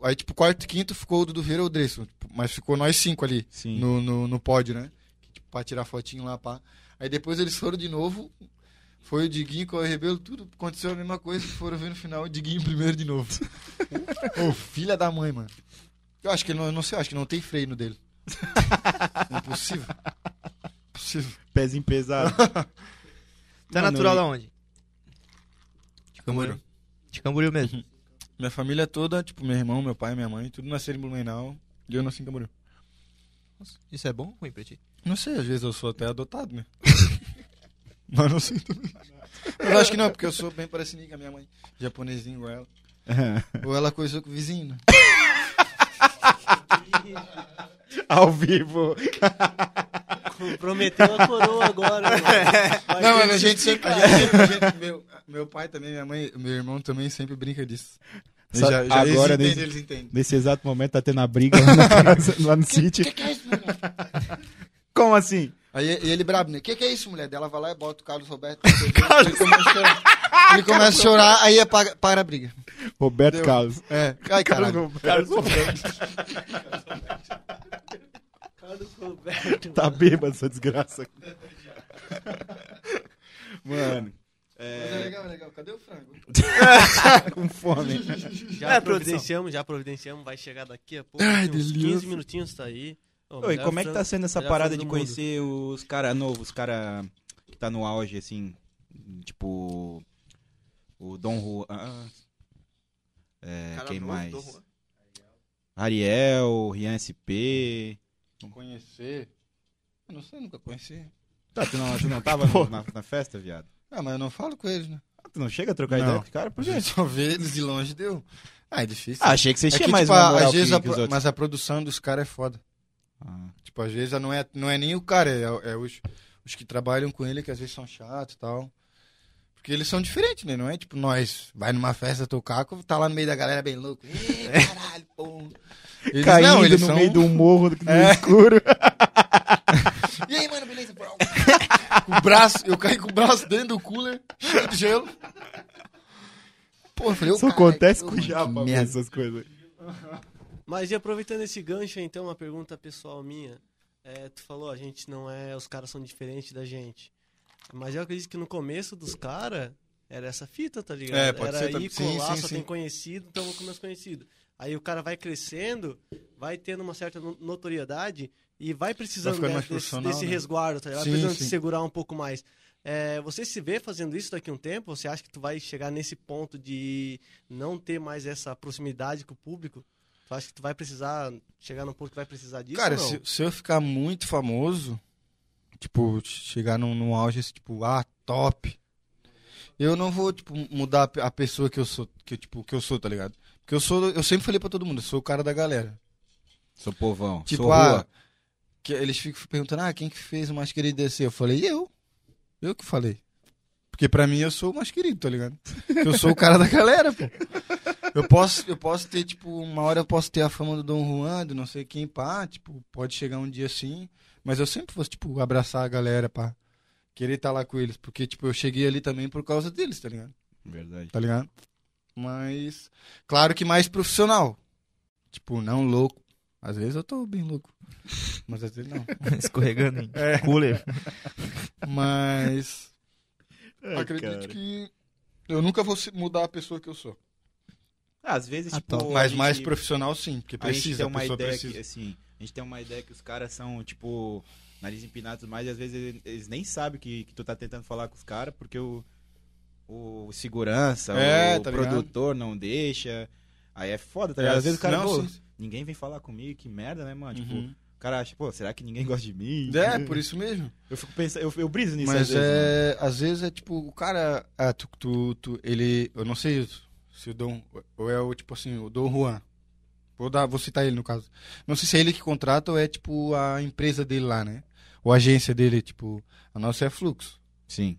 Speaker 1: Aí, tipo, quarto e quinto ficou o Dudu Vieira ou Dreyson. Tipo, Mas ficou nós cinco ali.
Speaker 3: Sim.
Speaker 1: no, no, no pódio, né? Tipo, pra tirar fotinho lá, pá. Aí depois eles foram de novo. Foi o Diguinho com o Rebelo, tudo aconteceu a mesma coisa. Foram ver no final o Diguinho primeiro de novo. Ô, filha da mãe, mano. Eu acho que não, eu não sei, eu acho que não tem freio no dele. Impossível. Impossível.
Speaker 3: Pezinho pesado.
Speaker 2: Tu é
Speaker 3: Mano,
Speaker 2: natural
Speaker 3: eu-
Speaker 2: da onde? De
Speaker 1: Camboriú.
Speaker 2: De Camboriú mesmo.
Speaker 1: Minha família toda, tipo, meu irmão, meu pai, minha mãe, tudo nasceram em Blumenau. E eu nasci em Camboriú.
Speaker 2: Nossa, Isso é bom ou ruim pra ti?
Speaker 1: Não sei, às vezes eu sou até adotado, né? Mas não sei também. Mas acho que não, porque eu sou bem parecido com a minha mãe. Japonesinho igual ela. Ou ela coisou com o vizinho, né?
Speaker 3: Ao vivo.
Speaker 5: Prometeu a coroa agora. né? mano.
Speaker 1: Não,
Speaker 5: Vai ter
Speaker 1: mas a
Speaker 5: que
Speaker 1: gente sempre.
Speaker 5: ficar.
Speaker 1: a gente- a gente- meu, meu pai também, minha mãe, meu irmão também sempre brinca disso.
Speaker 3: Só- agora,
Speaker 1: eles entendem,
Speaker 3: nesse-
Speaker 1: eles entendem.
Speaker 3: Nesse exato momento tá tendo a briga lá, na- lá no sítio.
Speaker 1: Que que é isso, mulher?
Speaker 3: Como assim?
Speaker 1: Aí e ele brabo, né? Que que é isso, mulher? Dela vai lá e bota o Carlos Roberto. Ele começa a chorar. Ele começa a chorar, aí é para, para a briga.
Speaker 3: Roberto
Speaker 1: Deu.
Speaker 3: Carlos.
Speaker 1: É, ai, caralho.
Speaker 3: Carlos
Speaker 2: Carlos
Speaker 5: Carlos Roberto.
Speaker 3: Tá bêbado essa desgraça. Mano,
Speaker 1: Mas é legal, é legal. Cadê o frango?
Speaker 3: tá com fome.
Speaker 5: Já
Speaker 2: É, produção.
Speaker 5: providenciamos, já providenciamos. Vai chegar daqui a pouco.
Speaker 1: Ai,
Speaker 5: tem uns
Speaker 1: delícia.
Speaker 5: 15 minutinhos tá aí. Ô,
Speaker 3: Oi,
Speaker 5: melhor
Speaker 3: como é que tá
Speaker 5: frango-
Speaker 3: sendo essa
Speaker 5: melhor frango
Speaker 3: parada
Speaker 5: do
Speaker 3: de
Speaker 5: mundo.
Speaker 3: conhecer os cara novos, os cara que tá no auge, assim, tipo, o Dom Juan, ah, é,
Speaker 2: Cara
Speaker 3: quem
Speaker 2: novo,
Speaker 3: mais?
Speaker 2: Dom Juan.
Speaker 3: Ariel, Rian SP,
Speaker 1: Conhecer. Eu não sei, nunca conheci.
Speaker 3: tá, tu não, tu não tava no- na, na festa, viado?
Speaker 1: Ah, mas eu não falo com eles, né?
Speaker 3: Tu não chega a trocar
Speaker 1: Não.
Speaker 3: ideia com os caras? Por
Speaker 1: A
Speaker 3: quê?
Speaker 1: gente só vê eles de longe, deu. Ah, é difícil.
Speaker 3: Ah, achei que vocês
Speaker 1: é
Speaker 3: tinham
Speaker 1: que,
Speaker 3: mais
Speaker 1: tipo,
Speaker 3: uma
Speaker 1: a-
Speaker 3: moral
Speaker 1: às
Speaker 3: que,
Speaker 1: vezes a
Speaker 3: que
Speaker 1: pro-
Speaker 3: os outros.
Speaker 1: Mas a produção dos caras é foda.
Speaker 3: Ah.
Speaker 1: Tipo, às vezes não é, não é nem o cara, é, é os, os que trabalham com ele que às vezes são chatos e tal. Porque eles são diferentes, né? Não é tipo nós, vai numa festa tocar, tá lá no meio da galera bem louco. Ih, caralho, pô. Eles,
Speaker 3: É. Caindo
Speaker 1: não, eles
Speaker 3: no
Speaker 1: são...
Speaker 3: meio de um morro do, do
Speaker 1: É.
Speaker 3: escuro.
Speaker 1: E aí, mano, beleza? Bro? com o braço, eu caí com o braço dentro do cooler, cheio de gelo. Pô, eu falei, ô,
Speaker 3: Isso
Speaker 1: cara,
Speaker 3: acontece
Speaker 1: ô,
Speaker 3: com o
Speaker 1: mano, que
Speaker 3: Japa,
Speaker 1: merda.
Speaker 3: essas coisas.
Speaker 5: Mas e aproveitando esse gancho, então, uma pergunta pessoal minha. É, tu falou, a gente não é, os caras são diferentes da gente. Mas eu acredito que no começo dos caras era essa fita, tá ligado?
Speaker 1: É, pode
Speaker 5: era
Speaker 1: ser
Speaker 5: aí,
Speaker 1: também. Sim,
Speaker 5: colar,
Speaker 1: sim,
Speaker 5: só
Speaker 1: sim.
Speaker 5: tem conhecido, então vou com meus conhecidos. Aí o cara vai crescendo, vai tendo uma certa no- notoriedade e vai precisando
Speaker 1: ficando mais
Speaker 5: desse, desse-
Speaker 1: profissional,
Speaker 5: desse
Speaker 1: né?
Speaker 5: resguardo, tá ligado?
Speaker 1: Sim,
Speaker 5: Vai precisando
Speaker 1: sim.
Speaker 5: se segurar um pouco mais. É, você se vê fazendo isso daqui a um tempo? Você acha que tu vai chegar nesse ponto de não ter mais essa proximidade com o público? Tu acha que tu vai precisar chegar num ponto que vai precisar disso?
Speaker 1: Cara,
Speaker 5: ou não?
Speaker 1: se, se eu ficar muito famoso, tipo, chegar num, num auge assim, tipo, ah, top. Eu não vou, tipo, mudar a pe- a pessoa que eu sou, que, eu, tipo, que eu sou, tá ligado? Porque eu sou, eu sempre falei pra todo mundo, eu sou o cara da galera.
Speaker 3: Sou povão.
Speaker 1: Tipo,
Speaker 3: sou
Speaker 1: ah,
Speaker 3: rua.
Speaker 1: que eles ficam perguntando, ah, quem que fez o mais querido descer? Eu falei, eu. Eu que falei. Porque pra mim eu sou o mais querido, tá ligado? Eu sou o cara da galera, pô. Eu posso, eu posso ter, tipo, uma hora eu posso ter a fama do Dom Juan, do não sei quem, pá, tipo, pode chegar um dia assim, mas eu sempre fosse, tipo, abraçar a galera, pá. Querer estar lá com eles, porque, tipo, eu cheguei ali também por causa deles, tá ligado?
Speaker 3: Verdade.
Speaker 1: tá ligado? Mas, claro que mais profissional. Tipo, não louco. Às vezes eu tô bem louco. Mas às vezes não.
Speaker 2: Escorregando em cooler.
Speaker 1: Mas, acredito
Speaker 3: É, cara.
Speaker 1: que eu nunca vou se- mudar a pessoa que eu sou.
Speaker 3: Às vezes,
Speaker 2: Ah,
Speaker 3: tipo, a
Speaker 1: tá. Mas
Speaker 3: gente-
Speaker 1: mais profissional sim, porque
Speaker 3: a gente
Speaker 1: precisa,
Speaker 3: tem
Speaker 1: a,
Speaker 3: uma
Speaker 1: pessoa
Speaker 3: ideia
Speaker 1: precisa.
Speaker 3: que, assim, a gente tem uma ideia que os caras são, tipo, nariz empinado mais, e às vezes eles, eles nem sabem que, que tu tá tentando falar com os caras, porque o, o segurança,
Speaker 1: É,
Speaker 3: o
Speaker 1: tá ligado?
Speaker 3: produtor não deixa. Aí é foda, tá ligado? Às vezes o cara,
Speaker 1: Não,
Speaker 3: pô,
Speaker 1: sim, sim.
Speaker 3: ninguém vem falar comigo, que merda, né, mano? Tipo, Uhum.
Speaker 1: Uhum.
Speaker 3: o cara acha, pô, será que ninguém gosta de mim?
Speaker 1: É, por isso mesmo.
Speaker 3: Eu fico pensando, eu, eu briso nisso às
Speaker 1: Mas
Speaker 3: vezes, mano.
Speaker 1: é, às vezes é tipo, o cara, ah, tu, tu, tu- ele, eu não sei se o Dom, ou é o tipo assim, o Dom Juan. Vou, dar, vou citar ele no caso. Não sei se é ele que contrata ou é tipo a empresa dele lá, né? Ou a agência dele, tipo, a nossa é Fluxo.
Speaker 3: Sim.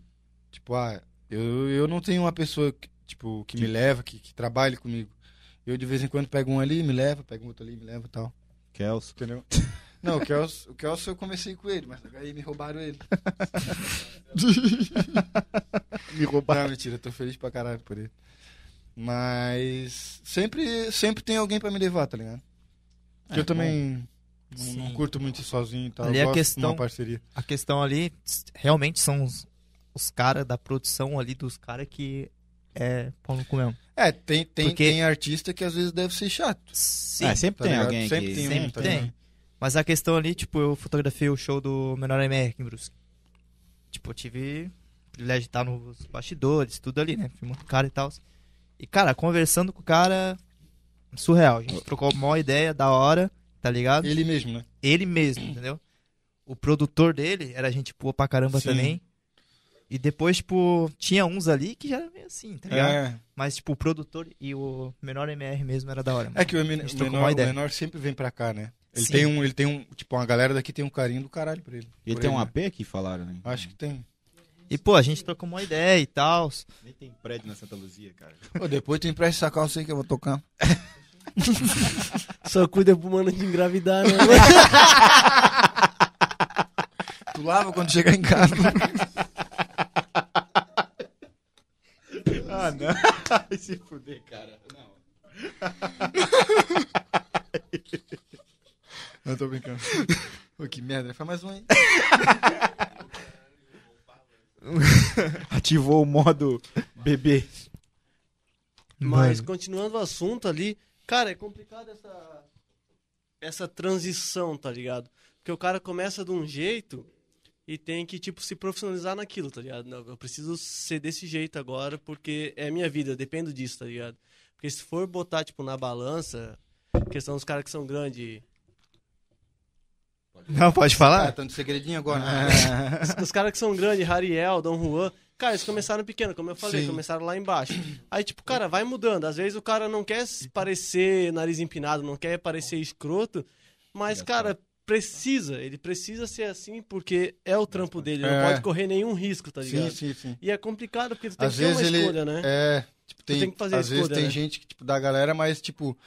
Speaker 1: Tipo, ah, eu, eu não tenho uma pessoa que, tipo, que me leva, que, que trabalhe comigo. Eu de vez em quando pego um ali, me leva, pego outro ali, me leva e tal.
Speaker 3: Kelso.
Speaker 1: Entendeu? Não, o Kelso, o Kelso eu comecei com ele, mas aí me roubaram ele. me roubaram. Não, mentira, eu tô feliz pra caralho por ele. Mas sempre, sempre tem alguém pra me levar, tá ligado? É, Porque eu também não, não
Speaker 2: Sim.
Speaker 1: curto muito ir sozinho e tal.
Speaker 2: Ali
Speaker 1: eu
Speaker 2: a
Speaker 1: gosto de uma
Speaker 2: questão-
Speaker 1: parceria.
Speaker 2: A questão ali, s- realmente são os, os caras da produção ali, dos caras que é pau no cu mesmo.
Speaker 1: É, tem, tem,
Speaker 2: Porque-
Speaker 1: tem artista que às vezes deve ser chato.
Speaker 2: É, Sim,
Speaker 3: Ah, sempre
Speaker 1: Tá
Speaker 3: tem
Speaker 1: ligado?
Speaker 3: alguém
Speaker 1: Sempre
Speaker 3: que...
Speaker 1: tem um,
Speaker 2: sempre
Speaker 1: tá
Speaker 2: tem.
Speaker 1: ligado?
Speaker 2: Mas a questão ali, tipo, eu fotografei o show do Menor MR aqui em Brusque. Tipo, eu tive o privilégio de estar nos bastidores, tudo ali, né? Filmando o cara e tal. E, cara, conversando com o cara, surreal. A gente trocou uma ideia da hora, tá ligado?
Speaker 1: Ele mesmo, né?
Speaker 2: Ele mesmo, entendeu? O produtor dele era gente boa pra caramba
Speaker 1: Sim.
Speaker 2: também. E depois, tipo, tinha uns ali que já era meio assim, tá ligado?
Speaker 1: É,
Speaker 2: Mas, tipo, o produtor e o menor MR mesmo era da hora. mano.
Speaker 1: é que o, men-
Speaker 2: A gente
Speaker 1: o
Speaker 2: trocou
Speaker 1: menor,
Speaker 2: uma
Speaker 1: o
Speaker 2: ideia.
Speaker 1: menor sempre vem pra cá, né? Ele
Speaker 2: Sim.
Speaker 1: tem um, ele tem um, tipo, uma galera daqui tem um carinho do caralho pra ele.
Speaker 3: Ele
Speaker 1: Por
Speaker 3: tem um
Speaker 1: né?
Speaker 3: AP aqui, falaram, né?
Speaker 1: Acho que tem.
Speaker 2: E, pô, a gente trocou uma ideia e tal.
Speaker 3: Nem tem prédio na Santa Luzia, cara.
Speaker 1: Pô, depois tu empresta essa calça aí que eu vou tocar.
Speaker 5: Só cuida pro mano de engravidar, né? mano?
Speaker 1: Tu lava quando chegar em casa.
Speaker 3: Ah, não. Vai se fuder, cara. Não.
Speaker 1: eu tô brincando. Pô, que merda. Faz mais um aí.
Speaker 3: Ativou o modo bebê.
Speaker 5: Mas continuando o assunto ali, cara, é complicado essa essa transição, tá ligado? Porque o cara começa de um jeito e tem que tipo se profissionalizar naquilo, tá ligado? Não, eu preciso ser desse jeito agora porque é a minha vida, eu dependo disso, tá ligado? Porque se for botar tipo na balança, questão dos caras que são grandes,
Speaker 2: Não, pode
Speaker 1: Ah,
Speaker 2: falar?
Speaker 1: tá no segredinho agora. né?
Speaker 5: os, os caras que são grandes, Rariel, Dom Juan, Cara, eles começaram pequeno, como eu falei,
Speaker 1: Sim.
Speaker 5: começaram lá embaixo. Aí, tipo, cara, vai mudando. Às vezes o cara não quer se parecer nariz empinado, não quer parecer escroto, mas, cara, precisa. Ele precisa ser assim porque é o trampo dele. Não
Speaker 1: É.
Speaker 5: pode correr nenhum risco, tá ligado?
Speaker 1: Sim, sim, sim.
Speaker 5: E é complicado porque tu tem
Speaker 1: Às
Speaker 5: que ter
Speaker 1: vezes
Speaker 5: uma
Speaker 1: ele
Speaker 5: escolha, né?
Speaker 1: é, tipo, tem,
Speaker 5: tem que fazer a
Speaker 1: às vezes
Speaker 5: escolha,
Speaker 1: tem
Speaker 5: né?
Speaker 1: gente que tipo da galera, mas tipo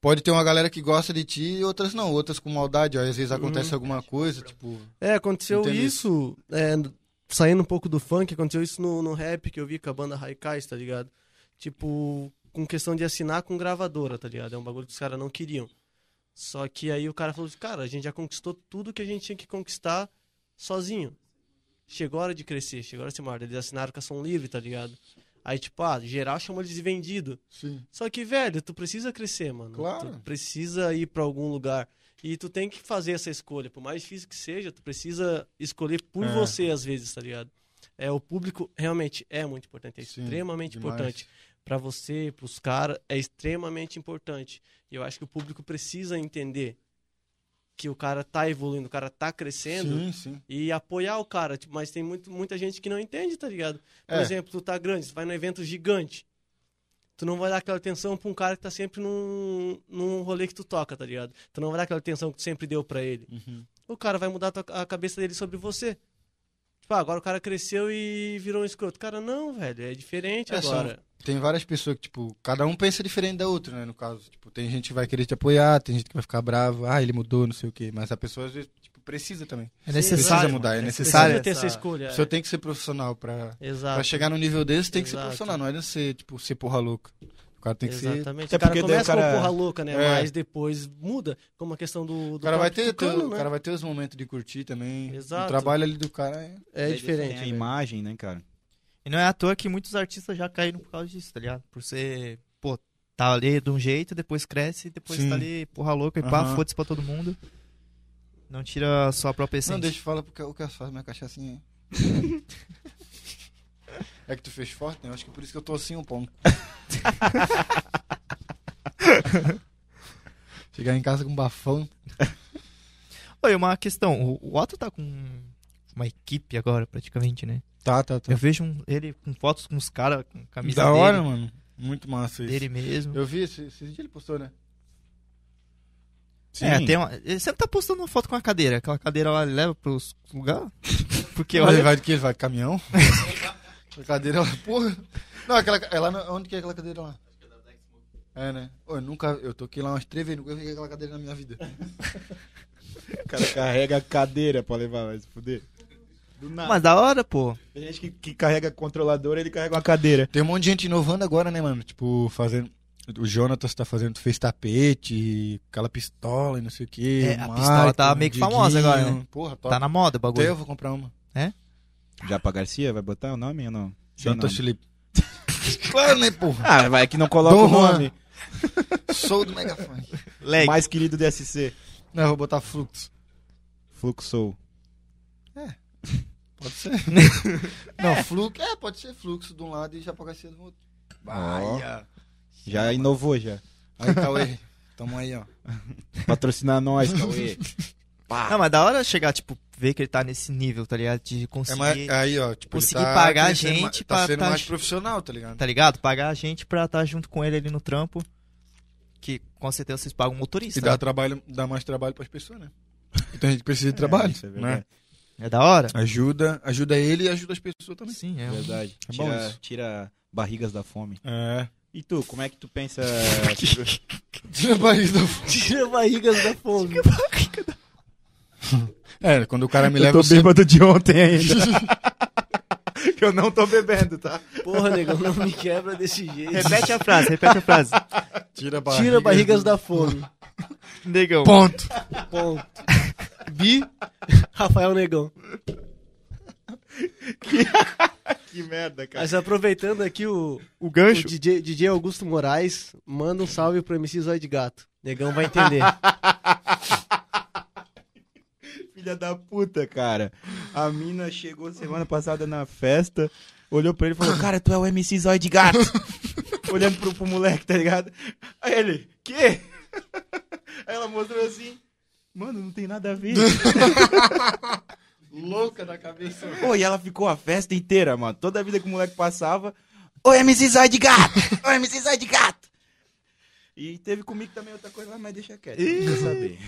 Speaker 1: pode ter uma galera que gosta de ti e outras não, outras com maldade, ó, às vezes acontece alguma coisa, tipo,
Speaker 5: É, aconteceu
Speaker 1: Entendo
Speaker 5: isso, é, saindo um pouco do funk, aconteceu isso no, no rap que eu vi com a banda Raikais, tá ligado? Tipo, com questão de assinar com gravadora, tá ligado? É um bagulho que os caras não queriam. Só que aí o cara falou assim, cara, a gente já conquistou tudo que a gente tinha que conquistar sozinho. Chegou a hora de crescer, chegou a hora de ser maior. Eles assinaram com a Som Livre, tá ligado? Aí, tipo, ah, geral chamou eles de vendido.
Speaker 1: sim,
Speaker 5: Só que, velho, tu precisa crescer, mano.
Speaker 1: Claro.
Speaker 5: Tu precisa ir pra algum lugar. E tu tem que fazer essa escolha. Por mais difícil que seja, tu precisa escolher por
Speaker 1: É.
Speaker 5: você, às vezes, tá ligado? É, o público realmente é muito importante. É
Speaker 1: Sim,
Speaker 5: extremamente
Speaker 1: demais.
Speaker 5: importante. Pra você, pros caras, é extremamente importante. E eu acho que o público precisa entender que o cara tá evoluindo, o cara tá crescendo
Speaker 1: sim, sim.
Speaker 5: e apoiar o cara. Tipo, mas tem muito, muita gente que não entende, tá ligado? Por
Speaker 1: É.
Speaker 5: exemplo, tu tá grande, tu vai num evento gigante. Tu não vai dar aquela atenção pra um cara que tá sempre num, num rolê que tu toca, tá ligado? Tu não vai dar aquela atenção que tu sempre deu pra ele.
Speaker 1: Uhum.
Speaker 5: O cara vai mudar a tua- a cabeça dele sobre você. Tipo, ah, agora o cara cresceu e virou um escroto. Cara, não, velho, é diferente
Speaker 1: É, são-
Speaker 5: agora.
Speaker 1: Tem várias pessoas que tipo, cada um pensa diferente da outra, né, no caso, tipo, tem gente que vai querer te apoiar, tem gente que vai ficar bravo, ah, ele mudou, não sei o quê, mas a pessoa às vezes tipo precisa também.
Speaker 2: É
Speaker 1: Precisa
Speaker 2: necessário.
Speaker 1: mudar, é necessário.
Speaker 5: Precisa ter essa escolha.
Speaker 1: A
Speaker 5: é.
Speaker 1: pessoa tem que ser profissional pra Pra
Speaker 5: Exato.
Speaker 1: chegar num nível desse, tem que ser
Speaker 5: Exato.
Speaker 1: profissional. Não é ser, tipo, ser porra louca. O cara tem que ser...
Speaker 5: Exatamente.
Speaker 3: Até
Speaker 5: o cara
Speaker 3: porque daí o
Speaker 5: começa
Speaker 3: cara-
Speaker 5: com porra louca, né?
Speaker 1: É.
Speaker 5: Mas depois muda. Como a questão do. do
Speaker 1: O cara, vai ter,
Speaker 5: próprio Tucano,
Speaker 1: o
Speaker 5: né?
Speaker 1: cara vai ter os momentos de curtir também.
Speaker 5: Exato.
Speaker 1: O trabalho ali do cara é...
Speaker 5: É
Speaker 3: Tem a
Speaker 5: diferente.
Speaker 3: imagem, né, cara?
Speaker 2: E não é à toa que muitos artistas já caíram por causa disso, tá ligado? Por ser, pô, tá ali de um jeito, depois cresce, depois
Speaker 1: Sim.
Speaker 2: tá ali porra louca e pá,
Speaker 1: Aham.
Speaker 2: foda-se pra todo mundo. Não tira a sua própria essência.
Speaker 1: Não, deixa eu falar porque o que eu faço, minha cachaçinha é... é que tu fez forte, né? Eu acho que por isso que eu tô assim um ponto. Chegar em casa com um bafão.
Speaker 2: Oi, uma questão. O, o Otto tá com uma equipe agora, praticamente, né?
Speaker 1: Tá, tá,
Speaker 2: Eu vejo um- ele com fotos com os caras, com camisa
Speaker 1: Da
Speaker 2: dele,
Speaker 1: hora, mano. Muito massa isso.
Speaker 2: dele mesmo.
Speaker 1: Eu vi, esse, esse dia ele postou, né?
Speaker 3: Sim.
Speaker 2: É, tem uma- ele sempre tá postando uma foto com uma cadeira. Aquela cadeira lá ele leva pros lugares. Porque
Speaker 1: Mas ele
Speaker 2: olha.
Speaker 1: vai de que? Ele vai de caminhão? a cadeira, ela, porra. Não, aquela, ela, não- onde que é aquela cadeira lá? É, né? Ô, eu nunca, eu toquei lá umas três vezes, nunca vi aquela cadeira na minha vida. um-
Speaker 3: O cara carrega a cadeira pra levar, vai se fuder. Do nada.
Speaker 2: Mas da hora, pô.
Speaker 3: Tem gente que, que carrega controlador, ele carrega uma cadeira.
Speaker 1: Tem um monte de gente inovando agora, né, mano? Tipo, fazendo... O Jonatas tá fazendo, fez tapete, aquela pistola e não sei o que.
Speaker 2: É, a pistola tá meio que famosa agora, né?
Speaker 1: Porra, top.
Speaker 2: Tá na moda o
Speaker 1: Até eu
Speaker 2: bagulho.
Speaker 1: vou comprar uma.
Speaker 3: Já pra Garcia, vai botar o nome ou não? Sem
Speaker 1: Jonatas
Speaker 3: nome.
Speaker 1: Felipe. claro, né, porra?
Speaker 3: Ah, vai que não coloca
Speaker 1: Dom
Speaker 3: o nome.
Speaker 1: Sou do megafone. É.
Speaker 2: Leg.
Speaker 3: Mais querido DSC.
Speaker 1: Não, eu vou botar fluxo.
Speaker 3: Fluxou.
Speaker 1: Pode ser. não, fluxo... É, pode ser fluxo de um lado e japocacia do outro. Bahia.
Speaker 3: Já inovou, já.
Speaker 1: Aí, Cauê, tamo aí, ó.
Speaker 3: Patrocinar nós, É, Cauê.
Speaker 1: Ah.
Speaker 2: Não, mas da hora chegar, tipo, ver que ele tá nesse nível, tá ligado? De
Speaker 1: É
Speaker 2: conseguir,
Speaker 1: mais, aí, ó, tipo, ele
Speaker 2: conseguir
Speaker 1: tá
Speaker 2: pagar a
Speaker 1: crescendo
Speaker 2: gente
Speaker 1: mais- tá
Speaker 2: pra
Speaker 1: sendo
Speaker 2: tá
Speaker 1: mais
Speaker 2: ju-
Speaker 1: profissional, tá ligado?
Speaker 2: tá ligado? Pagar a gente pra estar junto com ele ali no trampo. Que com certeza vocês pagam o motorista.
Speaker 1: E dá, trabalho, dá mais trabalho pras pessoas, né? Então a gente precisa de trabalho,
Speaker 3: isso é
Speaker 1: né?
Speaker 3: verdade.
Speaker 2: né? É da hora?
Speaker 1: Ajuda, ajuda ele e ajuda as pessoas também.
Speaker 2: Sim, é. um-
Speaker 3: Verdade.
Speaker 1: É bom
Speaker 3: Tira,
Speaker 1: isso.
Speaker 3: tira barrigas da fome.
Speaker 1: É.
Speaker 3: E tu, como é que tu pensa...
Speaker 1: Tira a barriga do...
Speaker 5: Tira barrigas da fome.
Speaker 1: É, quando o cara me leva... eu sempre-
Speaker 3: bêbado de ontem ainda. eu não tô bebendo, tá?
Speaker 5: Porra, negão, não me quebra desse jeito.
Speaker 2: Repete a frase, repete a frase.
Speaker 1: Tira a É barriga.
Speaker 5: Tira barrigas da fome.
Speaker 2: Negão.
Speaker 1: Ponto.
Speaker 5: Ponto. Bi, Rafael Negão.
Speaker 3: Que merda, cara.
Speaker 5: Mas aproveitando aqui o,
Speaker 2: O
Speaker 5: o
Speaker 2: gancho.
Speaker 5: DJ, DJ Augusto Moraes, manda um salve pro MC Zóio de Gato. Negão vai entender.
Speaker 3: Filha da puta, cara. A mina chegou semana passada na festa, olhou pra ele e falou: Cara, tu é o MC Zóio de Gato. Olhando pro, pro moleque, tá ligado? Aí ele: Quê? Aí ela mostrou assim: Mano, não tem nada a ver.
Speaker 1: Louca da cabeça.
Speaker 3: Pô, e ela ficou a festa inteira, mano. Toda a vida que o moleque passava. Ô, MC Zóio de gato! Ô, MC Zóio de gato! E teve comigo também outra coisa lá, mas deixa quieto. Ninguém precisa saber.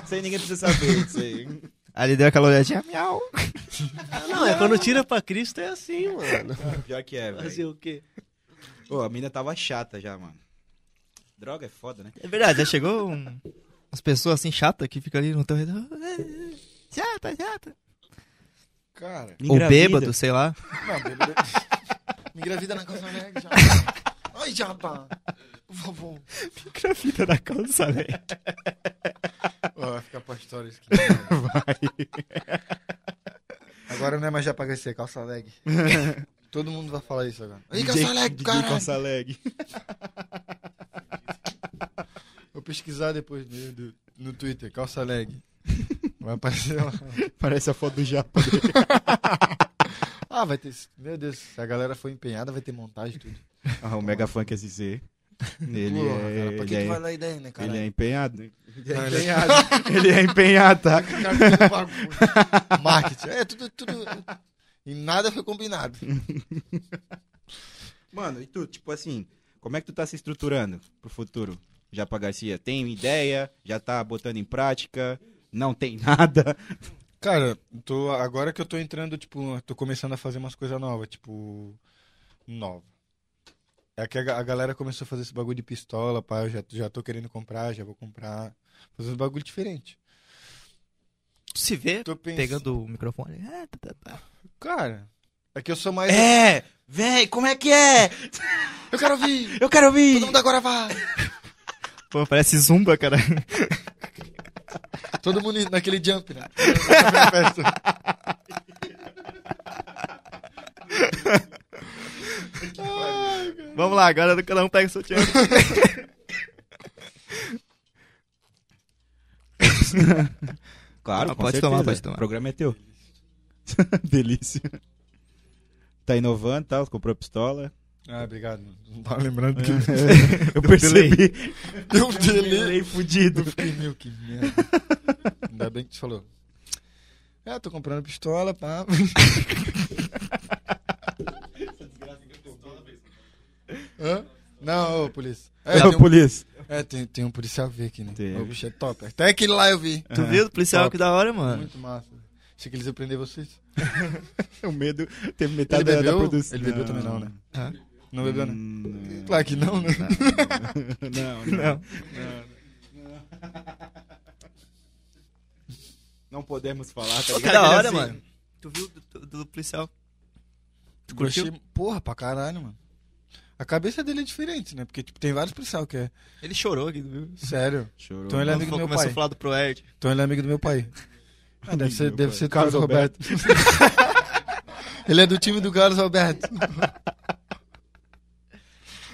Speaker 3: isso aí ninguém precisa saber. Isso aí.
Speaker 2: Ali deu aquela olhadinha, miau.
Speaker 5: Ah, não, é quando tira pra Cristo é assim, mano.
Speaker 3: Pior que é,
Speaker 5: Fazer
Speaker 3: velho.
Speaker 5: o quê?
Speaker 3: Pô, a mina tava chata já, mano. Droga é foda, né?
Speaker 2: É verdade, já chegou um- umas pessoas assim chatas que ficam ali no teu redor. Chata, chata.
Speaker 1: Cara,
Speaker 2: Ou bêbado, sei lá.
Speaker 1: não, bêbado. Me engravida na calça negra, já. Ai, japa. Por favor.
Speaker 2: Fica fita da calça, velho.
Speaker 1: Ó, vai ficar pra história isso aqui. Agora não é mais já pra crescer, calça leg. Todo mundo vai falar isso agora. Ei, calça leg, do caralho.
Speaker 3: Calça leg.
Speaker 1: Vou pesquisar depois no, do- no Twitter, calça leg. Vai aparecer lá.
Speaker 3: Parece a foto do Japa.
Speaker 1: Ah, vai ter. Meu Deus, se a galera for empenhada, vai ter montagem e tudo.
Speaker 3: Ah, o Mega Funk SC. Ele
Speaker 1: Porra,
Speaker 3: é.
Speaker 1: cara, pra que tu
Speaker 3: ele é-
Speaker 1: vai lá e daí, né, cara?
Speaker 3: Ele é empenhado. né?
Speaker 1: Não, ele é empenhado.
Speaker 3: Ele é empenhado, tá?
Speaker 1: Cara, tudo bagulho. Marketing. É, tudo, tudo. E nada foi combinado.
Speaker 3: Mano, e tu, tipo assim, como é que tu tá se estruturando pro futuro? Japa Garcia, tem ideia? Já tá botando em prática? Não tem nada?
Speaker 1: Cara, tô, agora que eu tô entrando, tipo, tô começando a fazer umas coisas novas, tipo, nova. É que a, ga- a galera começou a fazer esse bagulho de pistola, pá, eu já, já tô querendo comprar, já vou comprar, fazer uns bagulho diferente.
Speaker 2: Tu se vê
Speaker 1: Tô pensando,
Speaker 2: pegando o microfone. Ah, tá, tá, tá.
Speaker 1: cara, é que eu sou mais...
Speaker 3: É! Véi, como é que é?
Speaker 1: Eu quero ouvir!
Speaker 3: Eu quero ouvir!
Speaker 1: Todo mundo agora vai!
Speaker 2: Pô, parece zumba, cara.
Speaker 1: Todo mundo naquele jump, né? Na festa.
Speaker 2: Vamos lá, agora cada um pega o seu time.
Speaker 3: Claro,
Speaker 2: Ah,
Speaker 3: com
Speaker 2: pode
Speaker 3: certeza.
Speaker 2: tomar, pode tomar.
Speaker 3: O programa é teu. Delícia. Tá inovando, tá? Comprou pistola.
Speaker 1: Ah, obrigado, mano. não tava lembrando que
Speaker 3: Eu percebi.
Speaker 1: deu um delay.
Speaker 3: fudido.
Speaker 1: Eu fiquei, meu, que merda. Ainda bem que tu falou. É, tô comprando pistola, pá. Hã? Não, ô, polícia. É, tem,
Speaker 3: Ô,
Speaker 1: um,
Speaker 3: Tá, polícia.
Speaker 1: é, tem- tem um policial V aqui, né?
Speaker 3: Tem.
Speaker 1: O bicho é top. Até aquele lá eu vi.
Speaker 2: Tu viu do policial
Speaker 1: Top.
Speaker 2: que da hora, mano?
Speaker 1: Muito massa. Achei que eles iam prender vocês.
Speaker 3: O medo teve metade
Speaker 1: Ele
Speaker 3: da- da
Speaker 1: bebeu?
Speaker 3: produção.
Speaker 1: Ele bebeu também não, né?
Speaker 2: Hã?
Speaker 1: Não bebeu, né?
Speaker 3: Hum,
Speaker 1: Claro que não, né?
Speaker 3: Não, não.
Speaker 2: Não.
Speaker 3: Não podemos falar, tá
Speaker 2: Pô,
Speaker 3: ligado?
Speaker 2: que da
Speaker 1: Ele
Speaker 2: hora,
Speaker 1: assim.
Speaker 2: mano. Tu viu do, do- do policial? Tu
Speaker 1: Eu
Speaker 2: curtiu?
Speaker 1: achei, porra, pra caralho, mano. A cabeça dele é diferente, né? Porque tipo, tem vários policial que é.
Speaker 2: Ele chorou aqui, viu?
Speaker 1: Sério.
Speaker 3: Chorou.
Speaker 1: Então ele é amigo do
Speaker 2: Quando
Speaker 1: meu
Speaker 2: começou
Speaker 1: pai.
Speaker 2: a falar do Proerd.
Speaker 1: Então ele é amigo do meu pai. Ah, deve ser,
Speaker 3: do meu
Speaker 1: deve
Speaker 3: pai.
Speaker 1: ser do
Speaker 3: Carlos
Speaker 1: Carlos Roberto. ele é do time do Carlos Alberto.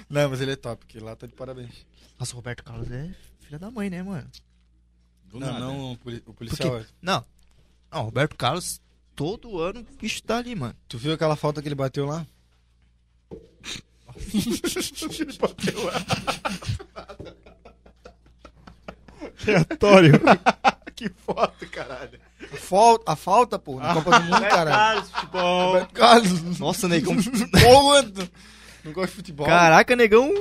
Speaker 1: Não, mas ele é top, que lá tá de parabéns.
Speaker 2: Nossa, o Roberto Carlos é filha da mãe, né, mano?
Speaker 3: Do
Speaker 1: não,
Speaker 3: nada.
Speaker 1: não, o poli- o policial. é-
Speaker 2: Não. Não, o Roberto Carlos, todo ano o bicho tá ali, mano.
Speaker 1: Tu viu aquela falta que ele bateu lá?
Speaker 3: Aleatório. que foto, caralho.
Speaker 1: A falta, a falta pô, na Copa do Mundo, caralho.
Speaker 5: futebol.
Speaker 1: Roberto Carlos.
Speaker 2: Nossa, negão.
Speaker 1: Boa, Não gosta de futebol.
Speaker 2: Caraca, negão.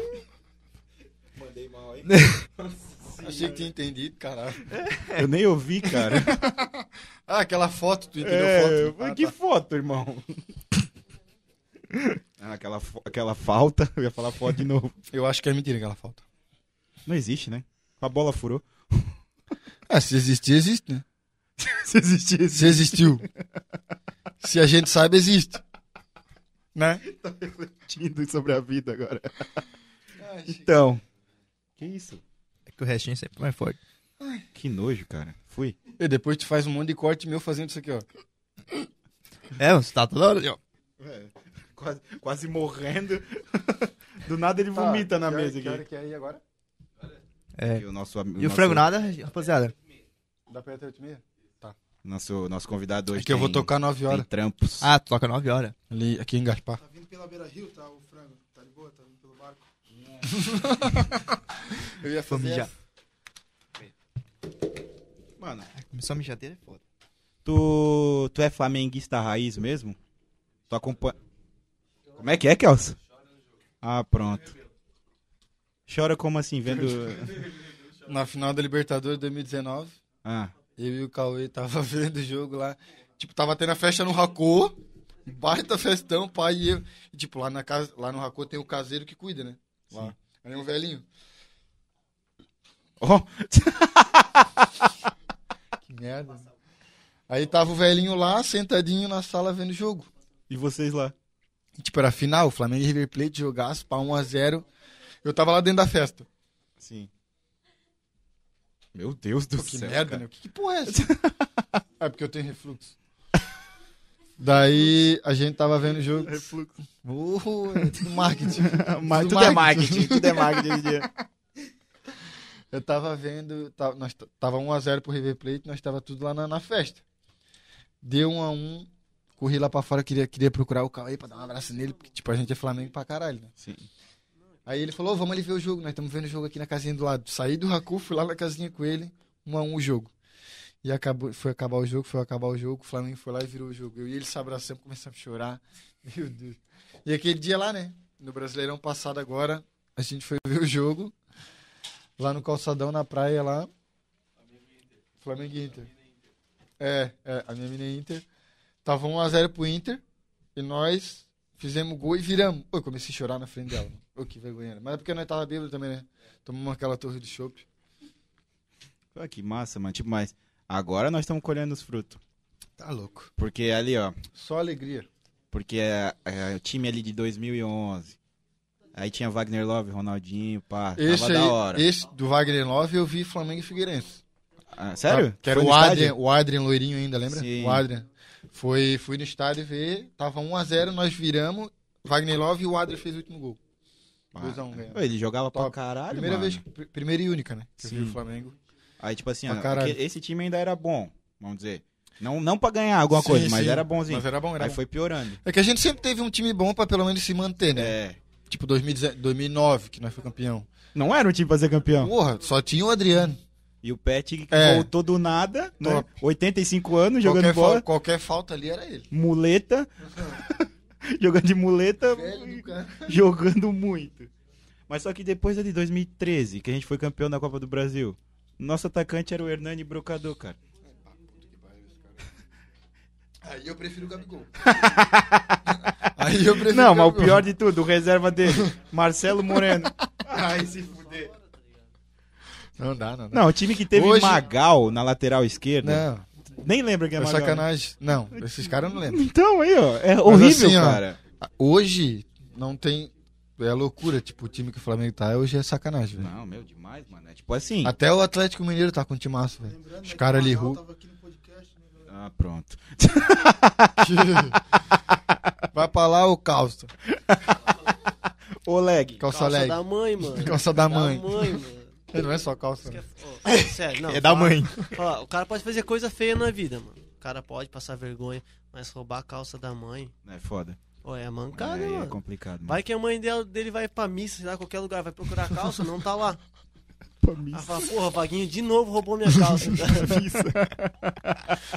Speaker 3: Mandei mal, hein?
Speaker 1: Achei que tinha entendido, caralho.
Speaker 3: Eu nem ouvi, cara.
Speaker 1: Ah, aquela foto, tu entendeu
Speaker 3: É,
Speaker 1: foto? Ah,
Speaker 3: que
Speaker 1: tá.
Speaker 3: foto, irmão? Ah, aquela, fo- aquela falta, eu ia falar foto de novo.
Speaker 1: Eu acho que é mentira aquela falta.
Speaker 3: Não existe, né? A bola furou.
Speaker 1: Ah, se existir, existe, né?
Speaker 3: Se existisse.
Speaker 1: Se existiu. Se a gente sabe, existe. Né?
Speaker 3: Tindo sobre a vida agora. Então. Que isso?
Speaker 2: É que o restinho é sempre mais forte.
Speaker 3: Que nojo, cara. Fui.
Speaker 1: E depois tu faz um monte de corte meu fazendo isso aqui, ó.
Speaker 2: É, você tá toda hora ali, ó.
Speaker 3: É, Quase, quase morrendo. Do nada ele vomita na mesa aqui.
Speaker 1: que é aí agora?
Speaker 2: É.
Speaker 3: E o nosso, am-
Speaker 2: E o
Speaker 3: nosso-
Speaker 2: frango nada, rapaziada.
Speaker 1: Dá pra ir até 8 h
Speaker 3: Nosso, nosso convidado hoje.
Speaker 1: Aqui eu vou
Speaker 3: tem-
Speaker 1: tocar 9
Speaker 3: tem
Speaker 1: horas.
Speaker 3: trampos.
Speaker 2: Ah, toca 9 horas.
Speaker 1: Ali, aqui em Gaspar.
Speaker 4: Tá vindo pela beira rio, tá? O frango. Tá de boa? Tá vindo pelo barco.
Speaker 1: Eu ia
Speaker 2: Vou mijar.
Speaker 3: Mano,
Speaker 2: Começou a mijadeira, é foda.
Speaker 3: Tu, tu é flamenguista raiz mesmo? Tu acompanha. Como é que é, Kelso? Ah, pronto. Chora como assim, vendo.
Speaker 1: Na final da Libertadores 2019,
Speaker 3: Ah,
Speaker 1: eu e o Cauê tava vendo o jogo lá. Tipo, tava tendo a festa no Racô. Um Baita festão, pai e eu. E, tipo, lá, na casa, lá no Racô tem o caseiro que cuida, né? Lá. Aí um velhinho.
Speaker 3: ó,
Speaker 1: Que merda. Aí tava o velhinho lá, sentadinho na sala vendo o jogo.
Speaker 3: e vocês lá?
Speaker 1: E, tipo, era final, Flamengo e River Plate, jogasse pra 1x0. Eu tava lá dentro da festa.
Speaker 3: Sim. Meu Deus do
Speaker 1: Pô, que
Speaker 3: céu.
Speaker 1: merda,
Speaker 3: cara.
Speaker 1: né? Que, que porra é essa? é porque eu tenho refluxo. Daí a gente tava vendo o jogo. Refluxo. Uh, é tudo marketing.
Speaker 3: Mas
Speaker 1: Tudo
Speaker 3: tudo é marketing, tudo é marketing hoje em dia.
Speaker 1: Eu tava vendo. Tava, nós, t- tava 1x0 pro River Plate, nós tava tudo lá na, na festa. Deu 1x1, corri lá pra fora, queria, queria procurar o Cauê pra dar um abraço nele, porque tipo, a gente é Flamengo pra caralho, né?
Speaker 3: Sim.
Speaker 1: Aí ele falou, "Ô, vamos ali ver o jogo, nós estamos vendo o jogo aqui na casinha do lado. Saí do Raku, fui lá na casinha com ele, 1x1 o jogo. E acabou, foi acabar o jogo, foi acabar o jogo, o Flamengo foi lá e virou o jogo. Eu e ele se abraçamos, começamos a chorar. Meu Deus. E aquele dia lá, né? No Brasileirão passado agora, a gente foi ver o jogo lá no calçadão na praia lá. Flamengo e Inter. É, é, a minha mina é Inter. Tava 1x0 pro Inter. E nós fizemos gol e viramos. Pô, Eu comecei a chorar na frente dela. mano. Ô, que vergonha. né? Mas é porque nós tava bêbado também, né? Tomamos aquela torre de chopp.
Speaker 3: Pô, que massa, mano. Tipo, mas agora nós estamos colhendo os frutos.
Speaker 1: Tá louco.
Speaker 3: Porque ali, ó.
Speaker 1: Só alegria.
Speaker 3: Porque é, é o time ali de 2011. Aí tinha Wagner Love, Ronaldinho, pá.
Speaker 1: Esse
Speaker 3: tava
Speaker 1: aí,
Speaker 3: da hora.
Speaker 1: esse do Wagner 9, eu vi Flamengo e Figueirense.
Speaker 3: Ah, sério?
Speaker 1: Que era
Speaker 3: Foi
Speaker 1: o
Speaker 3: no
Speaker 1: Adrian,
Speaker 3: estádio?
Speaker 1: o Adrian loirinho ainda, lembra?
Speaker 3: Sim.
Speaker 1: O Adrian. Foi, fui no estádio ver, tava 1x0, nós viramos, Wagner Love e o Adrian fez o último gol.
Speaker 3: Pá.
Speaker 1: 2x1 ganhamos.
Speaker 3: Pô, Ele jogava pra
Speaker 1: Top.
Speaker 3: caralho,
Speaker 1: Primeira
Speaker 3: Ah, mano.
Speaker 1: vez, pr- primeira e única, né? Que eu vi
Speaker 3: Sim.
Speaker 1: o Flamengo.
Speaker 3: Aí, tipo assim,
Speaker 1: Pra
Speaker 3: ó,
Speaker 1: caralho.
Speaker 3: porque esse time ainda era bom, vamos dizer. Não, não pra ganhar alguma
Speaker 1: Sim,
Speaker 3: coisa, mas
Speaker 1: sim.
Speaker 3: era bonzinho.
Speaker 1: Mas era bom, era
Speaker 3: Aí
Speaker 1: bom.
Speaker 3: foi piorando.
Speaker 1: É que a gente sempre teve um time bom pra pelo menos se manter, né?
Speaker 3: É.
Speaker 1: Tipo 2010 2009, que nós foi campeão.
Speaker 3: Não era um time pra ser campeão.
Speaker 1: Porra, só tinha o Adriano.
Speaker 3: E o Pet que
Speaker 1: É.
Speaker 3: voltou do nada, né?
Speaker 1: Top.
Speaker 3: 85 anos, jogando
Speaker 1: qualquer,
Speaker 3: bola,
Speaker 1: fal- qualquer falta ali era ele.
Speaker 3: muleta. jogando de muleta,
Speaker 1: Velho do cara.
Speaker 3: jogando muito. Mas só que depois da de 2013, que a gente foi campeão da Copa do Brasil, nosso atacante era o Hernani Brocador, cara.
Speaker 1: Aí eu prefiro o Gabigol. Aí eu prefiro
Speaker 3: Não,
Speaker 1: o
Speaker 3: mas o
Speaker 1: Gabigol.
Speaker 3: pior de tudo, o reserva dele, Marcelo Moreno. Ai, se fuder.
Speaker 1: Não dá, não dá.
Speaker 3: Não, o time que teve
Speaker 1: Hoje-
Speaker 3: Magal na lateral esquerda,
Speaker 1: Não,
Speaker 3: nem lembra quem é
Speaker 1: é
Speaker 3: Magal. né?
Speaker 1: sacanagem. Não, esses caras eu não lembram.
Speaker 3: Então aí, ó, é horrível,
Speaker 1: assim, ó,
Speaker 3: cara.
Speaker 1: Hoje não tem... É loucura, tipo, o time que o Flamengo tá hoje é sacanagem, velho.
Speaker 3: Não, meu, demais, mano. É tipo assim.
Speaker 1: Até o Atlético Mineiro tá com um timaço, velho.
Speaker 4: Lembrando,
Speaker 1: Os
Speaker 4: né,
Speaker 1: caras
Speaker 4: que
Speaker 1: ali,
Speaker 4: o Magal
Speaker 1: Hulk.
Speaker 4: tava aqui no podcast, né, galera?
Speaker 3: Ah, pronto.
Speaker 1: Vai pra lá o calça.
Speaker 3: Oleg.
Speaker 1: Calça,
Speaker 5: Calça
Speaker 1: leg.
Speaker 5: da mãe, mano.
Speaker 1: Calça da mãe.
Speaker 5: Da mãe, mano.
Speaker 1: Não é só calça.
Speaker 5: Isso que
Speaker 1: né?
Speaker 5: é fo- ó, sério,
Speaker 2: É
Speaker 1: é
Speaker 5: não, fala- fala, o cara pode fazer coisa feia na vida, mano. O cara pode passar vergonha, mas roubar a calça da mãe,
Speaker 3: É foda.
Speaker 5: ó, é mancada,
Speaker 3: é, é
Speaker 5: mano.
Speaker 3: complicado, mano.
Speaker 5: Vai que a mãe dela- dele vai pra missa, sei lá, qualquer lugar, vai procurar a calça, não tá lá. Ela fala, porra, Vaguinho de novo roubou minha calça. Aí
Speaker 1: Mas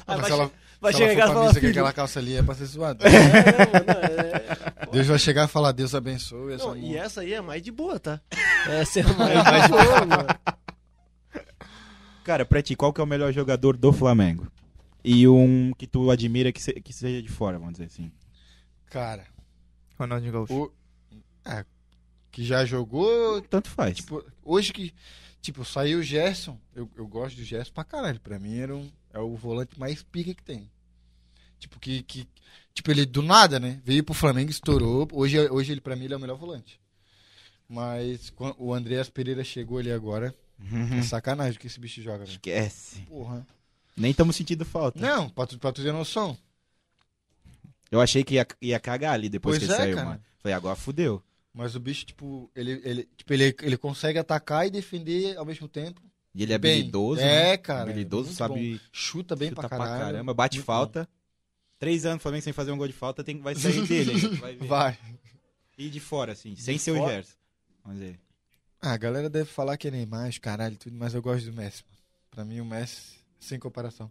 Speaker 5: Ah, vai
Speaker 1: se ela,
Speaker 5: vai
Speaker 1: se ela for
Speaker 5: chegar em casa e
Speaker 1: pra
Speaker 5: falar, assim,
Speaker 1: missa que
Speaker 5: "Filho,
Speaker 1: aquela calça ali é pra ser zoada.
Speaker 5: É, mano, é-
Speaker 1: Deus vai chegar e falar, Deus abençoe essa
Speaker 5: Não, e
Speaker 1: mulher.
Speaker 5: essa aí é mais de boa, tá? Essa é mais de boa, mano.
Speaker 3: Cara, pra ti, qual que é o melhor jogador do Flamengo? E um que tu admira que, se- que seja de fora, vamos dizer assim.
Speaker 5: é-
Speaker 1: Cara,
Speaker 2: Ronaldinho Gaúcho.
Speaker 1: o... é, que já jogou,
Speaker 3: Tanto faz.
Speaker 1: tipo, hoje que, tipo, saiu o Gerson, eu, eu gosto do Gerson pra caralho, pra mim era um, é o volante mais pica que tem. Tipo, que, que, tipo, ele do nada, né, veio pro Flamengo, estourou, hoje, hoje ele pra mim ele é o melhor volante. Mas quan- o Andreas Pereira chegou ali agora,
Speaker 3: Uhum.
Speaker 1: é sacanagem que esse bicho joga, velho.
Speaker 3: Esquece.
Speaker 1: Porra.
Speaker 3: Nem estamos sentindo falta.
Speaker 1: Não, pra tu, pra tu ter noção.
Speaker 3: Eu achei que ia, ia cagar ali depois
Speaker 1: Pois
Speaker 3: que ele
Speaker 1: é,
Speaker 3: saiu,
Speaker 1: cara.
Speaker 3: mano. Falei, agora fudeu.
Speaker 1: Mas o bicho, tipo, ele, ele, tipo, ele, ele consegue atacar e defender ao mesmo tempo.
Speaker 3: E ele é
Speaker 1: Bem,
Speaker 3: habilidoso. né?
Speaker 1: É, cara.
Speaker 3: habilidoso,
Speaker 1: muito
Speaker 3: sabe
Speaker 1: bom. Chuta bem
Speaker 3: chutar
Speaker 1: pra caralho.
Speaker 3: Bate
Speaker 1: Muito
Speaker 3: falta. Três anos Flamengo sem fazer um gol de falta, tem, vai sair dele. ainda, tu vai
Speaker 1: bom.
Speaker 3: ver.
Speaker 1: Vai.
Speaker 3: E de fora, assim, sem ser o
Speaker 1: fora?
Speaker 3: Gerson. Vamos dizer.
Speaker 1: Ah, a galera deve falar que é Neymar, os caralho, e tudo, mas eu gosto do Messi. mano. Pra mim, o Messi, sem comparação.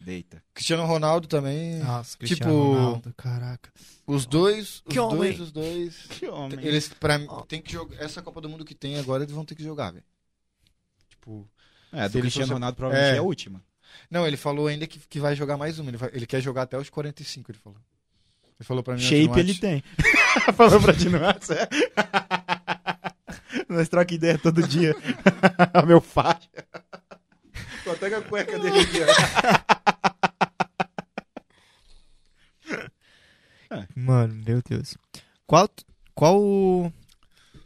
Speaker 3: Deita.
Speaker 1: Cristiano Ronaldo também.
Speaker 3: Ah.
Speaker 2: Nossa, Cristiano
Speaker 1: Cristiano Ronaldo,
Speaker 2: Ronaldo, caraca.
Speaker 1: Os dois, os
Speaker 2: Que
Speaker 1: dois,
Speaker 2: homem.
Speaker 1: os dois.
Speaker 3: Que homem. Ah.
Speaker 1: Eles, pra mim, tem que jogar. Essa Copa do Mundo que tem agora, eles vão ter que jogar, velho. Tipo.
Speaker 3: É, a
Speaker 1: Se
Speaker 3: do
Speaker 1: ele
Speaker 3: Cristiano
Speaker 1: fosse-
Speaker 3: Ronaldo provavelmente
Speaker 1: É.
Speaker 3: é a última.
Speaker 1: Não, ele falou ainda que, que vai jogar mais uma. Ele, vai- ele quer jogar até os 45, ele falou. Ele falou pra mim. ontem é no
Speaker 3: Shape ele
Speaker 1: WhatsApp.
Speaker 3: tem. é Falou pra ti, não é? Sério? Nós troca ideia todo dia. Meu facho.
Speaker 1: Tô até com a cueca dele aqui, ó.
Speaker 2: Mano, meu Deus. Qual. Qual. o-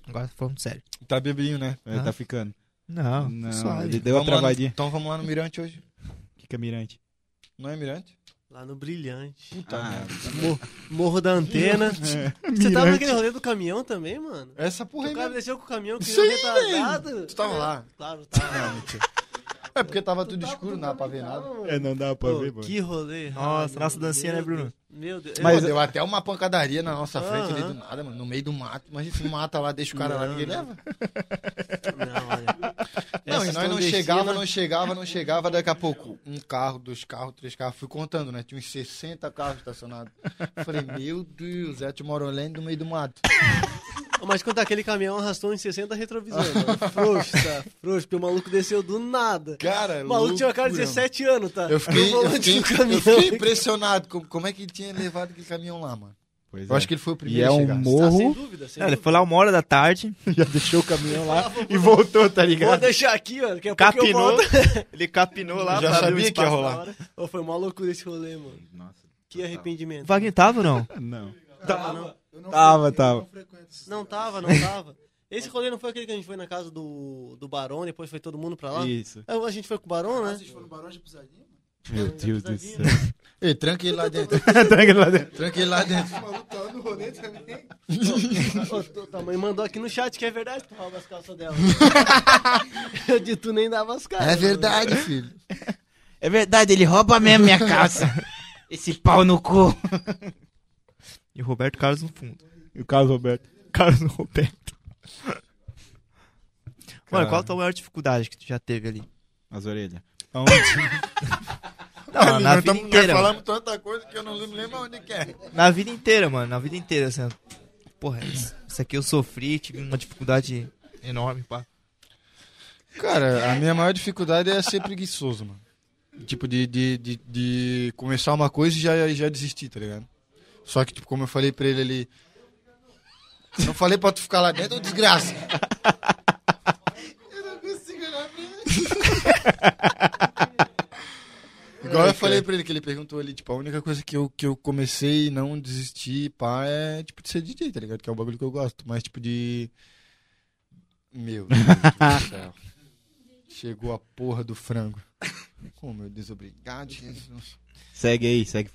Speaker 2: Agora tô falando sério.
Speaker 1: Tá bebinho, né?
Speaker 3: É, tá ficando.
Speaker 2: Não,
Speaker 3: Não,
Speaker 2: suave.
Speaker 3: ele deu a
Speaker 1: Vamos lá no-
Speaker 3: travadinha.
Speaker 1: então vamos lá no Mirante hoje.
Speaker 3: Que que é mirante?
Speaker 1: Não é Mirante?
Speaker 5: Lá no Brilhante.
Speaker 3: Ah,
Speaker 5: Mor- Morro da Antena. Você tava naquele rolê do caminhão também, mano?
Speaker 1: Essa porra aí
Speaker 5: O cara
Speaker 1: mesmo.
Speaker 5: desceu com o caminhão que
Speaker 1: Isso
Speaker 5: nem um
Speaker 1: aí, velho.
Speaker 5: retardado.
Speaker 1: Tu tava lá.
Speaker 5: Claro, tava.
Speaker 1: É porque tava
Speaker 5: Tu
Speaker 1: tudo
Speaker 5: tava,
Speaker 1: escuro,
Speaker 5: tu
Speaker 1: não dava pra
Speaker 5: também
Speaker 1: ver nada.
Speaker 5: tava, mano.
Speaker 3: É, não dá pra
Speaker 5: Pô,
Speaker 3: ver, mano.
Speaker 5: que rolê.
Speaker 2: Nossa, nossa
Speaker 5: errado, mano.
Speaker 2: dancinha,
Speaker 5: Meu
Speaker 2: né, Bruno?
Speaker 5: Deus. Meu Deus.
Speaker 1: Mas é-
Speaker 3: Mas-
Speaker 1: deu até uma pancadaria na nossa frente ali
Speaker 5: Aham.
Speaker 1: do nada, mano. No meio do mato. Imagina se mata lá, deixa o cara lá,
Speaker 5: Não,
Speaker 1: ninguém
Speaker 5: não.
Speaker 1: leva.
Speaker 5: Não, olha.
Speaker 1: Não, e
Speaker 5: Essa
Speaker 1: nós não
Speaker 5: clandestina-
Speaker 1: chegava, não chegava, não chegava. Daqui a pouco, um carro, dois carros, três carros. Fui contando, né? Tinha uns 60 carros estacionados. Falei, meu Deus, é Tomorrowland no meio do mato.
Speaker 5: Mas quando aquele caminhão arrastou uns 60 retrovisores, mano. Frouxo, tá? Frouxo, porque o maluco desceu do nada.
Speaker 1: Cara, é
Speaker 5: O maluco tinha uma cara de
Speaker 1: loucura, mano.
Speaker 5: 17 anos, tá?
Speaker 1: Eu fiquei,
Speaker 5: O
Speaker 1: eu
Speaker 5: volante
Speaker 1: fiquei,
Speaker 5: do caminhão.
Speaker 1: eu fiquei impressionado com como é que ele tinha levado aquele caminhão lá, mano.
Speaker 3: Pois
Speaker 1: Eu
Speaker 3: é.
Speaker 1: acho que ele foi o
Speaker 3: E
Speaker 1: primeiro
Speaker 3: é
Speaker 1: a
Speaker 3: um
Speaker 1: chegar. assim.
Speaker 5: Tá, sem
Speaker 3: morro,
Speaker 5: dúvida, sem
Speaker 2: Não, ele
Speaker 5: dúvida.
Speaker 2: foi lá uma hora da tarde,
Speaker 3: já deixou o caminhão lá
Speaker 5: Falava,
Speaker 3: e voltou, tá
Speaker 5: Vou
Speaker 3: ligado?
Speaker 5: deixar aqui, ó. Daqui a pouco eu
Speaker 2: capinou.
Speaker 5: volto.
Speaker 2: ele capinou lá
Speaker 1: Já
Speaker 2: pra abrir o
Speaker 1: sabia que ia
Speaker 2: espaço
Speaker 1: rolar.
Speaker 2: na hora.
Speaker 5: Ô, foi uma loucura esse rolê, mano.
Speaker 3: Nossa.
Speaker 5: Que arrependimento.
Speaker 2: O Wagner tava ou não?
Speaker 3: Não.
Speaker 1: tá.
Speaker 5: Tava, não.
Speaker 4: Eu não
Speaker 3: Tava,
Speaker 4: frequento-
Speaker 3: tava.
Speaker 4: Eu não frequento esses
Speaker 5: Não
Speaker 4: lugares.
Speaker 5: tava, não tava. Esse rolê não foi aquele que a gente foi na casa do, do Barão, depois foi todo mundo pra lá?
Speaker 3: Isso.
Speaker 5: Aí A gente foi com o Barão,
Speaker 4: Ah,
Speaker 5: né?
Speaker 4: vocês foram no Barão de Pisadinha? mano?
Speaker 3: Meu Deus do
Speaker 5: Pisadinha,
Speaker 3: céu.
Speaker 1: Ei, tranca ele lá dentro. tá
Speaker 3: Tranquilo lá dentro.
Speaker 1: Tranca ele lá dentro.
Speaker 4: O maluco tava no rolê também.
Speaker 5: Ô, tu- tua mãe mandou aqui no chat que é verdade que tu rouba as calças dela. Eu de tu nem dava as calças.
Speaker 1: É verdade, filho.
Speaker 3: É verdade, ele rouba mesmo minha calça. Esse pau no cu.
Speaker 2: E o Roberto Carlos no fundo.
Speaker 3: E o Carlos Roberto.
Speaker 2: Carlos Roberto. Mano, qual a tua maior dificuldade que tu já teve ali?
Speaker 3: As orelhas.
Speaker 2: Não, na
Speaker 1: nós
Speaker 2: vida
Speaker 1: tamo-
Speaker 2: inteira. mano.
Speaker 1: falamos tanta coisa que eu não lembro nem mais onde que é.
Speaker 2: Na vida inteira, mano. Na vida inteira, assim. Porra, isso, isso aqui eu sofri, tive uma dificuldade enorme, pá.
Speaker 1: Cara, a minha maior dificuldade é ser preguiçoso, mano. Tipo, de, de, de, de começar uma coisa e já, já desistir, tá ligado? Só que, tipo, como eu falei pra ele ali. Não falei pra tu ficar lá dentro, ô desgraça.
Speaker 4: Eu não consigo olhar pra ele.
Speaker 1: Igual eu falei pra ele, que ele perguntou ali, tipo, a única coisa que eu, que eu comecei e não desisti, pá, é, tipo, de ser DJ, tá ligado? Que é um bagulho que eu gosto, mas, tipo, de... Meu Deus do céu. Chegou a porra do frango. Como, meu Deus, obrigado, Jesus.
Speaker 3: Segue aí, segue.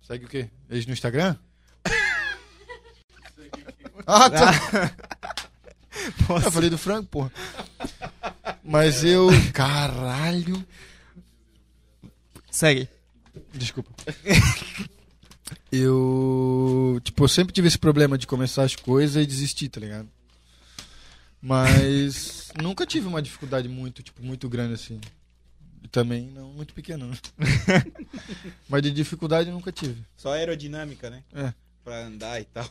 Speaker 1: Segue o quê? Eles no Instagram? ah, tá. Eu falei do frango, porra. Mas eu... Caralho.
Speaker 2: Segue.
Speaker 1: Desculpa. eu. Tipo, eu sempre tive esse problema de começar as coisas e desistir, tá ligado? Mas nunca tive uma dificuldade muito, tipo, muito grande assim. E também não muito pequena, né? Mas de dificuldade eu nunca tive.
Speaker 3: Só aerodinâmica, né?
Speaker 1: É.
Speaker 3: Pra andar e tal.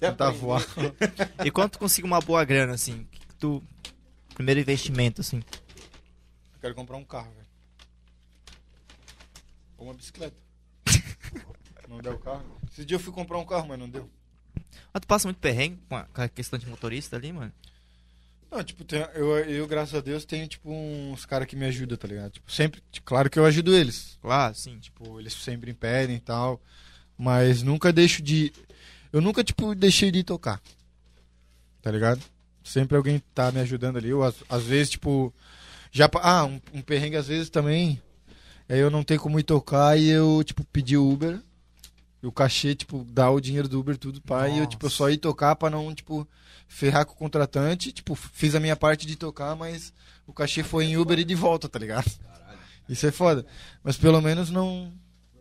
Speaker 1: Tentar voar.
Speaker 2: E quando tu conseguir uma boa grana, assim? que que tu. Primeiro investimento, assim.
Speaker 1: Eu quero comprar um carro, velho. Ou uma bicicleta. Não deu o carro. Esse dia eu fui comprar um carro, mas não deu.
Speaker 2: Ah, tu passa muito perrengue com a, com a questão de motorista ali, mano?
Speaker 1: Não, tipo, tem- eu, eu, graças a Deus, tenho, tipo, uns caras que me ajudam, tá ligado? Tipo, sempre, tipo, claro que eu ajudo eles.
Speaker 2: Claro, sim, tipo.
Speaker 1: Tipo, eles sempre impedem e tal. Mas nunca deixo de. Eu nunca, tipo, deixei de tocar. Tá ligado? Sempre alguém tá me ajudando ali. Ou às, às vezes, tipo. Já, pa- ah, um, um perrengue às vezes também. É eu não tenho como ir tocar e eu, tipo, pedi o Uber. E o cachê, tipo, dá o dinheiro do Uber, tudo, pá. E eu, tipo,
Speaker 2: Nossa.
Speaker 1: só ir tocar pra não, tipo, ferrar com o contratante. Tipo, fiz a minha parte de tocar, mas o cachê foi em Uber e de volta, tá ligado? Isso é foda. Mas pelo menos não.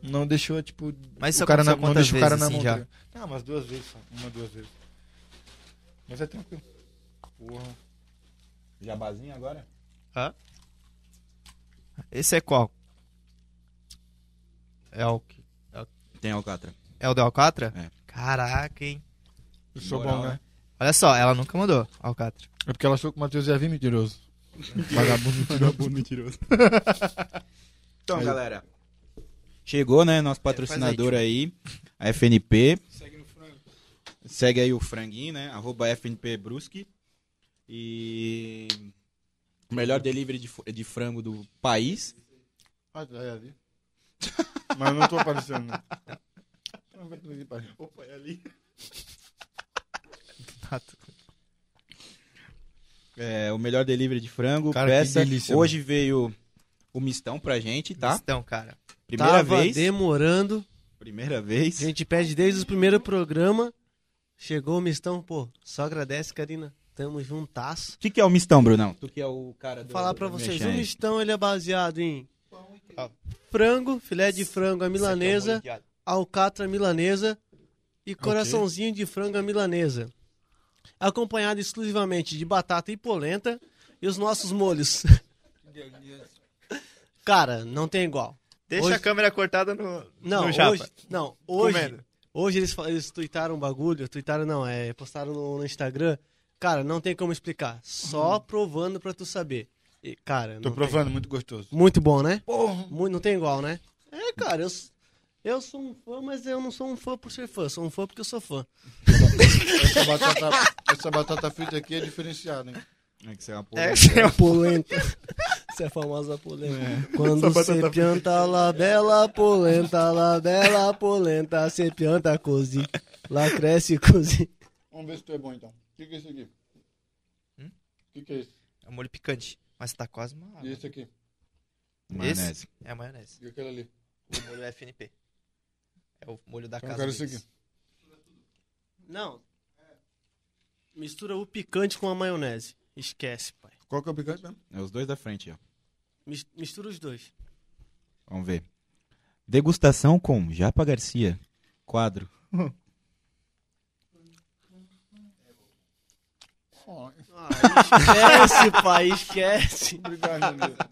Speaker 1: Não deixou, tipo.
Speaker 2: Mas isso
Speaker 1: o cara na,
Speaker 2: aconteceu
Speaker 1: não
Speaker 2: quantas
Speaker 1: deixa o cara
Speaker 2: vezes,
Speaker 1: na mão.
Speaker 2: assim,
Speaker 1: tá
Speaker 2: já?
Speaker 1: ligado? Não, umas duas vezes só. Uma, duas vezes. Mas é tranquilo. Porra.
Speaker 3: Jabazinho agora?
Speaker 2: Esse é qual? É o, que-
Speaker 3: Tem Alcatra.
Speaker 2: é o do Alcatra?
Speaker 3: É.
Speaker 2: Caraca, hein?
Speaker 1: Eu sou
Speaker 3: Moral,
Speaker 1: bom, né?
Speaker 2: Olha só, ela nunca mandou Alcatra.
Speaker 1: É porque ela achou que o Matheus ia vir mentiroso. Vagabundo mentiroso.
Speaker 3: mentiroso. então, galera. Chegou, né? Nosso patrocinador aí, a FNP.
Speaker 4: Segue no frango.
Speaker 3: Segue aí o franguinho, né? Arroba FNP Brusque. E. o Melhor delivery de, fo- de frango do país.
Speaker 1: Ah, já ia vir. Mas eu não tô aparecendo. né? Não vai ter que aparecer.
Speaker 3: Opa, é ali. É, o melhor delivery de frango.
Speaker 1: Cara, que
Speaker 3: peça.
Speaker 1: delícia,
Speaker 3: Hoje veio o mistão pra gente, tá?
Speaker 2: Então, cara.
Speaker 3: Primeira
Speaker 5: Tava
Speaker 3: vez.
Speaker 5: demorando.
Speaker 3: Primeira
Speaker 5: A
Speaker 3: vez.
Speaker 5: gente pede desde o primeiro programa. Chegou o mistão, pô. Só agradece, Karina. Tamo juntasso.
Speaker 3: O que, que é o mistão, Brunão? Tu que é o cara do.
Speaker 5: Vou falar pra vocês.
Speaker 3: mexer
Speaker 5: O
Speaker 3: aí.
Speaker 5: mistão, ele é baseado em
Speaker 2: queijo.
Speaker 5: frango, filé de frango à
Speaker 2: é
Speaker 3: é
Speaker 5: milanesa.
Speaker 3: um
Speaker 5: alcatra milanesa e coraçãozinho de frango à milanesa. Acompanhado exclusivamente de batata e polenta e os nossos molhos. Cara, não tem igual.
Speaker 2: Deixa
Speaker 5: Hoje-
Speaker 2: a câmera cortada no.
Speaker 5: Não,
Speaker 2: no japa.
Speaker 5: hoje, não, hoje,
Speaker 2: Comendo.
Speaker 5: hoje eles, fa- eles tuitaram um bagulho, tuitaram não, é, postaram no, no Instagram. Cara, não tem como explicar, só provando pra tu saber. E, cara,
Speaker 1: Tô
Speaker 5: não tem.
Speaker 1: provando, muito gostoso.
Speaker 5: muito bom, né?
Speaker 1: Porra.
Speaker 5: Mu- Não tem igual, né? É, cara, eu, s- eu sou um fã, mas eu não sou um fã por ser fã. Sou um fã porque eu sou fã.
Speaker 1: Essa batata, essa batata frita aqui é diferenciada, hein?
Speaker 3: É que você é uma porra.
Speaker 2: É, é um- É.
Speaker 5: Polenta. Essa é a famosa polenta. Quando você pianta lá, bela polenta, lá, bela polenta, você pianta cozi. Lá cresce cozi.
Speaker 1: Vamos ver se tu é bom, então. O que, que é isso aqui? O
Speaker 2: Hum?
Speaker 1: que, que é isso?
Speaker 2: é um molho picante. Mas tá quase uma.
Speaker 1: E esse aqui?
Speaker 3: Maionese.
Speaker 2: É a maionese.
Speaker 1: E aquele ali?
Speaker 2: O molho FNP. É o molho da
Speaker 1: Então eu
Speaker 2: casa.
Speaker 1: quero esse
Speaker 2: deles.
Speaker 1: aqui.
Speaker 5: Não. Mistura o picante com a maionese. Esquece, pai.
Speaker 1: Qual que é o picante mesmo?
Speaker 3: É os dois da frente, ó.
Speaker 5: Mis- Mistura os dois.
Speaker 3: Vamos ver. Degustação com Japa Garcia. Quadro.
Speaker 1: Ó,
Speaker 5: Ah, esquece, pai, esquece.
Speaker 1: obrigado, meu amigo.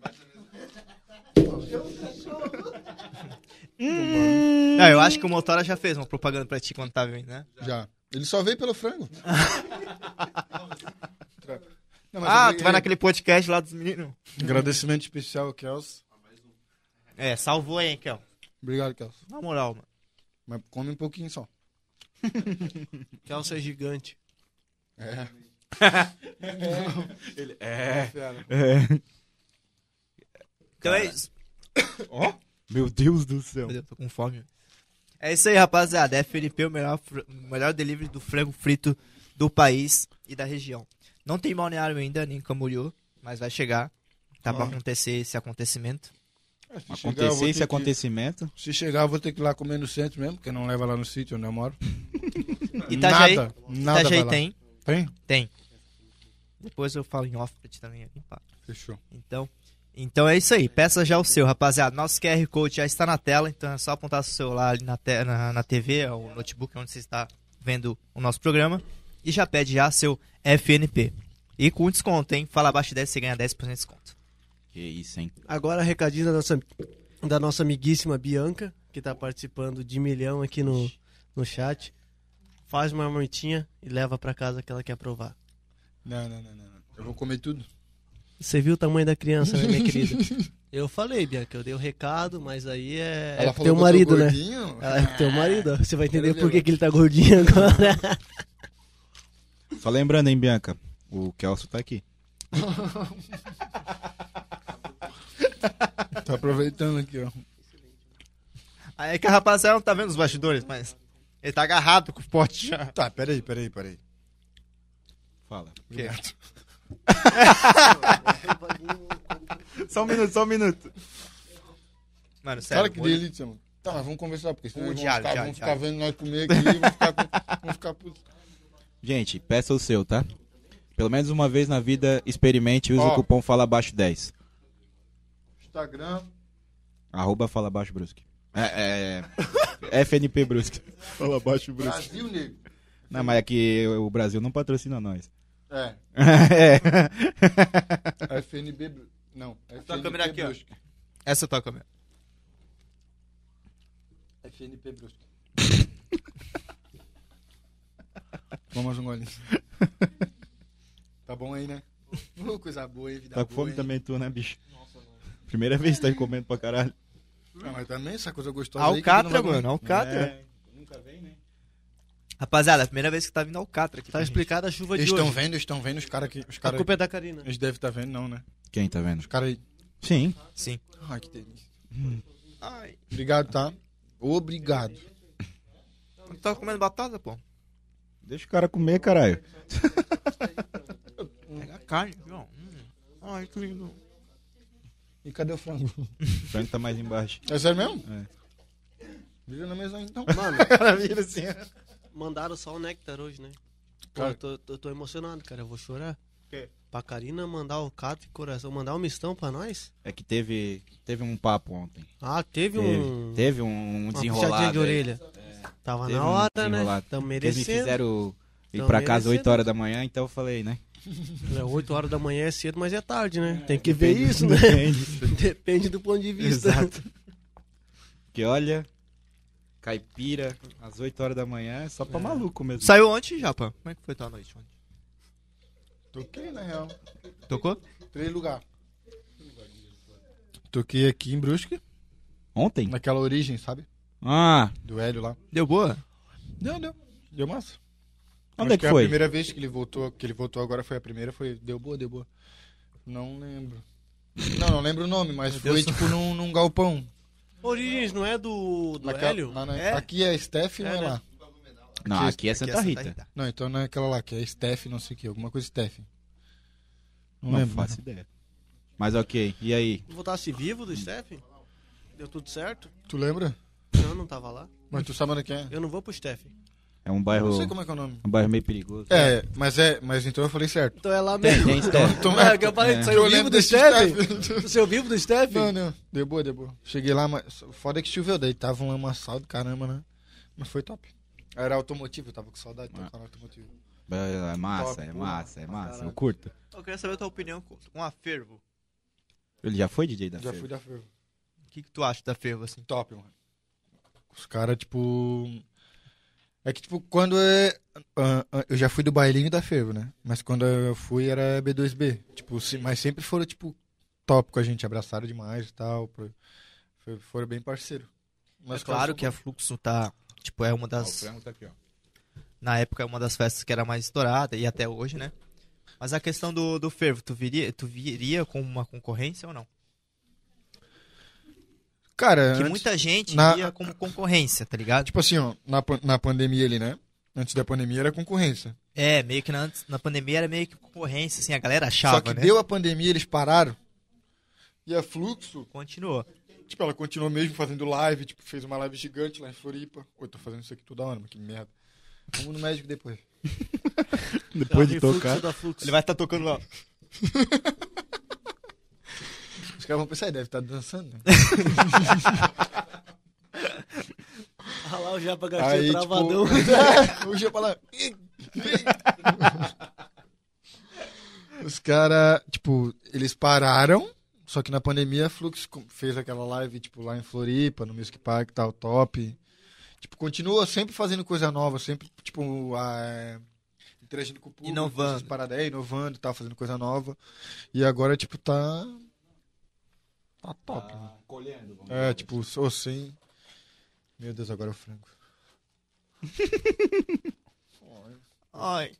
Speaker 2: Não, eu acho que o Motora já fez uma propaganda pra ti quando tava vindo, né?
Speaker 1: Já. Ele só veio pelo frango. Tra- Não, mas
Speaker 2: Ah,
Speaker 1: eu-
Speaker 2: tu vai naquele podcast lá dos meninos.
Speaker 1: Agradecimento especial, ao Kels.
Speaker 2: É, salvou, hein, Kel.
Speaker 1: Obrigado, Kels.
Speaker 2: Na moral, mano.
Speaker 1: Mas come um pouquinho só.
Speaker 5: Calça é gigante.
Speaker 1: É.
Speaker 3: É.
Speaker 1: Fiado.
Speaker 2: Então é isso.
Speaker 3: Ó. Meu Deus do céu.
Speaker 2: Meu Deus, tô com fome. É isso aí, rapaziada. FNP, o melhor, fr- o melhor delivery do frango frito do país e da região. Não tem balneário ainda, nem Camboriú, mas vai chegar. Tá pra acontecer esse acontecimento.
Speaker 1: É, se chegar, eu vou
Speaker 3: Acontecer
Speaker 1: ter
Speaker 3: esse
Speaker 1: que-
Speaker 3: acontecimento.
Speaker 1: Se chegar, eu vou ter que ir lá comer no centro mesmo, porque não leva lá no sítio onde eu moro.
Speaker 2: Itajaí,
Speaker 1: Nada, nada vai
Speaker 2: Itajaí
Speaker 1: lá.
Speaker 2: Tá tem.
Speaker 1: Tem?
Speaker 2: Tem. Limpar. Depois eu falo em off pra ti também. limpar.
Speaker 1: Fechou.
Speaker 2: Então, então é isso aí. Peça já o seu, rapaziada. Nosso QR Code já está na tela, então é só apontar o celular ali na, te- na, na TV, ou notebook, onde você está vendo o nosso programa. E já pede já seu FNP. E com desconto, hein? Fala abaixo de 10, você ganha 10% de desconto.
Speaker 3: Que isso, hein?
Speaker 5: Agora, recadinho da nossa, da nossa amiguíssima Bianca, que tá participando de milhão aqui no, no chat. Faz uma marmitinha e leva pra casa que ela quer provar.
Speaker 1: Não, não, não, não. não. Eu vou comer tudo.
Speaker 5: Você viu o tamanho da criança, né, minha querida? Eu falei, Bianca, eu dei o recado, mas aí é,
Speaker 2: um
Speaker 5: é pro teu
Speaker 1: que eu tô
Speaker 5: marido, né?
Speaker 1: gordinho. Ah,
Speaker 5: Ela é pro teu marido, ó. você vai entender
Speaker 1: Quero
Speaker 5: por que,
Speaker 1: ver.
Speaker 5: que ele tá gordinho agora.
Speaker 3: Só lembrando, hein, Bianca. O Kelso tá aqui.
Speaker 2: É.
Speaker 1: Tô aproveitando aqui, ó.
Speaker 2: Aí é que a rapaziada não tá vendo os bastidores, mas ele tá agarrado com o pote já.
Speaker 1: Tá, peraí, peraí, peraí.
Speaker 3: Fala.
Speaker 1: Obrigado.
Speaker 3: Só um minuto, só um minuto.
Speaker 2: Mano, sério.
Speaker 1: Cara, que
Speaker 2: molho-
Speaker 1: delícia, mano. Tá, mas vamos conversar, porque senão
Speaker 2: Ô,
Speaker 1: eles vão
Speaker 2: Thiago,
Speaker 1: ficar,
Speaker 2: Thiago,
Speaker 1: vão ficar
Speaker 2: Thiago.
Speaker 1: vendo nós comer aqui e vão ficar, com, vão ficar putos.
Speaker 3: Gente, peça o seu, tá? Pelo menos uma vez na vida, experimente e use
Speaker 1: Ó.
Speaker 3: o cupom Fala Abaixo 10.
Speaker 1: Instagram.
Speaker 3: Arroba Fala Abaixo Brusque. É, é, FNP Brusque. Fala Abaixo
Speaker 1: Brasil, nego.
Speaker 3: Não, mas é que o Brasil não patrocina nós.
Speaker 1: É.
Speaker 3: é.
Speaker 1: FNB. Bru- Não. FNB
Speaker 2: câmera aqui, ó.
Speaker 1: Brusque.
Speaker 2: Essa é a tua câmera.
Speaker 1: FNP Brusque. Vamos mais um golinho. Tá bom aí, né? Ô, coisa boa, hein? Vida
Speaker 3: Tá com
Speaker 1: boa,
Speaker 3: fome
Speaker 1: hein?
Speaker 3: também tu, né, bicho? Primeira vez que tá comendo pra caralho.
Speaker 1: Ah, mas também essa coisa gostosa aí que
Speaker 2: Alcatra,
Speaker 1: não tá É. vai-
Speaker 2: mano, Alcatra.
Speaker 3: É. Nunca vem, né?
Speaker 2: Rapaziada, é a primeira vez que tá vindo Alcatra aqui.
Speaker 5: Tá
Speaker 2: pra gente.
Speaker 5: explicada a chuva
Speaker 1: Eles
Speaker 5: de
Speaker 1: estão
Speaker 5: hoje.
Speaker 1: vendo, eles estão vendo os caras que. Os
Speaker 5: A
Speaker 1: caras.
Speaker 5: culpa é da Karina.
Speaker 1: Eles devem estar vendo, não, né?
Speaker 3: Quem tá vendo?
Speaker 1: Os caras aí.
Speaker 3: Sim.
Speaker 2: Sim.
Speaker 1: Ai, Ah, que delícia. Ai. Obrigado, tá? Obrigado.
Speaker 2: Eu tava tá comendo batata, pô.
Speaker 3: Deixa o cara comer, caralho.
Speaker 2: Pega É a carne, João. Hum. Ai, que lindo.
Speaker 1: E cadê o frango?
Speaker 3: O frango tá mais embaixo.
Speaker 1: É sério mesmo?
Speaker 3: É.
Speaker 1: Vira na mesa aí, então.
Speaker 5: Mano,
Speaker 1: Maravilha, assim.
Speaker 5: mandaram só o néctar hoje, né? Pô,
Speaker 1: Cara.
Speaker 5: eu tô, eu tô emocionado, cara. Eu vou chorar. Pra Karina mandar o cato e coração, mandar um mistão pra nós.
Speaker 3: É que teve, teve um papo ontem.
Speaker 5: Ah, teve um.
Speaker 3: Teve, teve um um
Speaker 5: uma
Speaker 3: desenrolado.
Speaker 5: puxadinha de
Speaker 3: aí.
Speaker 5: orelha. Tava
Speaker 3: Teve
Speaker 5: na
Speaker 3: um
Speaker 5: hora, né?
Speaker 3: desenrolado.
Speaker 5: Tamo
Speaker 3: Porque eles me
Speaker 5: merecendo.
Speaker 3: fizeram ir
Speaker 5: Tão
Speaker 3: pra casa 8
Speaker 5: merecendo.
Speaker 3: horas da manhã, então eu falei, né?
Speaker 5: É, 8 horas da manhã é cedo, mas é tarde, né? Tem que ver
Speaker 3: Depende-
Speaker 5: isso, né?
Speaker 3: depende.
Speaker 5: Depende do ponto de vista.
Speaker 3: Exato. Porque olha, caipira, às 8 horas da manhã, é só pra maluco mesmo.
Speaker 2: Saiu ontem já, pô. Como é que foi tua noite ontem?
Speaker 1: Toquei, na real.
Speaker 2: Tocou?
Speaker 1: Três lugares. Toquei aqui em Brusque,
Speaker 3: Ontem?
Speaker 1: naquela origem, sabe?
Speaker 3: Ah,
Speaker 1: Do Hélio lá.
Speaker 2: Deu boa?
Speaker 1: Deu, deu. Deu massa.
Speaker 3: onde é
Speaker 1: Acho
Speaker 3: que
Speaker 1: é
Speaker 3: foi?
Speaker 1: A primeira vez que ele voltou, que ele voltou agora foi a primeira, foi deu boa, deu boa. Não lembro. Não, não lembro o nome, mas
Speaker 2: Meu
Speaker 1: foi
Speaker 2: Deus.
Speaker 1: tipo num, num galpão.
Speaker 5: Origens, não é do, do
Speaker 1: Naquela-
Speaker 5: Hélio?
Speaker 1: na- na-
Speaker 2: É?
Speaker 1: Aqui é Steph, não
Speaker 5: É,
Speaker 1: é
Speaker 5: né?
Speaker 1: lá.
Speaker 3: Não, aqui é
Speaker 2: tá
Speaker 3: Santa Rita.
Speaker 1: Não, então não é aquela lá, que é Steph, não sei o que, alguma coisa Steph. Não,
Speaker 3: Não, é
Speaker 1: lembro.
Speaker 3: faço ideia. Mas ok, e aí?
Speaker 5: Voltasse vivo do Steph? Deu tudo certo?
Speaker 1: Tu lembra?
Speaker 5: Não, não tava lá.
Speaker 1: Mas tu sabe onde é que é?
Speaker 5: Eu não vou pro Steph.
Speaker 3: É um bairro,
Speaker 1: Não sei como é que é o nome.
Speaker 3: um bairro meio perigoso.
Speaker 1: É, mas é, mas então eu falei certo.
Speaker 5: Então é lá
Speaker 3: Tem,
Speaker 5: mesmo.
Speaker 3: tem Steph.
Speaker 1: Então
Speaker 5: É, que eu falei,
Speaker 3: É.
Speaker 5: tu
Speaker 1: Eu
Speaker 5: saiu vivo
Speaker 1: lembro
Speaker 5: do
Speaker 1: desse
Speaker 5: Steph? Tu saiu vivo do Steph?
Speaker 1: Não, não. Deu boa, deu boa. Cheguei lá, mas foda que choveu, daí tava um lamaçal do caramba, né? Mas foi top. Era automotivo, eu tava com saudade de tocar no automotivo.
Speaker 3: É massa,
Speaker 1: Top,
Speaker 3: é
Speaker 1: pô.
Speaker 3: massa, é massa. Eu
Speaker 1: Caralho.
Speaker 3: curto.
Speaker 2: Eu queria saber a tua opinião com com a Fervo.
Speaker 3: Ele já foi DJ
Speaker 2: Ah,
Speaker 3: da
Speaker 1: Já
Speaker 3: Feira?
Speaker 1: fui da Fervo.
Speaker 2: O que, que tu acha da Fervo, assim?
Speaker 1: Top, mano. Os caras, tipo. É que, tipo, quando é. ah, ah, eu já fui do bailinho e da Fervo, né? Mas quando eu fui era B2B. Tipo, se- mas sempre foram, tipo, top com a gente. Abraçaram demais e tal. pro- foi- Foram bem parceiro. Mas
Speaker 2: é claro que a Fluxo tá... Tipo, é uma
Speaker 3: Ó, o
Speaker 2: das...
Speaker 3: frango tá aqui, ó.
Speaker 2: na época é uma das festas que era mais estourada e até hoje, né? Mas a questão do, do fervo, tu viria, tu viria com uma concorrência ou não?
Speaker 1: Cara,
Speaker 2: Que
Speaker 1: antes-
Speaker 2: muita gente
Speaker 1: na-
Speaker 2: via como concorrência, tá ligado?
Speaker 1: tipo assim, ó, na, pan- na pandemia ali, né? Antes da pandemia era concorrência.
Speaker 2: É, meio que na, antes- na pandemia era meio que concorrência, assim, a galera achava,
Speaker 1: Só que
Speaker 2: né?
Speaker 1: deu a pandemia, eles pararam. E a Fluxo
Speaker 2: Continuou.
Speaker 1: Tipo, ela continuou mesmo fazendo live, tipo, fez uma live gigante lá em Floripa. Oi, tô fazendo isso aqui toda hora, mas que merda. Vamos no médico depois.
Speaker 3: Depois
Speaker 5: É
Speaker 3: de
Speaker 5: o refluxo
Speaker 3: tocar.
Speaker 5: Da fluxo.
Speaker 2: vai estar tocando lá.
Speaker 1: Os caras vão pensar, "Ele deve estar dançando, né?
Speaker 5: Ah lá, o Japa
Speaker 1: Aí,
Speaker 5: Garcia
Speaker 1: tipo,
Speaker 5: travadão.
Speaker 1: Hoje eu falar. Os caras, tipo, eles pararam, só que na pandemia a Flux com- fez aquela live, tipo, lá em Floripa, no Music Park, tal, top. Tipo, continua sempre fazendo coisa nova, sempre, tipo, a, é, interagindo com o público,
Speaker 2: Inovando.
Speaker 1: essas paradas, é, inovando e tal, fazendo coisa nova. E agora, tipo, tá. Tá top. né?
Speaker 3: colhendo. vamos
Speaker 1: É,
Speaker 3: dizer.
Speaker 1: tipo, sou sim. Meu Deus, agora é o frango.
Speaker 2: Ai.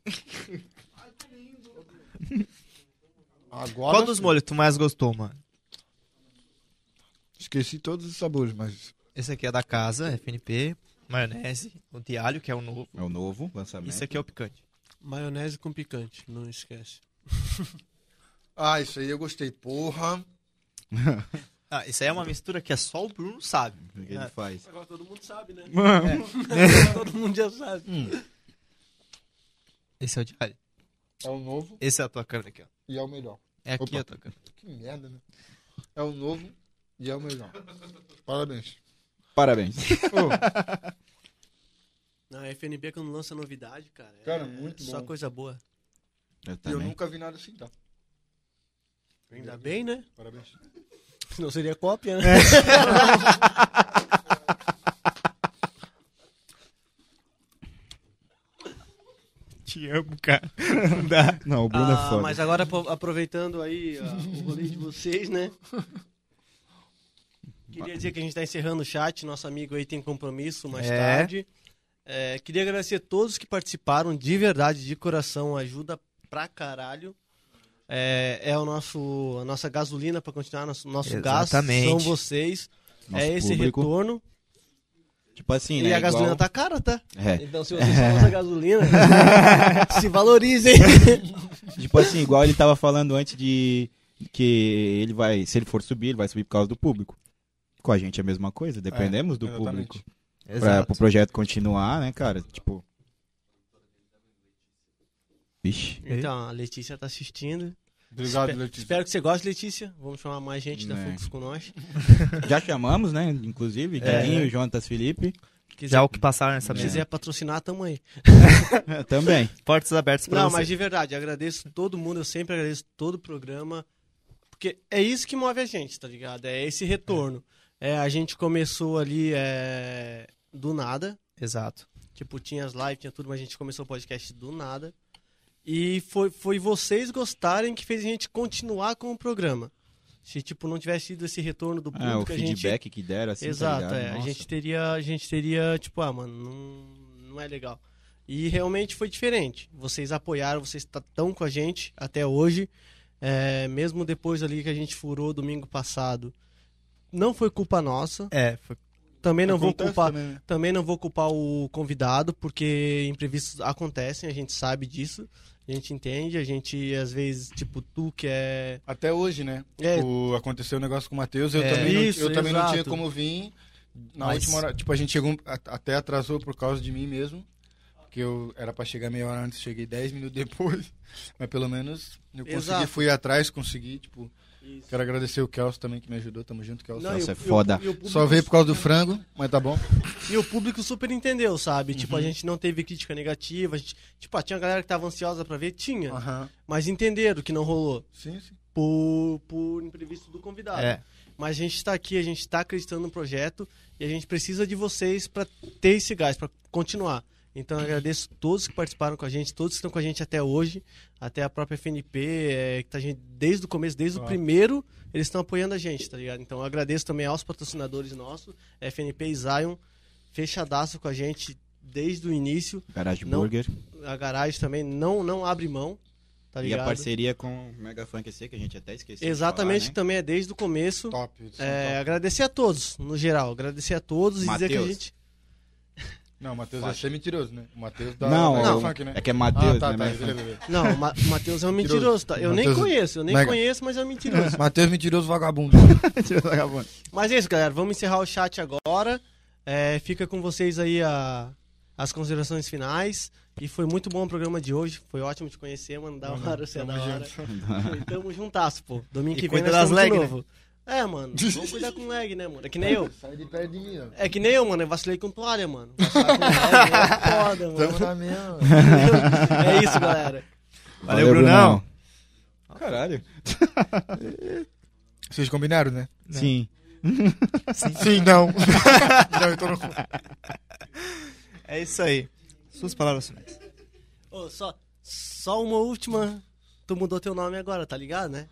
Speaker 1: Agora.
Speaker 2: Qual dos molhos tu mais gostou, mano?
Speaker 1: Esqueci todos os sabores, mas.
Speaker 2: Esse aqui é da casa, FNP, maionese, o de alho, que é o novo.
Speaker 3: É o novo lançamento.
Speaker 2: Isso aqui é o picante.
Speaker 5: Maionese com picante, não esquece.
Speaker 1: Ah, isso aí eu gostei. Porra.
Speaker 2: Ah, isso aí é uma mistura que é só o Bruno sabe.
Speaker 3: O que ele faz?
Speaker 5: Agora todo mundo sabe, né?
Speaker 3: Mano.
Speaker 5: todo mundo já sabe.
Speaker 2: Esse é o de alho.
Speaker 1: É o novo
Speaker 2: Esse é a tua câmera aqui, ó.
Speaker 1: e é o melhor.
Speaker 2: É aqui
Speaker 1: Opa.
Speaker 2: a tua câmera.
Speaker 1: Que merda, né? É o novo e é o melhor. Parabéns.
Speaker 3: Parabéns.
Speaker 5: Na FNB é quando lança novidade, cara. é
Speaker 1: Cara, muito
Speaker 5: Só
Speaker 1: bom.
Speaker 5: coisa boa.
Speaker 3: Eu
Speaker 1: E eu
Speaker 3: também.
Speaker 1: nunca vi nada assim, tá?
Speaker 5: Ainda bem, né?
Speaker 1: Parabéns.
Speaker 5: Senão seria cópia, né?
Speaker 2: Te amo, cara. Não dá.
Speaker 3: Não, o Bruno é
Speaker 5: Ah,
Speaker 3: foda.
Speaker 5: mas agora apro- aproveitando aí ah, o rolê de vocês, né? Queria dizer que a gente está encerrando o chat, nosso amigo aí tem compromisso mais
Speaker 2: É.
Speaker 5: tarde. É, queria agradecer a todos que participaram, de verdade, de coração, ajuda pra caralho. É, é o nosso, a nossa gasolina para continuar, nosso, nosso gás.
Speaker 2: Exatamente.
Speaker 5: São vocês.
Speaker 3: Nosso
Speaker 5: é esse
Speaker 3: público.
Speaker 5: retorno.
Speaker 3: Tipo assim,
Speaker 5: E
Speaker 3: né?
Speaker 5: a gasolina
Speaker 3: igual-
Speaker 5: tá cara, tá?
Speaker 3: É.
Speaker 5: Então, se vocês falam da gasolina, se valorizem.
Speaker 3: Tipo assim, igual ele tava falando antes de que ele vai, se ele for subir, ele vai subir por causa do público. Com a gente é a mesma coisa, dependemos do
Speaker 1: É, exatamente.
Speaker 3: público. Pra,
Speaker 2: Exato.
Speaker 3: pro projeto continuar, né, cara? Tipo. Vixe.
Speaker 5: Então, a Letícia tá assistindo.
Speaker 1: Obrigado,
Speaker 5: Espe-
Speaker 1: Letícia.
Speaker 5: Espero que você goste, Letícia. Vamos chamar mais gente da
Speaker 3: Né.
Speaker 5: Fux com nós.
Speaker 3: Já chamamos, né? Inclusive,
Speaker 2: É.
Speaker 3: Guilherme, Jonas Felipe.
Speaker 5: Quiser,
Speaker 2: Já o que passaram nessa
Speaker 5: se
Speaker 2: mesa.
Speaker 5: quiser patrocinar, tamo aí.
Speaker 3: É, Também.
Speaker 2: Portas abertas pra
Speaker 5: Não,
Speaker 2: você.
Speaker 5: mas de verdade, agradeço todo mundo. Eu sempre agradeço todo o programa. Porque é isso que move a gente, tá ligado? É esse retorno. É, a gente começou ali é, do nada.
Speaker 2: Exato.
Speaker 5: Tipo, tinha as lives, tinha tudo, mas a gente começou o podcast do nada. E foi, foi vocês gostarem que fez a gente continuar com o programa. Se, tipo, não tivesse sido esse retorno do público,
Speaker 3: Ah, o
Speaker 5: a gente
Speaker 3: feedback que deram, assim, tá
Speaker 5: Exato,
Speaker 3: ligado?
Speaker 5: é. A
Speaker 3: Nossa.
Speaker 5: gente teria, a gente teria, tipo, ah, mano, não, não é legal. E realmente foi diferente. Vocês apoiaram, vocês estão com a gente até hoje. É, mesmo depois ali que a gente furou domingo passado. Não foi culpa nossa.
Speaker 2: É, foi
Speaker 5: Também não vou
Speaker 1: Acontece
Speaker 5: culpar.
Speaker 1: também, né?
Speaker 5: Também não vou culpar o convidado, porque imprevistos acontecem, a gente sabe disso. A gente entende, a gente, às vezes, tipo, tu que é.
Speaker 1: Até hoje, né?
Speaker 5: É.
Speaker 1: O- aconteceu o negócio com o Matheus, eu
Speaker 2: É.
Speaker 1: também, não,
Speaker 5: Isso,
Speaker 1: eu também não
Speaker 5: exato.
Speaker 1: tinha como vir. Na
Speaker 2: Mas-
Speaker 1: última hora, tipo, a gente chegou, a- até atrasou por causa de mim mesmo. Porque eu era pra chegar meia hora antes, cheguei 10 minutos depois. Mas pelo menos eu consegui,
Speaker 5: Exato.
Speaker 1: fui atrás, consegui, tipo. Quero agradecer o Kelso também que me ajudou, tamo junto, Kelso.
Speaker 5: e
Speaker 3: Nossa,
Speaker 5: o-
Speaker 3: é foda.
Speaker 5: e o- e
Speaker 1: Só
Speaker 5: o público
Speaker 1: veio por causa do frango, mas tá bom.
Speaker 5: E o público super entendeu, sabe? Tipo, a gente não teve crítica negativa. a gente- Tipo, ah, tinha uma galera que tava ansiosa pra ver? Tinha.
Speaker 1: Aham.
Speaker 5: Mas entenderam que não rolou.
Speaker 1: Sim, sim.
Speaker 5: Por, por imprevisto do convidado.
Speaker 2: É.
Speaker 5: Mas a gente tá aqui, a gente tá acreditando no projeto. E a gente precisa de vocês pra ter esse gás, pra continuar. Então
Speaker 3: Uhum.
Speaker 5: eu agradeço todos que participaram com a gente, todos que estão com a gente até hoje, até a própria FNP, é, que tá a gente desde o começo, desde o
Speaker 1: Claro.
Speaker 5: primeiro, eles estão apoiando a gente, tá ligado? Então eu agradeço também aos patrocinadores nossos, FNP e Zion, fechadaço com a gente desde o início.
Speaker 3: Garage
Speaker 5: Não, tá
Speaker 3: Burger.
Speaker 5: A garagem também não, não abre mão, tá
Speaker 3: e
Speaker 5: ligado?
Speaker 3: a parceria com o Mega Funk EC, que a gente até esqueceu. de
Speaker 5: Exatamente,
Speaker 3: falar, né?
Speaker 5: também é desde o começo.
Speaker 1: Top. isso,
Speaker 5: É,
Speaker 2: então.
Speaker 1: top.
Speaker 5: agradecer a todos, no geral. Agradecer a todos e dizer que a
Speaker 3: Mateus.
Speaker 5: gente.
Speaker 1: Não, o Matheus
Speaker 3: Fala.
Speaker 1: é ser mentiroso, né? O Matheus
Speaker 5: Tá.
Speaker 1: da
Speaker 3: Não,
Speaker 1: da
Speaker 3: não.
Speaker 1: funk, né?
Speaker 3: É que é Matheus,
Speaker 1: ah, tá, tá,
Speaker 3: né? Mega Funk.
Speaker 1: beleza, beleza.
Speaker 5: Não, o Ma- o Matheus é um mentiroso, tá? Eu nem
Speaker 1: Matheus-
Speaker 5: conheço, eu nem
Speaker 1: Mega.
Speaker 5: conheço, mas é um mentiroso.
Speaker 1: Matheus mentiroso vagabundo.
Speaker 5: Mas é isso, galera. Vamos encerrar o chat agora. É, fica com vocês aí a- as considerações finais. E foi muito bom o programa de hoje. Foi ótimo te conhecer, mano. Da hora, você é da hora. E Tamo juntasso, pô.
Speaker 2: Uhum.
Speaker 5: Domingo
Speaker 2: E
Speaker 5: que vem
Speaker 2: cuida das
Speaker 5: nós tamo de
Speaker 2: lag, né?
Speaker 5: novo. É, mano. Vamos cuidar com lag, né, mano? É que nem eu.
Speaker 1: Sai de perto de mim, ó.
Speaker 5: É que nem eu, mano. Eu vacilei com toalha, mano. Vacilar com lag é foda,
Speaker 1: Tamo
Speaker 5: mano.
Speaker 1: na mesma.
Speaker 5: É isso, galera.
Speaker 2: Valeu, Brunão.
Speaker 3: Caralho.
Speaker 1: Vocês combinaram, né?
Speaker 3: Sim.
Speaker 1: Sim, não. não, eu tô no...
Speaker 2: É isso aí. Suas palavras finais.
Speaker 5: Ô, só, só uma última. Tu mudou teu nome agora, tá ligado, né?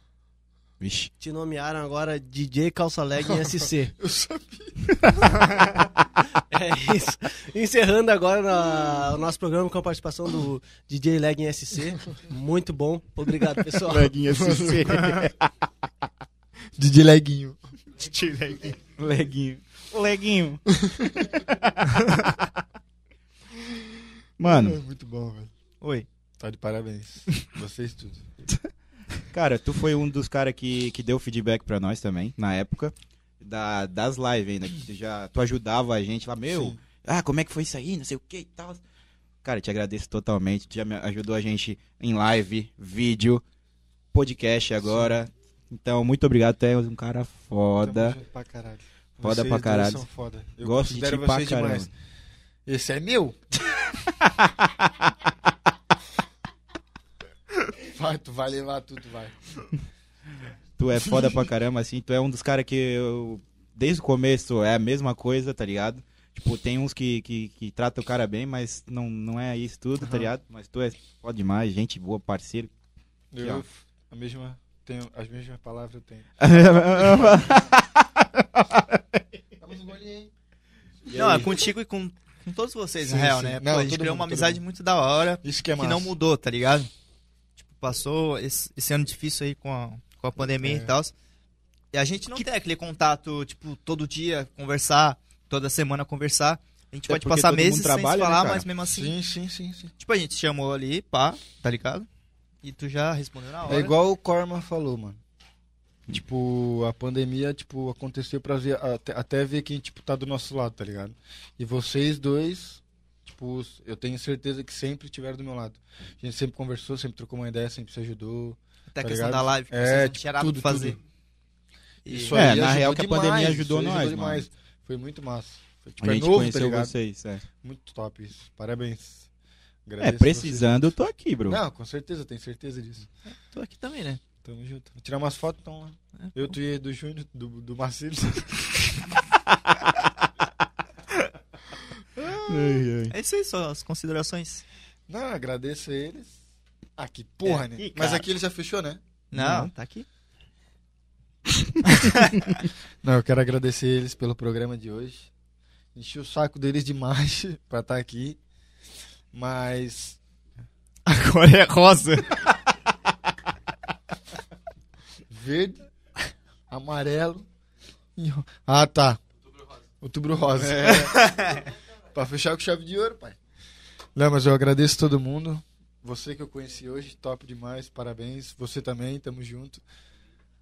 Speaker 3: Vixe.
Speaker 5: Te nomearam agora DJ Calça Leg em SC.
Speaker 1: Eu sabia.
Speaker 5: É isso. Encerrando agora na- o nosso programa com a participação do DJ Leg em SC. Muito bom. Obrigado, pessoal.
Speaker 1: DJ Leguinho.
Speaker 3: Leguinho. Leguinho. Mano,
Speaker 1: É Muito bom, velho.
Speaker 2: Oi.
Speaker 1: Tá de parabéns. Vocês tudo.
Speaker 3: cara, tu foi um dos caras que, que deu feedback pra nós também, na época. Da, das lives ainda. Que tu, já, tu ajudava a gente lá, meu.
Speaker 1: Sim.
Speaker 3: Ah, como é que foi isso aí? Não sei o que e tal. Cara, te agradeço totalmente. Tu já me ajudou a gente em live, vídeo, podcast agora. Então, muito obrigado. Tu é um cara foda.
Speaker 1: Tamo junto pra caralho.
Speaker 3: Foda
Speaker 1: Vocês
Speaker 3: pra
Speaker 1: dois
Speaker 3: caralho.
Speaker 1: são foda. Eu
Speaker 3: Gosto de
Speaker 1: considero
Speaker 3: ti pra
Speaker 1: vocês
Speaker 3: caramba.
Speaker 1: demais. Esse é meu? vai, tu vai levar tudo, vai.
Speaker 3: Tu é foda pra caramba, assim. Tu é um dos caras que eu. Desde o começo é a mesma coisa, tá ligado? Tipo, tem uns que, que, que tratam o cara bem, mas não, não é isso tudo, tá ligado? Mas tu é foda demais, gente boa, parceiro. Aqui, ó.
Speaker 1: Eu, a mesma, tenho, as mesmas palavras eu tenho. Vamos engolir,
Speaker 2: Não, é contigo e com, com todos vocês,
Speaker 1: Sim,
Speaker 2: na real,
Speaker 1: sim.
Speaker 2: né?
Speaker 1: Não,
Speaker 2: Pô, a gente
Speaker 1: todo
Speaker 2: criou
Speaker 1: mundo,
Speaker 2: uma
Speaker 1: todo
Speaker 2: amizade muito da hora.
Speaker 1: Isso que é
Speaker 2: que
Speaker 1: massa.
Speaker 2: não mudou, tá ligado? Tipo, passou esse, esse ano difícil aí com a, com a pandemia
Speaker 1: É.
Speaker 2: e tal. E a gente não tem aquele contato, tipo, todo dia conversar, toda semana conversar. A gente
Speaker 3: Até
Speaker 2: pode
Speaker 3: porque
Speaker 2: passar
Speaker 3: todo mundo
Speaker 2: meses sem
Speaker 3: trabalha,
Speaker 2: se
Speaker 3: né,
Speaker 2: falar,
Speaker 3: cara?
Speaker 2: mas mesmo assim.
Speaker 1: Sim, sim, sim, sim.
Speaker 2: Tipo, a gente chamou ali, pá, tá ligado? E tu já respondeu na hora.
Speaker 1: É igual o Corma falou, mano. Tipo, a pandemia, tipo, aconteceu pra ver, até, até ver quem, tipo, tá do nosso lado, tá ligado? E vocês dois, tipo, eu tenho certeza que sempre estiveram do meu lado. A gente sempre conversou, sempre trocou uma ideia, sempre se ajudou.
Speaker 2: Até a
Speaker 1: tá
Speaker 2: questão
Speaker 1: ligado?
Speaker 2: da live, que
Speaker 1: É,
Speaker 2: vocês não
Speaker 1: tipo,
Speaker 2: tinham nada
Speaker 1: tudo,
Speaker 2: pra fazer. E-
Speaker 1: Isso
Speaker 3: É,
Speaker 1: aí
Speaker 3: na
Speaker 1: ajudou
Speaker 3: real que a
Speaker 1: demais,
Speaker 3: pandemia
Speaker 1: isso
Speaker 3: ajudou
Speaker 1: aí
Speaker 3: nós,
Speaker 1: demais. Foi muito massa. Foi, tipo,
Speaker 3: a
Speaker 1: é
Speaker 3: gente
Speaker 1: novo, tá
Speaker 3: conheceu
Speaker 1: ligado?
Speaker 3: vocês, é.
Speaker 1: Muito top isso. Parabéns.
Speaker 3: É,
Speaker 1: Agradeço
Speaker 3: precisando, tá eu tô aqui, bro.
Speaker 1: vocês. Não, com certeza, tenho certeza disso.
Speaker 2: Tô aqui também, né?
Speaker 1: Tamo junto. Vou tirar umas fotos, então, lá.
Speaker 2: É,
Speaker 1: Eu, tu e aí do Júnior, do, do Marcelo.
Speaker 3: Ai, ai.
Speaker 2: É isso aí, só as considerações.
Speaker 1: Não, agradeço a eles. Ah, que porra, né?
Speaker 3: aqui,
Speaker 1: Mas
Speaker 3: cara.
Speaker 1: aqui ele já fechou, né?
Speaker 2: Não,
Speaker 3: Não.
Speaker 2: tá aqui.
Speaker 1: Não, eu quero agradecer eles pelo programa de hoje. Enchi o saco deles demais pra estar aqui. Mas.
Speaker 2: Agora é rosa.
Speaker 1: Verde, amarelo. e ro- Ah, tá. Outubro rosa.
Speaker 2: É.
Speaker 1: pra fechar com chave de ouro, pai. Não, mas eu agradeço todo mundo. Você que eu conheci hoje, top demais, parabéns. Você também, tamo junto.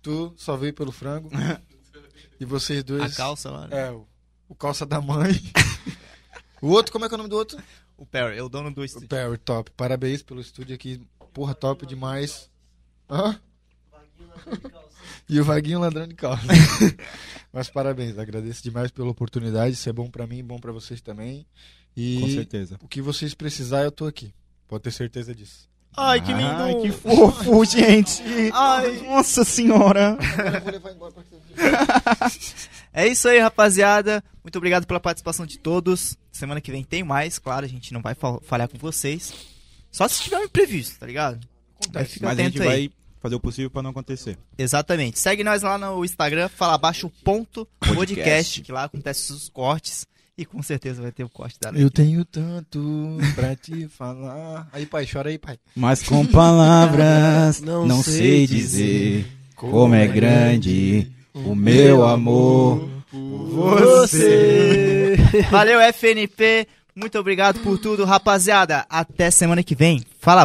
Speaker 1: Tu só veio pelo frango. e vocês
Speaker 2: A
Speaker 1: dois.
Speaker 2: calça lá, né?
Speaker 1: É, o, o calça da mãe. o outro, como é que é o nome do outro?
Speaker 2: O Perry, é o dono do estúdio.
Speaker 1: Perry, top. Parabéns pelo estúdio aqui. Porra, top demais. Hã? E o Vaguinho Ladrão de Calça. Mas parabéns, agradeço demais pela oportunidade. Isso é bom pra mim, bom pra vocês também.
Speaker 3: Com
Speaker 1: E
Speaker 3: certeza.
Speaker 1: o que vocês precisar, eu tô aqui. Pode ter certeza disso.
Speaker 2: Ai, que lindo!
Speaker 3: Ai, Ah, que fofo, gente!
Speaker 2: Ai.
Speaker 3: Nossa senhora!
Speaker 1: Agora eu vou levar embora pra
Speaker 2: É isso aí, rapaziada. Muito obrigado pela participação de todos. Semana que vem tem mais, claro, a gente não vai fal- falhar com vocês. Só se tiver um imprevisto, tá ligado? Mas fica
Speaker 3: Mas a gente
Speaker 2: atento aí.
Speaker 3: vai fazer o possível pra não acontecer.
Speaker 2: Exatamente. Segue nós lá no Instagram, fala abaixo ponto podcast, que lá acontece os cortes e com certeza vai ter o corte da
Speaker 1: Eu tenho tanto pra te falar. Aí, pai, chora aí, pai.
Speaker 3: Mas com palavras
Speaker 5: Não
Speaker 3: não,
Speaker 5: sei
Speaker 3: sei dizer como é grande o meu amor por você.
Speaker 2: Valeu, FNP. Muito obrigado por tudo, rapaziada. Até semana que vem. Fala